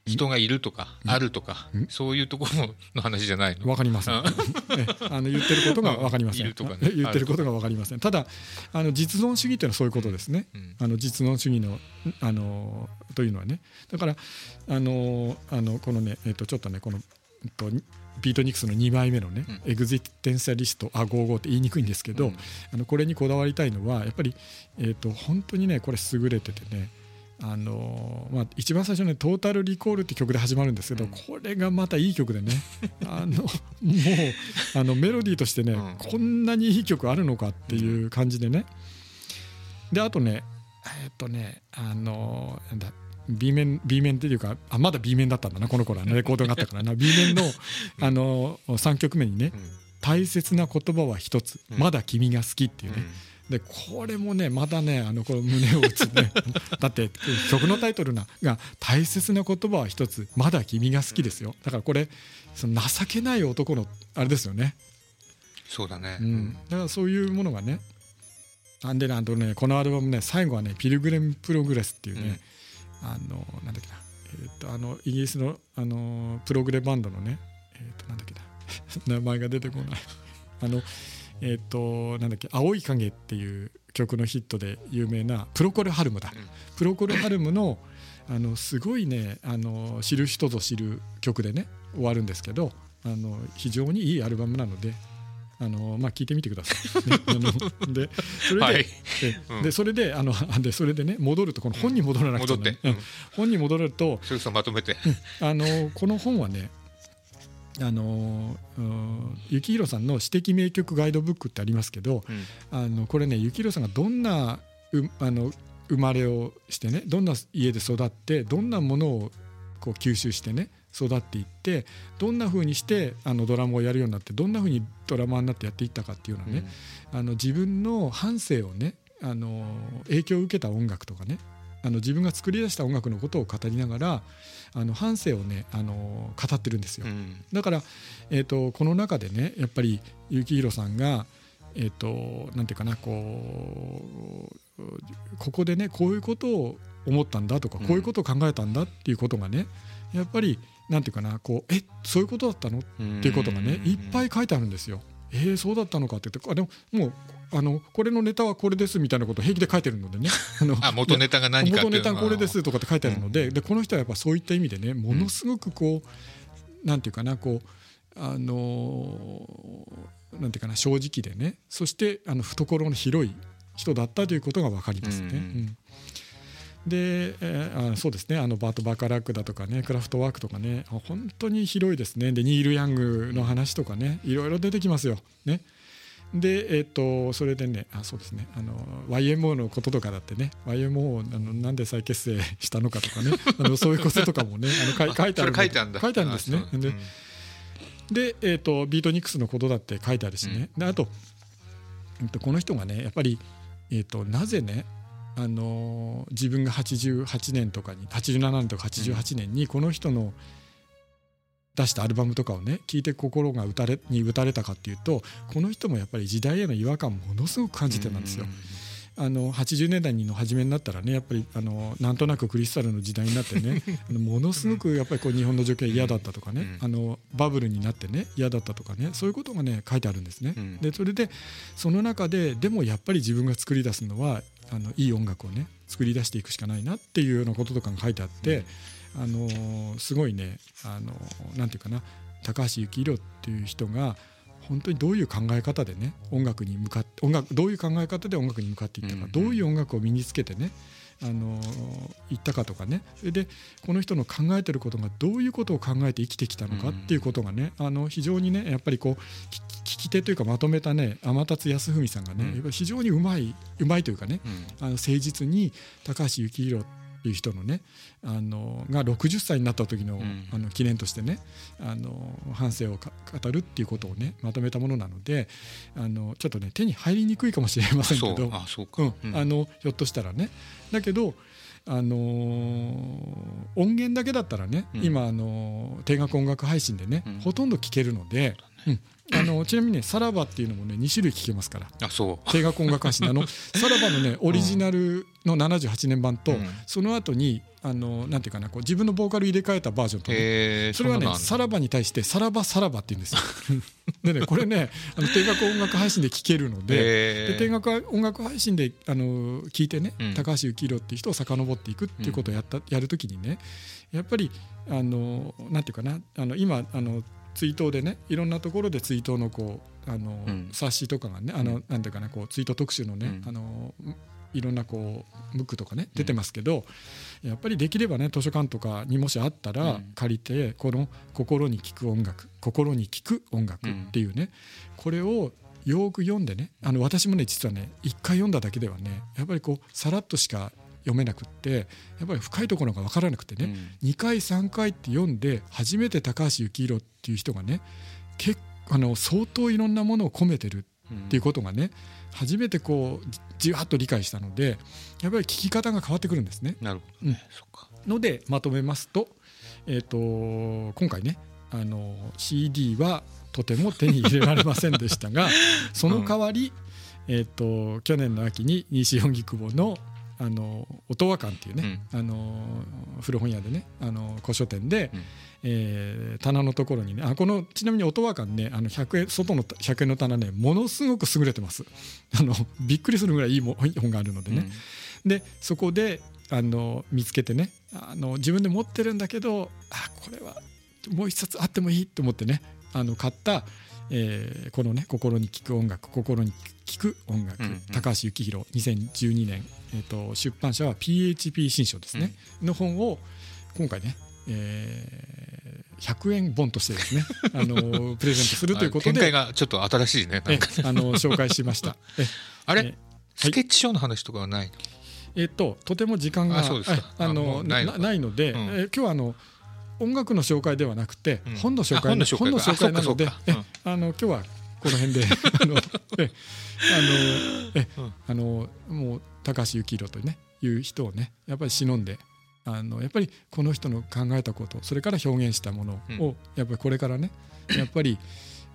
Speaker 3: 人がいるとかあるとか
Speaker 4: ん
Speaker 3: そういうところの話じゃないの
Speaker 4: わかりません。
Speaker 3: あ
Speaker 4: えあの言ってることがわかりません。
Speaker 3: いるとかね
Speaker 4: え 言ってることがわかりません。ただあの実存主義っていうのはそういうことですね。
Speaker 3: うん
Speaker 4: あの実存主義のあのというのはね。だからあのあのこのねえっとちょっとねこのえっとピート・ニクスの2枚目のね「エグゼテンシャリスト」あ55って言いにくいんですけど、
Speaker 3: うん
Speaker 4: あのこれにこだわりたいのはやっぱり、えー、と本当にねこれ優れててねあのーまあ、一番最初ね「トータル・リコール」って曲で始まるんですけど、
Speaker 3: うん
Speaker 4: これがまたいい曲 でねあのもうあのメロディーとしてね、
Speaker 3: うん
Speaker 4: こんなにいい曲あるのかっていう感じでねであとねえーっとねあのーなんだ B 面 B 面っていうかあまだ B 面だったんだなこの頃はねレコードがあったからな B 面の、あのー、3曲目にね「大切な言葉は一つ、
Speaker 3: うん
Speaker 4: まだ君が好き」っていうね、でこれもねまたねあのこの胸を打つ ねだって曲のタイトルなが「大切な言葉は一つまだ君が好き」ですよだからこれその情けない男のあれですよね、
Speaker 3: そうだね
Speaker 4: う。ん、だからそういうものがねなんでなんとねこのアルバムね最後はね「ピルグレム・プログレス」っていうね、あのなんだっけな、えー、とあのイギリスのあのプログレバンドのねえっ、となんだっ けな名前が出てこないあのえっ、となんだっけ「青い影」っていう曲のヒットで有名なプロコル・ハルムだ、
Speaker 3: うん
Speaker 4: プロコル・ハルムのあのすごいねあの知る人ぞ知る曲でね終わるんですけどあの非常にいいアルバムなので。あのまあ、聞いてみてください。ね、あの でそれで,、
Speaker 3: はい。
Speaker 4: で
Speaker 3: うん
Speaker 4: でそれであのあでそれでね戻るとこの本に戻らなくち
Speaker 3: 戻
Speaker 4: ゃ
Speaker 3: っ
Speaker 4: ならない
Speaker 3: て。うん
Speaker 4: 本に戻ると
Speaker 3: それこそまとめて。
Speaker 4: あのこの本はねあのうん幸宏さんの「私的名曲ガイドブック」ってありますけど
Speaker 3: うん
Speaker 4: あのこれね幸宏さんがどんなうあの生まれをしてねどんな家で育ってどんなものをこう吸収してね育っていってどんな風にしてあのドラムをやるようになってどんな風にドラマーになってやっていったかっていうのはね、あの自分の半生をねあの影響を受けた音楽とかねあの自分が作り出した音楽のことを語りながらあの半生をねあの語ってるんですよ
Speaker 3: う。ん
Speaker 4: だから、えー、とこの中でねやっぱり幸宏さんが、えー、となんていうかなこうここでねこういうことを思ったんだとか
Speaker 3: うん
Speaker 4: こういうことを考えたんだっていうことがね、やっぱりなんていうかなこうえそういうことだったのっていうことがねいっぱい書いてあるんですよ。えー、そうだったのかって言ってあでももうあのこれのネタはこれですみたいなことを平気で書いてるのでねあの
Speaker 3: あ元ネタが何かってい
Speaker 4: 元
Speaker 3: う
Speaker 4: ネ
Speaker 3: の
Speaker 4: タ
Speaker 3: が
Speaker 4: これですとかって書いてあるので,、でこの人はやっぱそういった意味でねものすごくこうなんていうかなこうあのーなんていうかな正直でねそしてあの懐の広い人だったということが分かりますね。
Speaker 3: うん
Speaker 4: うんで、えーあそうですねあのバート・バカラックだとかねクラフトワークとかねあ本当に広いですねでニール・ヤングの話とかねいろいろ出てきますよ。ね、で、えっとそれでねあそうですねあの YMO のこととかだってね YMO をあのなんで再結成したのかとかねあのそういうこととかもねあのかい書いてある
Speaker 3: それ書い てあるんだ
Speaker 4: 書いてあるんですね
Speaker 3: あ。そう
Speaker 4: で
Speaker 3: うん
Speaker 4: で、えー、とビートニックスのことだって書いてあるしね、であと、うんとこの人がねやっぱり、えー、となぜね、あのー自分が88年とかに87年とか88年にこの人の出したアルバムとかをね聞いて心が打たれに打たれたかっていうとこの人もやっぱり時代への違和感ものすごく感じてたんですよ。あの80年代の初めになったらねやっぱりあのなんとなくクリスタルの時代になって ねあのものすごくやっぱりこう日本の状況は嫌だったとかね、
Speaker 3: うん
Speaker 4: あのバブルになってね嫌だったとかねそういうことがね書いてあるんですね。
Speaker 3: うん
Speaker 4: でそれでその中ででもやっぱり自分が作り出すのはあのいい音楽をね作り出していくしかないなっていうようなこととかが書いてあって、あのーすごいね、あのーなんていうかな高橋幸宏っていう人が本当にどういう考え方でね音楽に向かって音楽どういう考え方で音楽に向かっていったか、
Speaker 3: うんうん
Speaker 4: どういう音楽を身につけてねあの行ったかとかねそれでこの人の考えてることがどういうことを考えて生きてきたのかっていうことがね、あの非常にねやっぱりこう聞き聞き手というかまとめたね天達康文さんがね、
Speaker 3: うん
Speaker 4: やっぱり非常にうまいうまいというかね
Speaker 3: うん
Speaker 4: あの誠実に高橋幸宏っていう人のねあのが60歳になった時の,、
Speaker 3: うん
Speaker 4: あの記念としてねあの反省をか語るっていうことをねまとめたものなのであのちょっとね手に入りにくいかもしれませんけ
Speaker 3: そ
Speaker 4: ど
Speaker 3: うあそうか
Speaker 4: うん
Speaker 3: うん
Speaker 4: あのひょっとしたらねだけど、あのー音源だけだったらね、
Speaker 3: うん
Speaker 4: 今、あのー定額音楽配信でね、
Speaker 3: うん
Speaker 4: ほとんど聴けるので、うんあのちなみにね「さらば」っていうのもね2種類聴けますから
Speaker 3: あそ
Speaker 4: 定額音楽配信あのさらばのねオリジナルの78年版と、
Speaker 3: うん
Speaker 4: その後にあのなんていうかなこう自分のボーカル入れ替えたバージョン
Speaker 3: う
Speaker 4: とね、
Speaker 3: へえ
Speaker 4: それは
Speaker 3: んな
Speaker 4: ね
Speaker 3: のあんだ
Speaker 4: さらばに対してさらばさらばって言うんですよ。 でねこれねあの定額音楽配信で聴けるので。
Speaker 3: へえ
Speaker 4: で定額は音楽配信であの聞いてね、
Speaker 3: うん
Speaker 4: 高橋幸宏っていう人を遡っていくっていうことをやった、やるときにねやっぱりあのなんていうかなあの今あの追悼でねいろんなところで追悼のこうあの、
Speaker 3: うん
Speaker 4: 冊子とかがねあの、なんていうかなこう追悼特集のね、
Speaker 3: うん
Speaker 4: あのいろんなこうムックとかね出てますけど、やっぱりできればね図書館とかにもしあったら
Speaker 3: うん
Speaker 4: 借りて、この「心に聞く音楽」「心に聞く音楽」っていうね、これをよく読んでねあの私もね実はね一回読んだだけではねやっぱりこうさらっとしか読めなくってやっぱり深いところが分からなくてね、2回3回って読んで初めて高橋幸宏っていう人がね結あの相当いろんなものを込めてるっていうことがね初めてこうじじわっと理解したのでやっぱり聞き方が変わってくるんですね。
Speaker 3: なるほどね、そっか
Speaker 4: のでまとめますと,、えー、と今回ねあの CD はとても手に入れられませんでし たがその代わり、えー、と去年の秋に西荻窪のあの音和館っていうね、あの古本屋でねあの古書店で、
Speaker 3: うん
Speaker 4: えー棚のところにねあこのちなみに音和館ねあの100円外の100円の棚ねものすごく優れてますあのびっくりするぐらいいいもいい本があるのでね、でそこであの見つけてねあの自分で持ってるんだけどあこれはもう一冊あってもいいと思ってねあの買った、えーこのね「心に聞く音楽心に聞く音楽」
Speaker 3: うんうん
Speaker 4: 高橋幸宏2012年、えー、と出版社は PHP 新書ですね、の本を今回ねえー100円本としてですね あのプレゼントするということ
Speaker 3: 展開
Speaker 4: で
Speaker 3: がちょっと新しいねなん
Speaker 4: え
Speaker 3: か
Speaker 4: あの紹介しました。え
Speaker 3: あ
Speaker 4: え
Speaker 3: れスケッチショーの話とかはない
Speaker 4: えっと、とても時間が
Speaker 3: あそうですか
Speaker 4: ああ
Speaker 3: あも
Speaker 4: の
Speaker 3: う
Speaker 4: な
Speaker 3: ないの
Speaker 4: な
Speaker 3: か
Speaker 4: ないので、
Speaker 3: うん
Speaker 4: えー今日はあの音楽の紹介ではなくて、
Speaker 3: うん
Speaker 4: 本の紹
Speaker 3: あ
Speaker 4: 介
Speaker 3: 本の紹介か
Speaker 4: 本の紹介なので
Speaker 3: あそっかそっか
Speaker 4: えあの今日はこの 辺であのええあのえあのもう高橋幸宏という,、ね、いう人をねやっぱり忍んであのやっぱりこの人の考えたことそれから表現したものを、
Speaker 3: う
Speaker 4: やっぱりこれからねやっぱり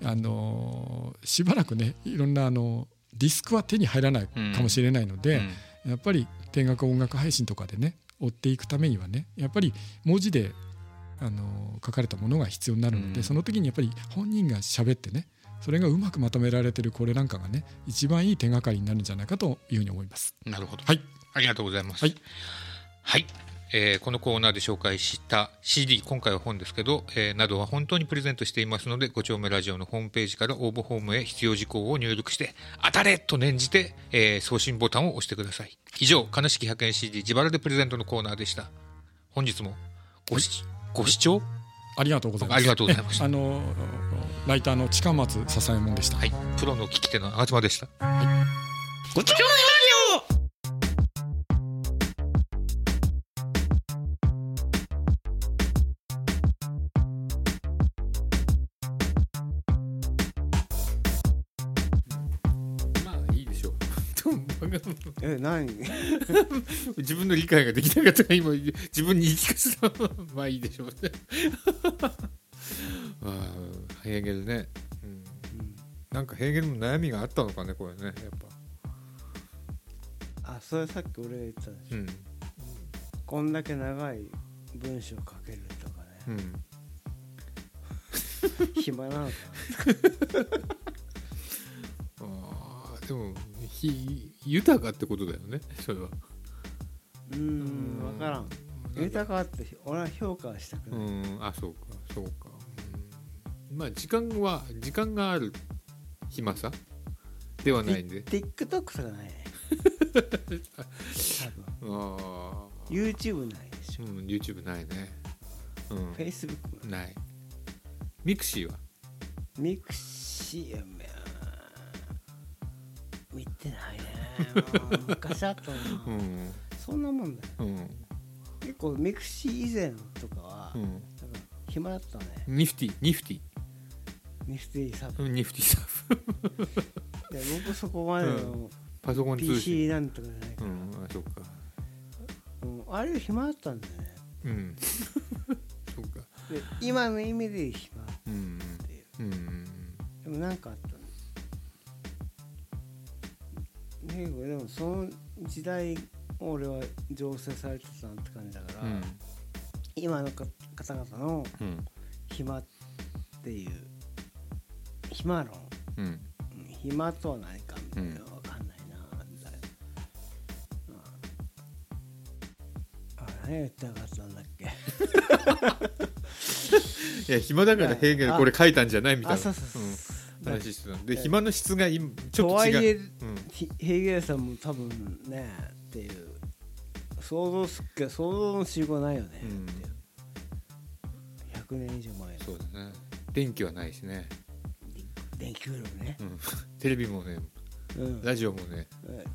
Speaker 4: あのしばらくねいろんなあのディスクは手に入らないかもしれないので。
Speaker 3: うん
Speaker 4: やっぱり定額音楽配信とかでね追っていくためにはねやっぱり文字であの書かれたものが必要になるの
Speaker 3: う
Speaker 4: で、
Speaker 3: ん
Speaker 4: その時にやっぱり本人が喋ってねそれがうまくまとめられてるこれなんかがね一番いい手がかりになるんじゃないかというふうに思います。
Speaker 3: なるほど
Speaker 4: はい、
Speaker 3: ありがとうございます。
Speaker 4: はい。
Speaker 3: はい。えーこのコーナーで紹介した CD、今回は本ですけど、えーなどは本当にプレゼントしていますので、ご丁目ラジオのホームページから応募フォームへ必要事項を入力して、当たれと念じて、えー送信ボタンを押してください。以上、金式100円 CD 自腹でプレゼントのコーナーでした。本日もごしご視聴
Speaker 4: ありがとうございます。
Speaker 3: ありがとうございました
Speaker 4: えあのライターの近松笹右衛門でした。
Speaker 3: はい。プロの聞き手の吾妻でした。
Speaker 1: まあいいでしょう でもバカ
Speaker 2: え何
Speaker 1: 自分の理解ができなかったから今自分に言い聞かせたまあいいでしょうね ああヘーゲルね、うん、なんかヘーゲルも悩みがあったのかねこれねやっぱ
Speaker 2: あそれさっき俺が言ったでしょ
Speaker 1: うん
Speaker 2: こんだけ長い文章書けるとか ね
Speaker 1: うん
Speaker 2: 暇なのか
Speaker 1: ああでもひ豊かってことだよねそれは
Speaker 2: なうん分からん豊かって俺は評価はしたく
Speaker 1: う
Speaker 2: ない、
Speaker 1: んあそうかそうか、うん、まあ時間は時間がある暇さではないんで
Speaker 2: TikTok とかない ね多分
Speaker 1: ああ
Speaker 2: YouTube ないでし
Speaker 1: う
Speaker 2: ょ、
Speaker 1: ん YouTube ないねうん
Speaker 2: Facebook もない
Speaker 1: ないミクシーは
Speaker 2: ミクシーも見てないねもう昔あったな、
Speaker 1: うん
Speaker 2: そんなもんだよ
Speaker 1: うん
Speaker 2: 結構ミクシー以前とかは、
Speaker 1: うん
Speaker 2: なんか暇だったね
Speaker 1: ニフティニフティ
Speaker 2: ミステリーサブ
Speaker 1: うんニフティ サーブ
Speaker 2: で僕そこまでの
Speaker 1: パソコン通信
Speaker 2: PC なんとかじゃないか
Speaker 1: う
Speaker 2: ら、
Speaker 1: んあそっか
Speaker 2: うんあれ暇だったんだよね
Speaker 1: うんそっか
Speaker 2: で今の意味で暇っ
Speaker 1: うん
Speaker 2: ていう
Speaker 1: うん
Speaker 2: でもなんかあったね結構でもその時代を俺は醸成されてたなって感じだから、
Speaker 1: うん
Speaker 2: 今のか方々の
Speaker 1: うん
Speaker 2: 暇っていう暇論
Speaker 1: うん
Speaker 2: うん暇とは何かみたいなの分かんないなみたいな、ああ何が言ったかったんだっけ
Speaker 1: いや暇だからヘーゲルこれ書いたんじゃないみたい
Speaker 2: あ
Speaker 1: な
Speaker 2: そうそうそう、
Speaker 1: うん
Speaker 2: だから
Speaker 1: 話してたので暇の質が今ち
Speaker 2: と
Speaker 1: ょっと
Speaker 2: はい
Speaker 1: 違
Speaker 2: え
Speaker 1: う、うん
Speaker 2: ひヘーゲルさんも多分ねっていう想像すっけ想像のしようがないよね、
Speaker 1: う
Speaker 2: っ
Speaker 1: ん
Speaker 2: ていう100年以上前の
Speaker 1: そうだね電気はないしね、
Speaker 2: 電気クールね
Speaker 1: う、んテレビもね
Speaker 2: うん
Speaker 1: ラジオもね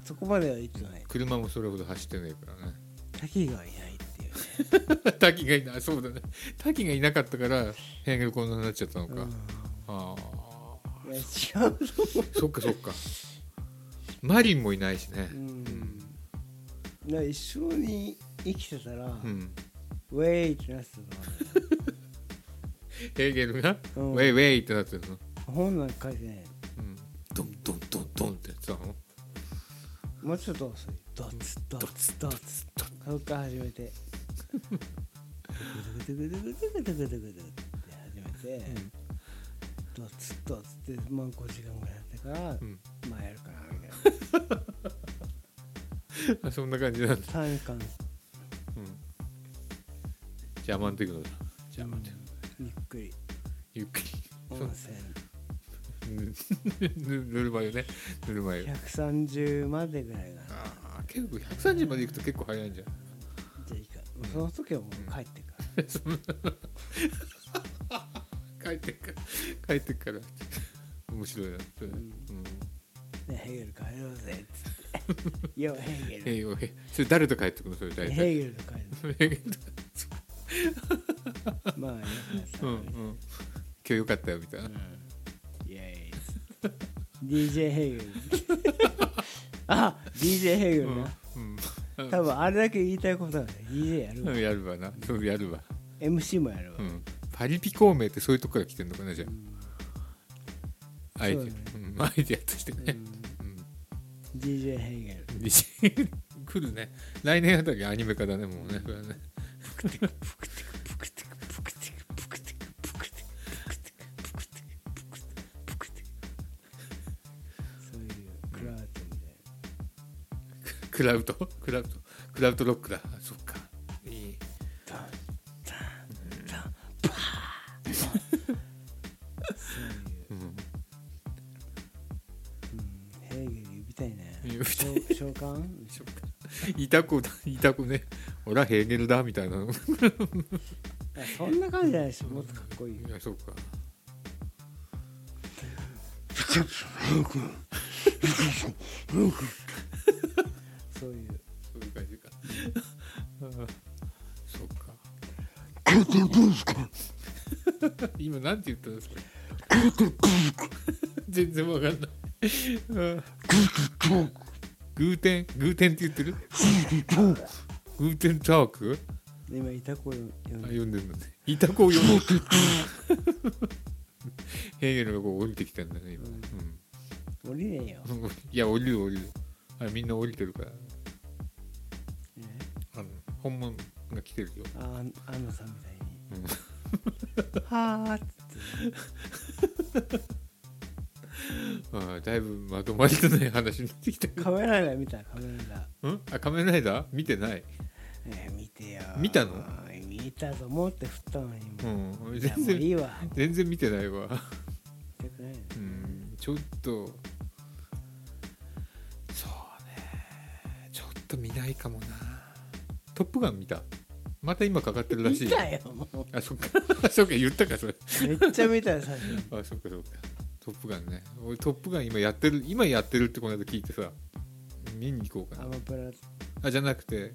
Speaker 2: そこまでは言ってない
Speaker 1: 車もそれほど走ってないからね
Speaker 2: 滝がいないっていうね
Speaker 1: 滝がいないそうだね滝がいなかったからヘーゲルこんなになっちゃったのか、
Speaker 2: うん
Speaker 1: ああ
Speaker 2: いや違う、
Speaker 1: そっかそっかマリンもいないしね
Speaker 2: うん、だから一緒に生きてたら、
Speaker 1: うん
Speaker 2: ウェイってなってたの
Speaker 1: ヘーゲルが、
Speaker 2: うん
Speaker 1: ウェイウェイってなってるの、
Speaker 2: 本なんか書いてない
Speaker 1: うん、ドンドンドンドンってやってたの
Speaker 2: もうちょっと遅いドツドツドツそっから始めてドゥクドゥクドゥクドゥクドゥクドゥクドゥクって始めて、ドツドツってまあ5時間ぐらい経ってから、
Speaker 1: ん
Speaker 2: まあやるかなみたい
Speaker 1: あそんな感じなんだ
Speaker 2: な3巻
Speaker 1: 邪魔ってくのだ邪魔ってくの
Speaker 2: ゆっくり
Speaker 1: ゆっくり
Speaker 2: 温泉
Speaker 1: ぬ ぬるま湯ねぬるま湯
Speaker 2: 130までぐらいが
Speaker 1: あー結構130までいくと結構早いんじゃん
Speaker 2: じゃあいいかその時はもう帰ってから、
Speaker 1: 帰ってっから帰ってっから面白いなそれうん
Speaker 2: ねヘーゲル帰ろうぜっ つって「よヘーゲ
Speaker 1: えいおいそれ誰と帰ってくのそれ
Speaker 2: ル
Speaker 1: 大
Speaker 2: ヘ
Speaker 1: 体
Speaker 2: ーゲルと帰る」まあよく
Speaker 1: うんう
Speaker 2: なんさ
Speaker 1: 今日よかったよみたいな
Speaker 2: イエーイ DJ ヘーゲルあ DJ ヘーゲルな、多分あれだけ言いたいことはね DJ やるわ
Speaker 1: うんやるわなそうやるわ
Speaker 2: MC もやるわ、
Speaker 1: うんパリピ孔明ってそういうとこから来てんのかなじゃあアイデ
Speaker 2: そうだね
Speaker 1: アうんアイデアとしてね
Speaker 2: DJ ヘーゲル
Speaker 1: 来るね来年あたりアニメ化だねもうねそれはね
Speaker 2: プクテクプクテクプクテクプクテクプクテクプクテクプクテクプクテクそういうクラウトみたい
Speaker 1: クラウドクラウドクラウドロックだあそっかいい
Speaker 2: なそういう、うん、ヘーゲル呼びたいね
Speaker 1: 呼びた
Speaker 2: い召喚
Speaker 1: いた子だいた子ね俺はヘーゲルだみたいな のい
Speaker 2: あそんな感じじゃないしもっとかっこいいよ
Speaker 1: やそうか
Speaker 2: そういう
Speaker 1: そういう感じか そうか 今なんて言ったんですか全然わかんないうんグーテングーテンって言ってるグーテンターク
Speaker 2: で今いた子を呼ん
Speaker 1: あ
Speaker 2: で
Speaker 1: 読んでるのねいた子を読もう ヘーゲルがこう降りてきたんだね今ね、うん
Speaker 2: 降りねえよ
Speaker 1: いや降りる降りるあれみんな降りてるからあの本物が来てるよ
Speaker 2: ああのあのさんみたいにはあっつって
Speaker 1: あーだいぶまとまりのない話になってきた
Speaker 2: カメラが見たカメラが
Speaker 1: うんあ仮面ライダー見てない
Speaker 2: えー見てよ
Speaker 1: 見たの
Speaker 2: 見たと思って振ったのに
Speaker 1: う
Speaker 2: もうんいやもう
Speaker 1: 全
Speaker 2: い
Speaker 1: 然
Speaker 2: いわ
Speaker 1: 全然見てないわ
Speaker 2: 見たくないね
Speaker 1: うんちょっとそうねちょっと見ないかもな「トップガン」見たまた今かかってるらしい
Speaker 2: 見たよもう
Speaker 1: あそっか そっか言ったかそれ
Speaker 2: めっちゃ見たよ最初
Speaker 1: あそっかそっか「トップガンね」俺「トップガン」今やってる今やってるってこの間聞いてさ見に行こうか
Speaker 2: ア
Speaker 1: な
Speaker 2: マプラ
Speaker 1: あじゃなくて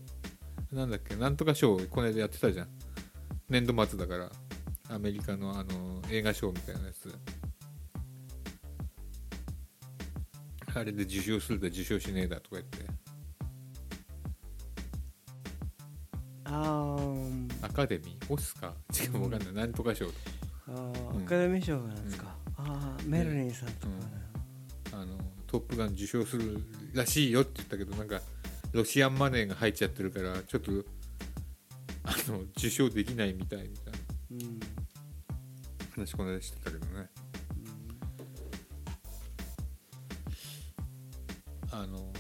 Speaker 1: なんだっけなんとかショーこの間やってたじゃん年度末だからアメリカのあの映画ショーみたいなやつあれで受賞するだ受賞しねえだとか言って
Speaker 2: あー
Speaker 1: アカデミーオスカー違 うわかんないなんとか賞と
Speaker 2: あー、
Speaker 1: うん
Speaker 2: アカデミー賞がなんですか、ああメルリンさんとかな、
Speaker 1: あのトップガン受賞するらしいよって言ったけどなんかロシアンマネーが入っちゃってるからちょっとあの受賞できないみたいみたいな
Speaker 2: うん
Speaker 1: 話この間してたけどねあのー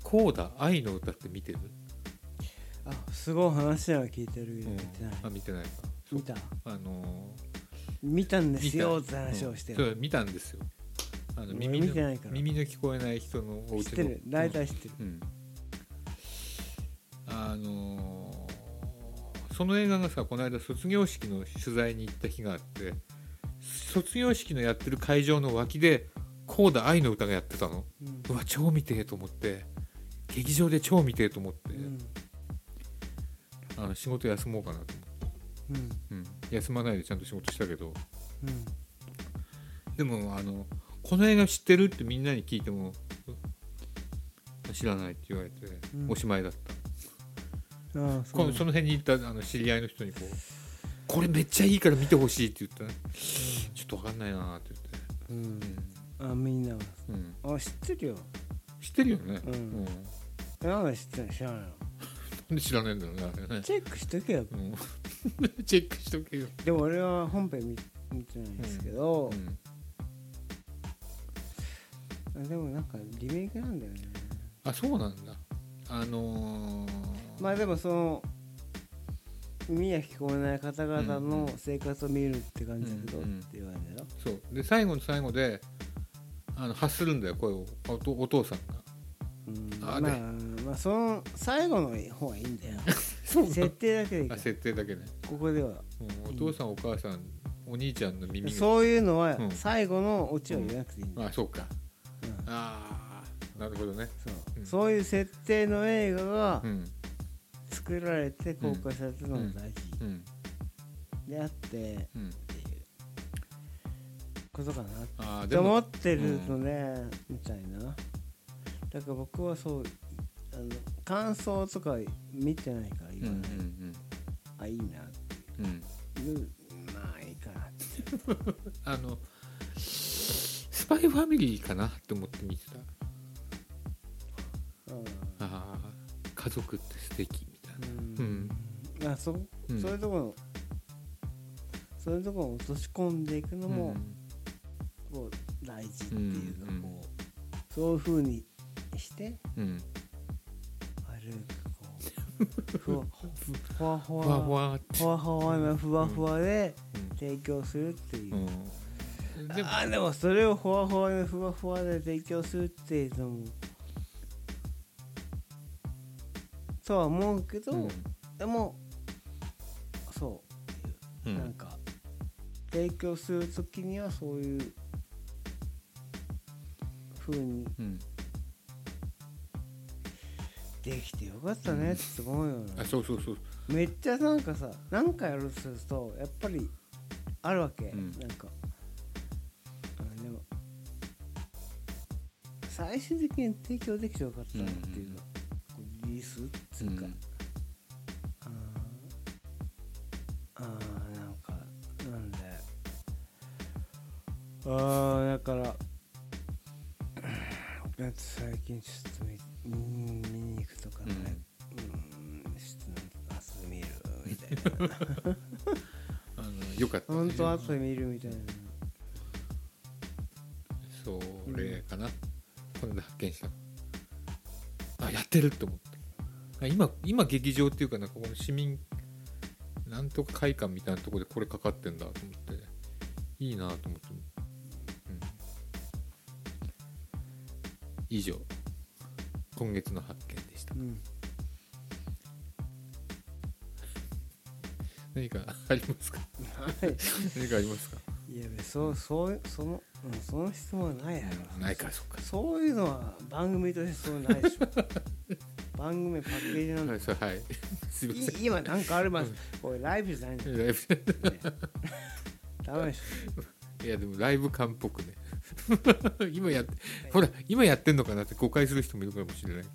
Speaker 1: 「コーダ愛の歌」って見てる
Speaker 2: あすごい話は聞いてるけど
Speaker 1: うん
Speaker 2: 見てない、
Speaker 1: あ見てないか
Speaker 2: 見た
Speaker 1: あの
Speaker 2: 見たん
Speaker 1: ー
Speaker 2: ですよって話をして
Speaker 1: うんそ
Speaker 2: る、
Speaker 1: う見たんですよあの
Speaker 2: 俺
Speaker 1: 耳の
Speaker 2: 見てないから
Speaker 1: 耳の聞こえない人のお家の
Speaker 2: 知ってる大体知ってる、
Speaker 1: うん、うんあのーその映画がさこの間卒業式の取材に行った日があって卒業式のやってる会場の脇でコーダ愛の歌がやってたの
Speaker 2: うん
Speaker 1: うわ超見てえと思って劇場で超見てえと思って、
Speaker 2: うん
Speaker 1: あの仕事休もうかなと思って、
Speaker 2: うん
Speaker 1: うん、休まないでちゃんと仕事したけど
Speaker 2: うん
Speaker 1: でもあのこの映画知ってるってみんなに聞いてもう知らないって言われて、
Speaker 2: うん
Speaker 1: おしまいだった、
Speaker 2: ああそう
Speaker 1: こ
Speaker 2: な
Speaker 1: の
Speaker 2: んだ
Speaker 1: その辺に行ったあの知り合いの人にこう「これめっちゃいいから見てほしい」って言ったら「ちょっと分かんないな」って
Speaker 2: うん
Speaker 1: 言って、
Speaker 2: あみんなが
Speaker 1: うんうん
Speaker 2: あ知ってるよ
Speaker 1: 知ってるよね、
Speaker 2: うん
Speaker 1: うん
Speaker 2: なんで知ってるの知らないの
Speaker 1: なんで知らないんだろうねあれね、
Speaker 2: チェックしとけよ
Speaker 1: うん、 チェックしとけよ、
Speaker 2: でも俺は本編見見てないんですけど
Speaker 1: う、ん
Speaker 2: あでもなんかリメイクなんだよね
Speaker 1: あそうなんだあのー
Speaker 2: まあでもその耳が聞こえない方々の生活を見るって感じだけどっ
Speaker 1: うんうん
Speaker 2: て言われたよ、
Speaker 1: そうで最後の最後であの発するんだよ声をおとお父さんが
Speaker 2: うんまあ
Speaker 1: あで
Speaker 2: まあその最後の方がいいんだ よ設定だけでいいか
Speaker 1: あ
Speaker 2: ら
Speaker 1: 設定だけね、
Speaker 2: ここでは
Speaker 1: うんお父さんお母さんお兄ちゃんの耳が
Speaker 2: そういうのは
Speaker 1: うん
Speaker 2: 最後のオチを言わなくていいんだよ、
Speaker 1: あそうか
Speaker 2: うん
Speaker 1: ああなるほどね
Speaker 2: そう
Speaker 1: うん
Speaker 2: そういう設定の映画が
Speaker 1: うん
Speaker 2: 作られて公開されたのが大事
Speaker 1: うん
Speaker 2: であって
Speaker 1: うん
Speaker 2: ことかなっ
Speaker 1: ああ
Speaker 2: て
Speaker 1: で
Speaker 2: 思
Speaker 1: も
Speaker 2: ってるのね、みたいなだから僕はそうあの感想とか見てないから
Speaker 1: うんう
Speaker 2: 言わない、
Speaker 1: ん
Speaker 2: あいいなって
Speaker 1: うんうん
Speaker 2: いうまあいいかなって
Speaker 1: あのスパイファミリーかなって思って見てた
Speaker 2: うん
Speaker 1: ああ家族って素敵みたいな
Speaker 2: うんあそ
Speaker 1: うん
Speaker 2: そういうところのそういうところを落とし込んでいくのも、こう大事っていうかこう、
Speaker 1: うん
Speaker 2: そういうふうにして
Speaker 1: うんうん
Speaker 2: 悪くこうふわふ
Speaker 1: ふ
Speaker 2: わ
Speaker 1: わふわって
Speaker 2: ふわふわなふわふわで
Speaker 1: うん
Speaker 2: 提供するっていう、
Speaker 1: うんでも
Speaker 2: あでもそれをふわふわなふわふわで提供するっていうのもとは思うけど、でもそう
Speaker 1: うん
Speaker 2: なんか提供する時にはそういう風に
Speaker 1: うん
Speaker 2: できてよかったねって思うよ
Speaker 1: あ
Speaker 2: ね、
Speaker 1: そうそうそう
Speaker 2: めっちゃなんかさ何かやろうとするとやっぱりあるわけ、
Speaker 1: うん
Speaker 2: なんかあでも最終的に提供できてよかったなっていうか、こうリリースっていうか、
Speaker 1: うん
Speaker 2: あーあーなんかなんでああだから だって最近ちょっと見見見に行くとかねうんちょっとなんか明日見るみたいな
Speaker 1: あのよかったね
Speaker 2: 本当は後で見るみたいな
Speaker 1: それかな、これで発見したあやってるって思ったあ今今劇場っていうかなここの市民なんとか会館みたいなところでこれかかってんだと思っていいなと思って、うん、以上今月の発見でした
Speaker 2: うん
Speaker 1: 何かありますか何かありますか
Speaker 2: いやそうそうその、うん、その質問はないやろ
Speaker 1: ないかそっか
Speaker 2: そういうのは番組としてそうないでしょ番組パッケージなんだ
Speaker 1: はいそうはいすいま
Speaker 2: い
Speaker 1: せん
Speaker 2: 今なんかあります。これライブじゃないんだよ
Speaker 1: ライブ
Speaker 2: ね。ダメでし
Speaker 1: いやでもライブ感っぽ くね今やってほら今やってんのかなって誤解する人もいるかもしれないか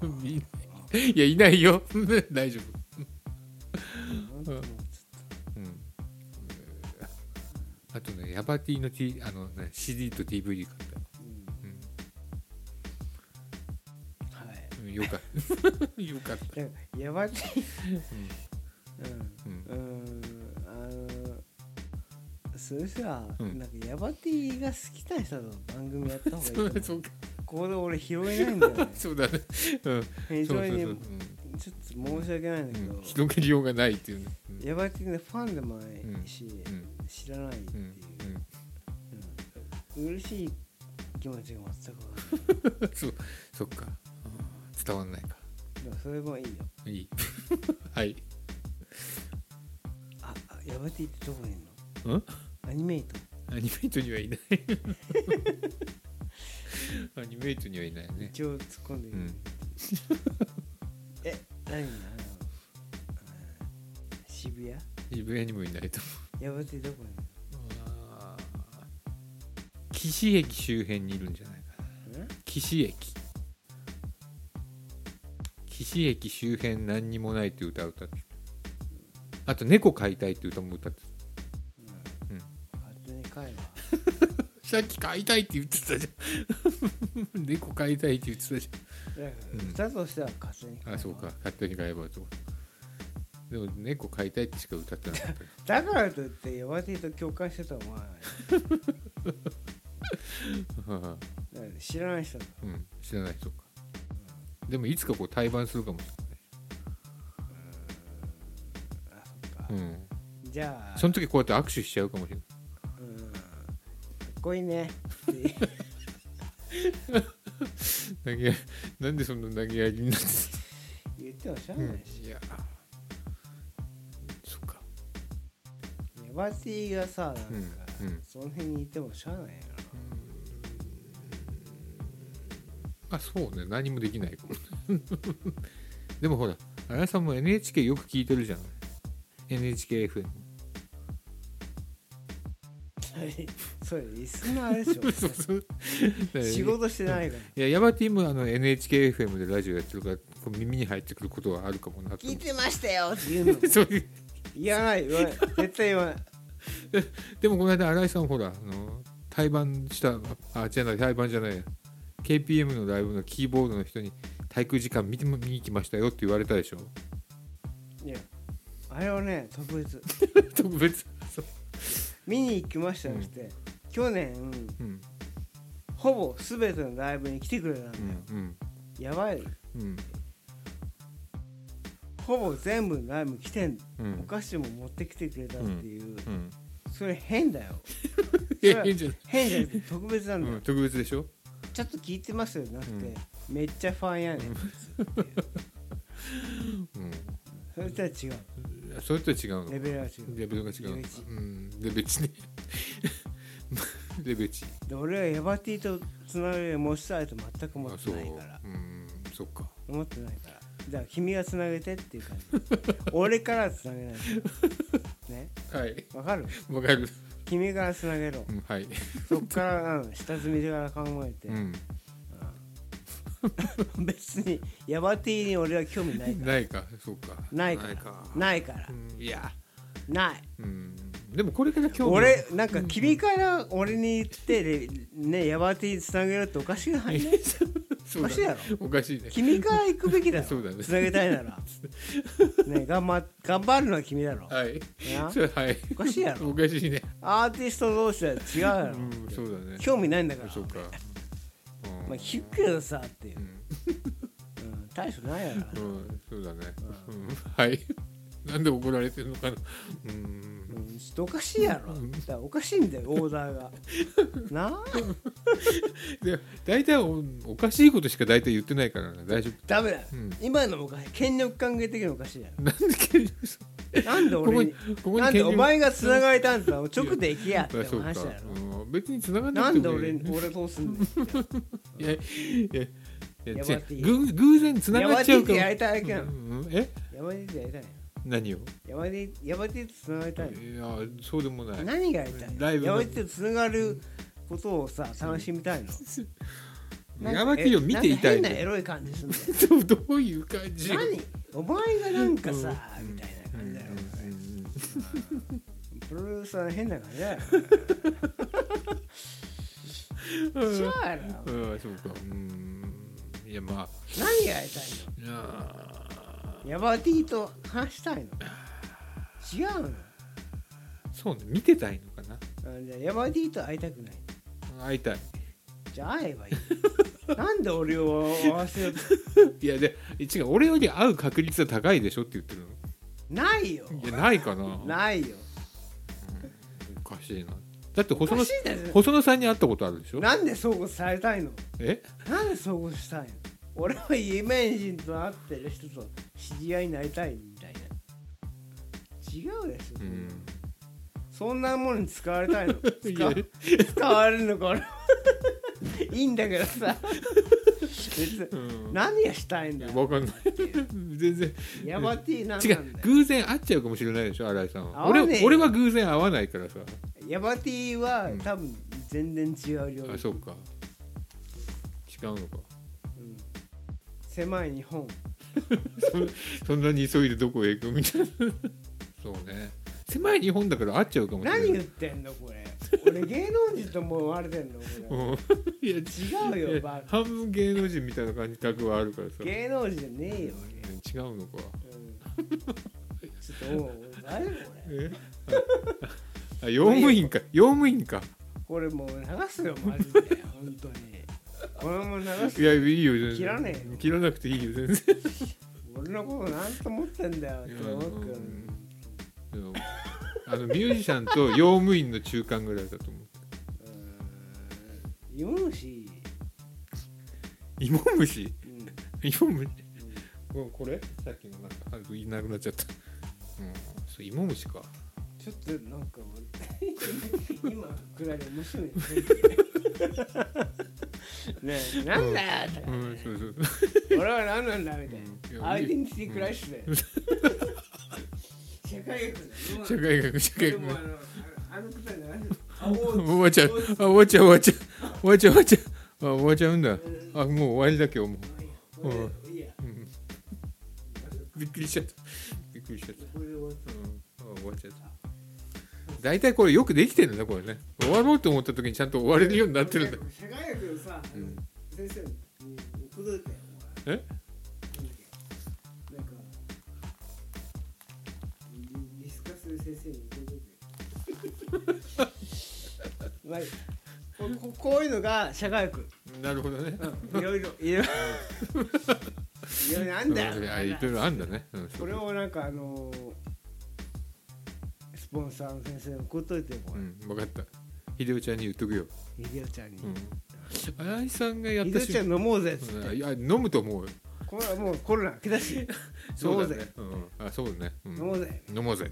Speaker 1: ら
Speaker 2: ょ。
Speaker 1: い いやいないよ大丈夫、
Speaker 2: なんかもうちょ
Speaker 1: うん、えーあとねヤバティの,、T あのね、CD と DVD 買ったよ
Speaker 2: っとうん
Speaker 1: うん
Speaker 2: はい。
Speaker 1: うん、よかった よかった、
Speaker 2: だからやばい。
Speaker 1: うん
Speaker 2: うん。うん。あの、それさ、
Speaker 1: うん
Speaker 2: なんかヤバティが好きな人と番組やった方がいいと思う。
Speaker 1: そうか
Speaker 2: ここで俺拾えないんだよね
Speaker 1: そうだね。うん。
Speaker 2: 非
Speaker 1: そ
Speaker 2: 常
Speaker 1: うそうそう。う
Speaker 2: にちょっ
Speaker 1: ん
Speaker 2: と申し訳ないんだけ
Speaker 1: う
Speaker 2: ど
Speaker 1: ん、広げりようがないっていうね。うん
Speaker 2: ヤバい的なファンでもないし、
Speaker 1: うん
Speaker 2: 知らないってい
Speaker 1: うん
Speaker 2: う、うん嬉しい気持ちが全くわかんない
Speaker 1: うん。そうそっか。うん伝わんないか。
Speaker 2: でもそれもいいよ
Speaker 1: い い。はい。
Speaker 2: ああヤバティってどこにいる
Speaker 1: うん？
Speaker 2: のアニメイト
Speaker 1: アニメイトにはいない。 アニメイトにはいないね。
Speaker 2: 一応突っ込んでいい、
Speaker 1: うん
Speaker 2: え何なのあー渋谷
Speaker 1: 渋谷にもいないと
Speaker 2: ヤバティどこに
Speaker 1: 思う。岸駅周辺にいるんじゃないかな。
Speaker 2: いるのん
Speaker 1: 岸駅。岸駅周辺何にもないっていう歌を歌ってた。あと猫飼いたいっていう歌も歌ってた。うん
Speaker 2: 勝手に帰るわ
Speaker 1: さっき飼いたいって言ってたじゃん。 猫飼いたいって言ってたじ
Speaker 2: だ
Speaker 1: うん
Speaker 2: から歌としては勝手に帰
Speaker 1: ゃ
Speaker 2: る
Speaker 1: ん。
Speaker 2: わ
Speaker 1: あ、そうか。勝手に飼えばそう。でも猫飼いたいってしか歌ってなかった。
Speaker 2: だからといってヤバティと共感してたらお前だから知らない人だ
Speaker 1: うん、知らない人か。でもいつかこう対バンするかもし
Speaker 2: あそっか、
Speaker 1: れない。うん。
Speaker 2: じゃあ
Speaker 1: その時こうやって握手しちゃうかもしれない。
Speaker 2: うんかっこいいねって
Speaker 1: 投げやり なんでそんな投げやりになって
Speaker 2: 言ってもしゃあ
Speaker 1: たの、
Speaker 2: ないし、
Speaker 1: いや。そっか。
Speaker 2: ヤバティがさなんか、
Speaker 1: うんうん
Speaker 2: その辺にいてもしゃあないや
Speaker 1: あ、そうね。何もできないか も。でもほら、荒井さんも NHK よく聞いてるじゃない。NHKFM。
Speaker 2: ろ、 それリスナーでしょ
Speaker 1: そうそう。
Speaker 2: 仕事してないから
Speaker 1: いや、ヤバティもあの NHKFM でラジオやってるから、こう耳に入ってくることはあるかもなと
Speaker 2: 聞
Speaker 1: 思
Speaker 2: い
Speaker 1: って
Speaker 2: ましたよって言うの
Speaker 1: そういう
Speaker 2: 言わない言わない絶対言わない
Speaker 1: でもこの間新井さんほらあの対バンしたあじゃない対バンじゃないや KPM のライブのキーボードの人に「滞空時間見ても見に来ましたよ」って言われたでしょ
Speaker 2: いやあれはね特別
Speaker 1: 特別そう
Speaker 2: 見に行きましたよって、去年
Speaker 1: うん
Speaker 2: ほぼ全てのライブに来てくれたんだ
Speaker 1: う
Speaker 2: よ、
Speaker 1: ん
Speaker 2: やばい
Speaker 1: うん
Speaker 2: ほぼ全部のライブに来てん
Speaker 1: うんうん
Speaker 2: お菓子も持ってきてくれたっていう、
Speaker 1: うん
Speaker 2: それ変だよ
Speaker 1: いや変じゃない
Speaker 2: 変じゃなくて特別なんだよ、
Speaker 1: うん特別でしょ
Speaker 2: ちょっと聞いてますよなくて、
Speaker 1: うん
Speaker 2: めっちゃファンやねん、
Speaker 1: うん
Speaker 2: それとは違う
Speaker 1: それとは違うの
Speaker 2: レベルは違う
Speaker 1: レベルが違うの
Speaker 2: レベ
Speaker 1: か
Speaker 2: チ
Speaker 1: うんレベチね レベチ
Speaker 2: で俺はヤバティとつながりを持ちたいと全く思
Speaker 1: あ
Speaker 2: っ
Speaker 1: そ
Speaker 2: て
Speaker 1: う
Speaker 2: ないから
Speaker 1: うんそっか
Speaker 2: 思ってないからじゃあ君がつなげてっていう感じ 俺からつなげないからね
Speaker 1: はい
Speaker 2: わかる
Speaker 1: わかる
Speaker 2: 君からつなげろ
Speaker 1: うんはい
Speaker 2: そっからうん下積みから考えて、
Speaker 1: うん
Speaker 2: 別にヤバティに俺は興味ないから
Speaker 1: ないかそうか
Speaker 2: ないからないから
Speaker 1: うんいや
Speaker 2: ない
Speaker 1: うんでもこれから興味
Speaker 2: 俺なんか君から俺に言ってでねヤバティにつなげろっておかしくない
Speaker 1: そう
Speaker 2: お
Speaker 1: だ
Speaker 2: かしいやろ
Speaker 1: おかしいね
Speaker 2: 君から行くべきだ
Speaker 1: そ
Speaker 2: ろ
Speaker 1: うだね
Speaker 2: つなげたいな らね頑張頑張るのは君だろ
Speaker 1: はい
Speaker 2: な
Speaker 1: それはい
Speaker 2: おかしいやろ
Speaker 1: おかしいね
Speaker 2: アーティスト同士は違うやろ
Speaker 1: うんそうだね
Speaker 2: 興味ないんだから
Speaker 1: そうかうん
Speaker 2: まあ聞くけどさっていうう、
Speaker 1: ん
Speaker 2: うん、大したないやろ
Speaker 1: うんそうだねうんはい なんで怒られてるのかなうん
Speaker 2: うん、ちょっとおかしいやろだからおかしいんだよオーダー がなあ
Speaker 1: で大体おおかしいことしか大体言ってないからね大丈夫
Speaker 2: ダメだよ、
Speaker 1: うん
Speaker 2: 今のもおかしい権力関係的におかしいや
Speaker 1: なんで権力
Speaker 2: ろなんで
Speaker 1: ここ
Speaker 2: 俺
Speaker 1: に
Speaker 2: に
Speaker 1: ここに
Speaker 2: なん
Speaker 1: 権
Speaker 2: で
Speaker 1: 力
Speaker 2: お前が繋がれたんだ直で行けやって
Speaker 1: あそうか
Speaker 2: 話だろ
Speaker 1: うん別に繋がんな
Speaker 2: な
Speaker 1: く
Speaker 2: ん
Speaker 1: て
Speaker 2: で
Speaker 1: もい
Speaker 2: 俺
Speaker 1: い
Speaker 2: に俺通すんだよ
Speaker 1: いやいやいや
Speaker 2: やば
Speaker 1: 違う
Speaker 2: って
Speaker 1: 偶偶然つな
Speaker 2: ヤ
Speaker 1: がっ
Speaker 2: バ
Speaker 1: ち
Speaker 2: テ
Speaker 1: ゃ
Speaker 2: ィっ
Speaker 1: うか
Speaker 2: て
Speaker 1: も
Speaker 2: やりたいわけな
Speaker 1: う
Speaker 2: の
Speaker 1: んうんえ
Speaker 2: ヤバティってやりたいの
Speaker 1: 何を
Speaker 2: ヤバティヤバティと繋がりたいの
Speaker 1: いやそうでもない
Speaker 2: 何がやりたい
Speaker 1: ライブ
Speaker 2: の
Speaker 1: の
Speaker 2: ヤバティと繋がることをさ楽しみたいのなんか
Speaker 1: ヤバティを見ていたい
Speaker 2: え
Speaker 1: ん
Speaker 2: なんか変な
Speaker 1: だ
Speaker 2: エ
Speaker 1: よ
Speaker 2: ロい感じすんだよ
Speaker 1: どういう感じ
Speaker 2: 何お前がなんかさみたいな感じだよ
Speaker 1: うん
Speaker 2: プロデューサー変な感じだよ違うやろ
Speaker 1: うんそうかうんいやまあ
Speaker 2: 何がやりたいの
Speaker 1: いや
Speaker 2: ヤバティと話したいの違うの
Speaker 1: そうね見てたいのかな
Speaker 2: あじゃあヤバティと会いたくない
Speaker 1: 会いたい
Speaker 2: じゃあ会えばいい なんで俺を合わせようと
Speaker 1: いやで違う俺より合う確率は高いでしょって言ってる
Speaker 2: ないよ
Speaker 1: のいやないかな
Speaker 2: ないよ
Speaker 1: おかしいなだって
Speaker 2: お
Speaker 1: 細
Speaker 2: か
Speaker 1: 野
Speaker 2: しいんだよ
Speaker 1: 細野さんに会ったことあるでしょ
Speaker 2: なんで相互されたいの
Speaker 1: え
Speaker 2: なんで相互したいの俺は有名人と会ってる人と知り合いになりたいみたいな違うでしょ、
Speaker 1: うん
Speaker 2: そんなものに使われたいの
Speaker 1: いや
Speaker 2: 使使われるのか俺いいんだけどさ別に
Speaker 1: うん
Speaker 2: 何がしたいんだよ
Speaker 1: わかんない 全然
Speaker 2: ヤバティなん
Speaker 1: 違
Speaker 2: なんだ
Speaker 1: う
Speaker 2: よ
Speaker 1: 偶然会っちゃうかもしれないでしょ新井さんは
Speaker 2: 合わねえよ
Speaker 1: 俺俺は偶然会わないからさ
Speaker 2: ヤバティは
Speaker 1: うん
Speaker 2: 多分全然違う領
Speaker 1: あ
Speaker 2: 域、
Speaker 1: そうか違うのか
Speaker 2: うん狭い日本
Speaker 1: そそんなに急いでどこへ行くみたいな そうね狭い日本だから会っちゃうかもしれない
Speaker 2: 何言ってんのこれ俺芸能人とも思われてんのこれ
Speaker 1: うんいや
Speaker 2: 違うよバカ
Speaker 1: 半分芸能人みたいな感覚はあるからさ
Speaker 2: 芸能人じゃねえよ
Speaker 1: 違うのか
Speaker 2: 俺、うん、ちょっともう大丈夫これ
Speaker 1: えあ用務員か用務員か
Speaker 2: これもう流すよマジで本当にこれも流す
Speaker 1: い
Speaker 2: よ
Speaker 1: やいいよ全然
Speaker 2: 切らねえよ
Speaker 1: 切らなくていいよ全然
Speaker 2: 俺のことなんと思ってんだよって思う
Speaker 1: うん
Speaker 2: けど
Speaker 1: でもあのミュージシャンと用務員の中間ぐらいだと思う
Speaker 2: うん芋虫
Speaker 1: 芋虫
Speaker 2: うん
Speaker 1: 芋虫ここれさっきのなんかあいなくなっちゃった、うん、そう芋虫か
Speaker 2: ちょっとなんか俺今くらいで面白いねねえなんだよって
Speaker 1: うんそうそう
Speaker 2: 俺は何なんだみたい
Speaker 1: うんいや
Speaker 2: なアイデンティティクライシスだよ社会学
Speaker 1: 社
Speaker 2: だよ
Speaker 1: 会学社会
Speaker 2: で
Speaker 1: 学
Speaker 2: もあのあのくだりなんであおう
Speaker 1: 終わっちゃうあ終わっちゃう終わっちゃう終わっちゃう終わっちゃうあ終わっちゃうんだあもう終わりだ今日も
Speaker 2: これでいいや
Speaker 1: う、うん、びっくりしちゃったびっくりしちゃった
Speaker 2: これで終わっ
Speaker 1: うんあ終わっちゃった大体これよくできてるんだこれね終わろうと思った時にちゃんと終われるようになってるんだ
Speaker 2: 社会学のさ、あの
Speaker 1: うん
Speaker 2: 先生に送るって
Speaker 1: え
Speaker 2: なんかリスカする先生に送るってまあこここういうのが社会学
Speaker 1: なるほどね
Speaker 2: いろいろいろいろいろなんだ
Speaker 1: うんあい
Speaker 2: よ
Speaker 1: ろいろあんだね、うん、
Speaker 2: これをなんかあのースポンサーの先生に送っといても
Speaker 1: うん分かった秀夫ちゃんに言っとくよ、
Speaker 2: ひでおちゃんに
Speaker 1: うん、新井さんがやっ
Speaker 2: ひで
Speaker 1: た
Speaker 2: おちゃん飲もうぜっつって、
Speaker 1: うんいや飲むと思うよ
Speaker 2: これはもうコロナ明けだし飲もうぜ、
Speaker 1: ね、うん、あそうだね、うん、
Speaker 2: 飲もうぜ
Speaker 1: 飲もうぜっ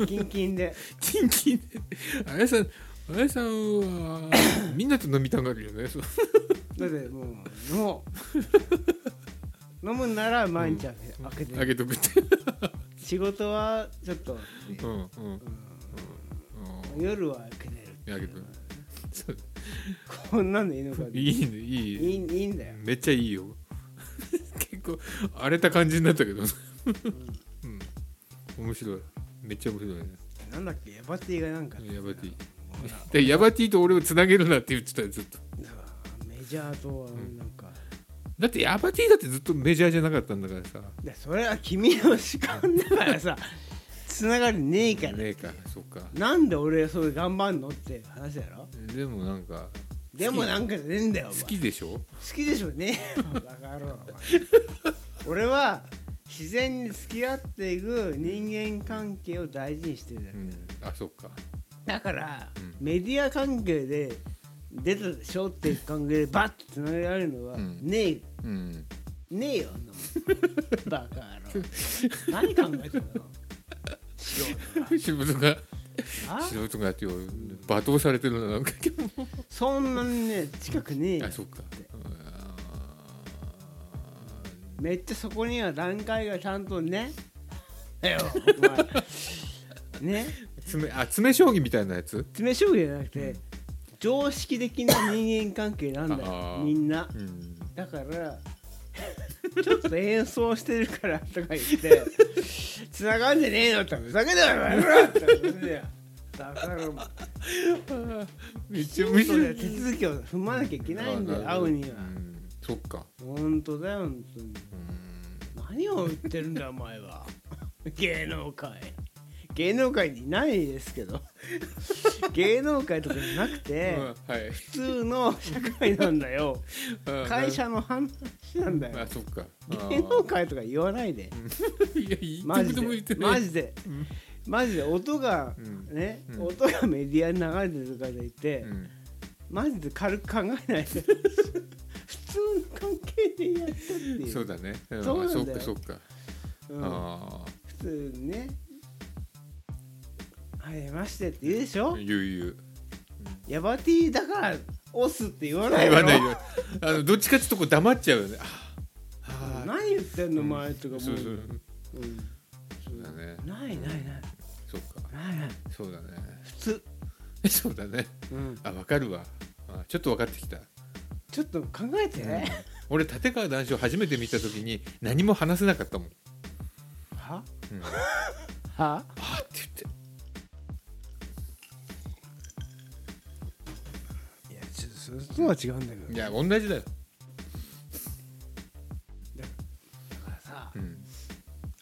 Speaker 1: て
Speaker 2: キンキンで
Speaker 1: キンキンで荒井さん荒井さんはみんなと飲みたがるよねそう
Speaker 2: だってもう飲もう飲むなら毎日開け,、開けて
Speaker 1: あげとくって
Speaker 2: 仕事はちょっと、
Speaker 1: うんうんうんうん
Speaker 2: 夜は開けてる
Speaker 1: あげとくそう
Speaker 2: こんなのいいのかいい
Speaker 1: いいねいい
Speaker 2: いいんだよ
Speaker 1: めっちゃいいよ 結構荒れた感じになったけどうん面白いめっちゃ面白いね
Speaker 2: なんだっけヤバティがなんか
Speaker 1: ヤバティ
Speaker 2: ほら
Speaker 1: でヤバティと俺をつなげるなって言ってたよずっと
Speaker 2: メジャーとはなんか、
Speaker 1: だってヤバティだってずっとメジャーじゃなかったんだからさ
Speaker 2: いやそれは君の主観だから さつながりねえから、
Speaker 1: ねえかそっか
Speaker 2: なんで俺それ頑張んのって話だろ
Speaker 1: でもなんか
Speaker 2: でもなんかじゃねえんだよお前
Speaker 1: 好きでしょ
Speaker 2: 好きでしょうね バカ野郎お前俺は自然に付き合っていく人間関係を大事にしてるだけ
Speaker 1: うんあそっか
Speaker 2: だから、
Speaker 1: ん
Speaker 2: メディア関係で出たでしょっていう関係でバッとつなげられるのは、
Speaker 1: うん
Speaker 2: ねえ
Speaker 1: うん
Speaker 2: ねえよあんなもん バカ野郎何考えてんの素人が
Speaker 1: 仕事が
Speaker 2: あ
Speaker 1: 素人がってよ罵倒されてるななんか今日も
Speaker 2: そんなにね近くねえよ
Speaker 1: あそっか
Speaker 2: めっちゃそこには段階がちゃんと ねえよお前ね
Speaker 1: 爪あ爪将棋みたいなやつ
Speaker 2: 詰め将棋じゃなくて、常識的な人間関係なんだよ
Speaker 1: あー
Speaker 2: みんな
Speaker 1: うん
Speaker 2: だから ちょっと演奏してるからとか言って繋がんじゃねえのってふざけだよお前ほらってことだよだからもう
Speaker 1: めっちゃ面
Speaker 2: そ
Speaker 1: 白
Speaker 2: れはい手続きを踏まなきゃいけないんだよ会うには
Speaker 1: んそっか
Speaker 2: 本当だよ本当に何を言ってるんだお前は 芸能界芸能界にいないですけど芸能界とかじゃなくて、
Speaker 1: はい
Speaker 2: 普通の社会なんだよ会社の話なんだ
Speaker 1: あ
Speaker 2: よ
Speaker 1: そっか
Speaker 2: 芸能界とか言わないで
Speaker 1: いやいい
Speaker 2: マジ
Speaker 1: どこも言って
Speaker 2: で
Speaker 1: ない
Speaker 2: マジでマジで音が
Speaker 1: うん
Speaker 2: ね、
Speaker 1: うん
Speaker 2: 音がメディアに流れてるとかでいて、
Speaker 1: うん
Speaker 2: マジで軽く考えないで 普通の関係でやったっていう
Speaker 1: そうだねうん
Speaker 2: そうな
Speaker 1: そ
Speaker 2: ん
Speaker 1: っ
Speaker 2: だよ
Speaker 1: かそっか
Speaker 2: うん
Speaker 1: あ
Speaker 2: 普通にね「はじめまして」って言うでしょ
Speaker 1: あゆうゆう
Speaker 2: ヤバティだから押すって言わない
Speaker 1: 言
Speaker 2: よ
Speaker 1: わないよあのどっちかっていうとこう黙っちゃうよねああああ
Speaker 2: 何言ってんの前とかもう
Speaker 1: そうそう
Speaker 2: うん
Speaker 1: そうだね
Speaker 2: ないないない
Speaker 1: そっか
Speaker 2: ないない
Speaker 1: そうだね
Speaker 2: 普通、
Speaker 1: そうだね
Speaker 2: うん、
Speaker 1: あわかるわあちょっと分かってきた
Speaker 2: ちょっと考えてね、
Speaker 1: 俺立川談笑初めて見た時に何も話せなかったもん、うん、
Speaker 2: は
Speaker 1: あ
Speaker 2: は
Speaker 1: ーって言っ
Speaker 2: いやちょっとそれとは違うんだけ
Speaker 1: てい
Speaker 2: ど
Speaker 1: や同じだよ、
Speaker 2: だからさ
Speaker 1: うん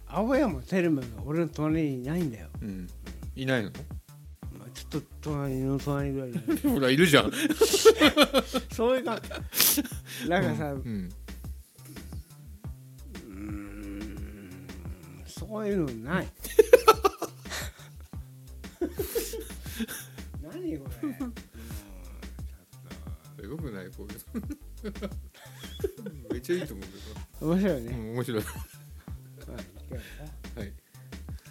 Speaker 2: 青山テルマが俺の隣にいないんだよ、
Speaker 1: うん、いないの
Speaker 2: まあ、ちょっと隣の隣ぐらい だよ
Speaker 1: ほらいるじゃん、
Speaker 2: そういうかなんかさ、
Speaker 1: うん、
Speaker 2: そういうのない。何これ。
Speaker 1: すごくないこういうの めっちゃいいと思う
Speaker 2: 面白い
Speaker 1: け
Speaker 2: ね。
Speaker 1: ど、うん、面白いは
Speaker 2: はい今日はさ
Speaker 1: い
Speaker 2: 今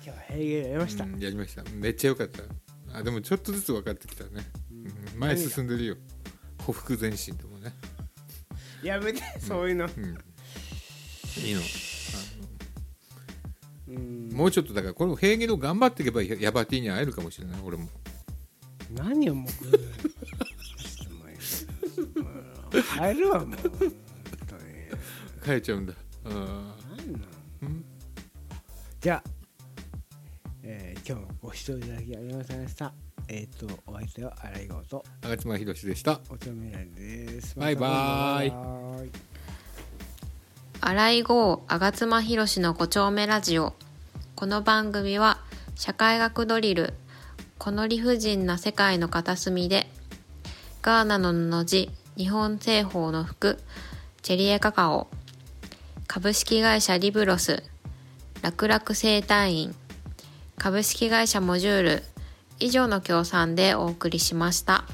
Speaker 2: 日は平芸やりました。
Speaker 1: うんやりましためっちゃ良かったあでもちょっとずつ分かってきたね、うん前進んでるよ歩幅前進でもね、
Speaker 2: やめて、そういうの。
Speaker 1: うん、いいの
Speaker 2: うん
Speaker 1: もうちょっとだからこの平ゲを頑張っていけばヤバティに会えるかもしれない俺も
Speaker 2: 何をもう。ちょっともう入るわもう。本当に
Speaker 1: 帰っちゃうんだうん
Speaker 2: 何なの。じゃあ、えー今日もご視聴いただきありがとうございました。えっ、とお相手は荒井剛と
Speaker 1: 吾妻ひろしでした
Speaker 2: おちょめらです。
Speaker 1: バイバ
Speaker 2: ま
Speaker 1: イ
Speaker 2: た今度バイ
Speaker 5: 荒井剛、あがつまひろしの5丁目ラジオ。この番組は、社会学ドリル、この理不尽な世界の片隅で、ガーナのの字、日本製法の服、チェリエカカオ、株式会社リブロス、楽々生態院、株式会社モジュール、以上の協賛でお送りしました。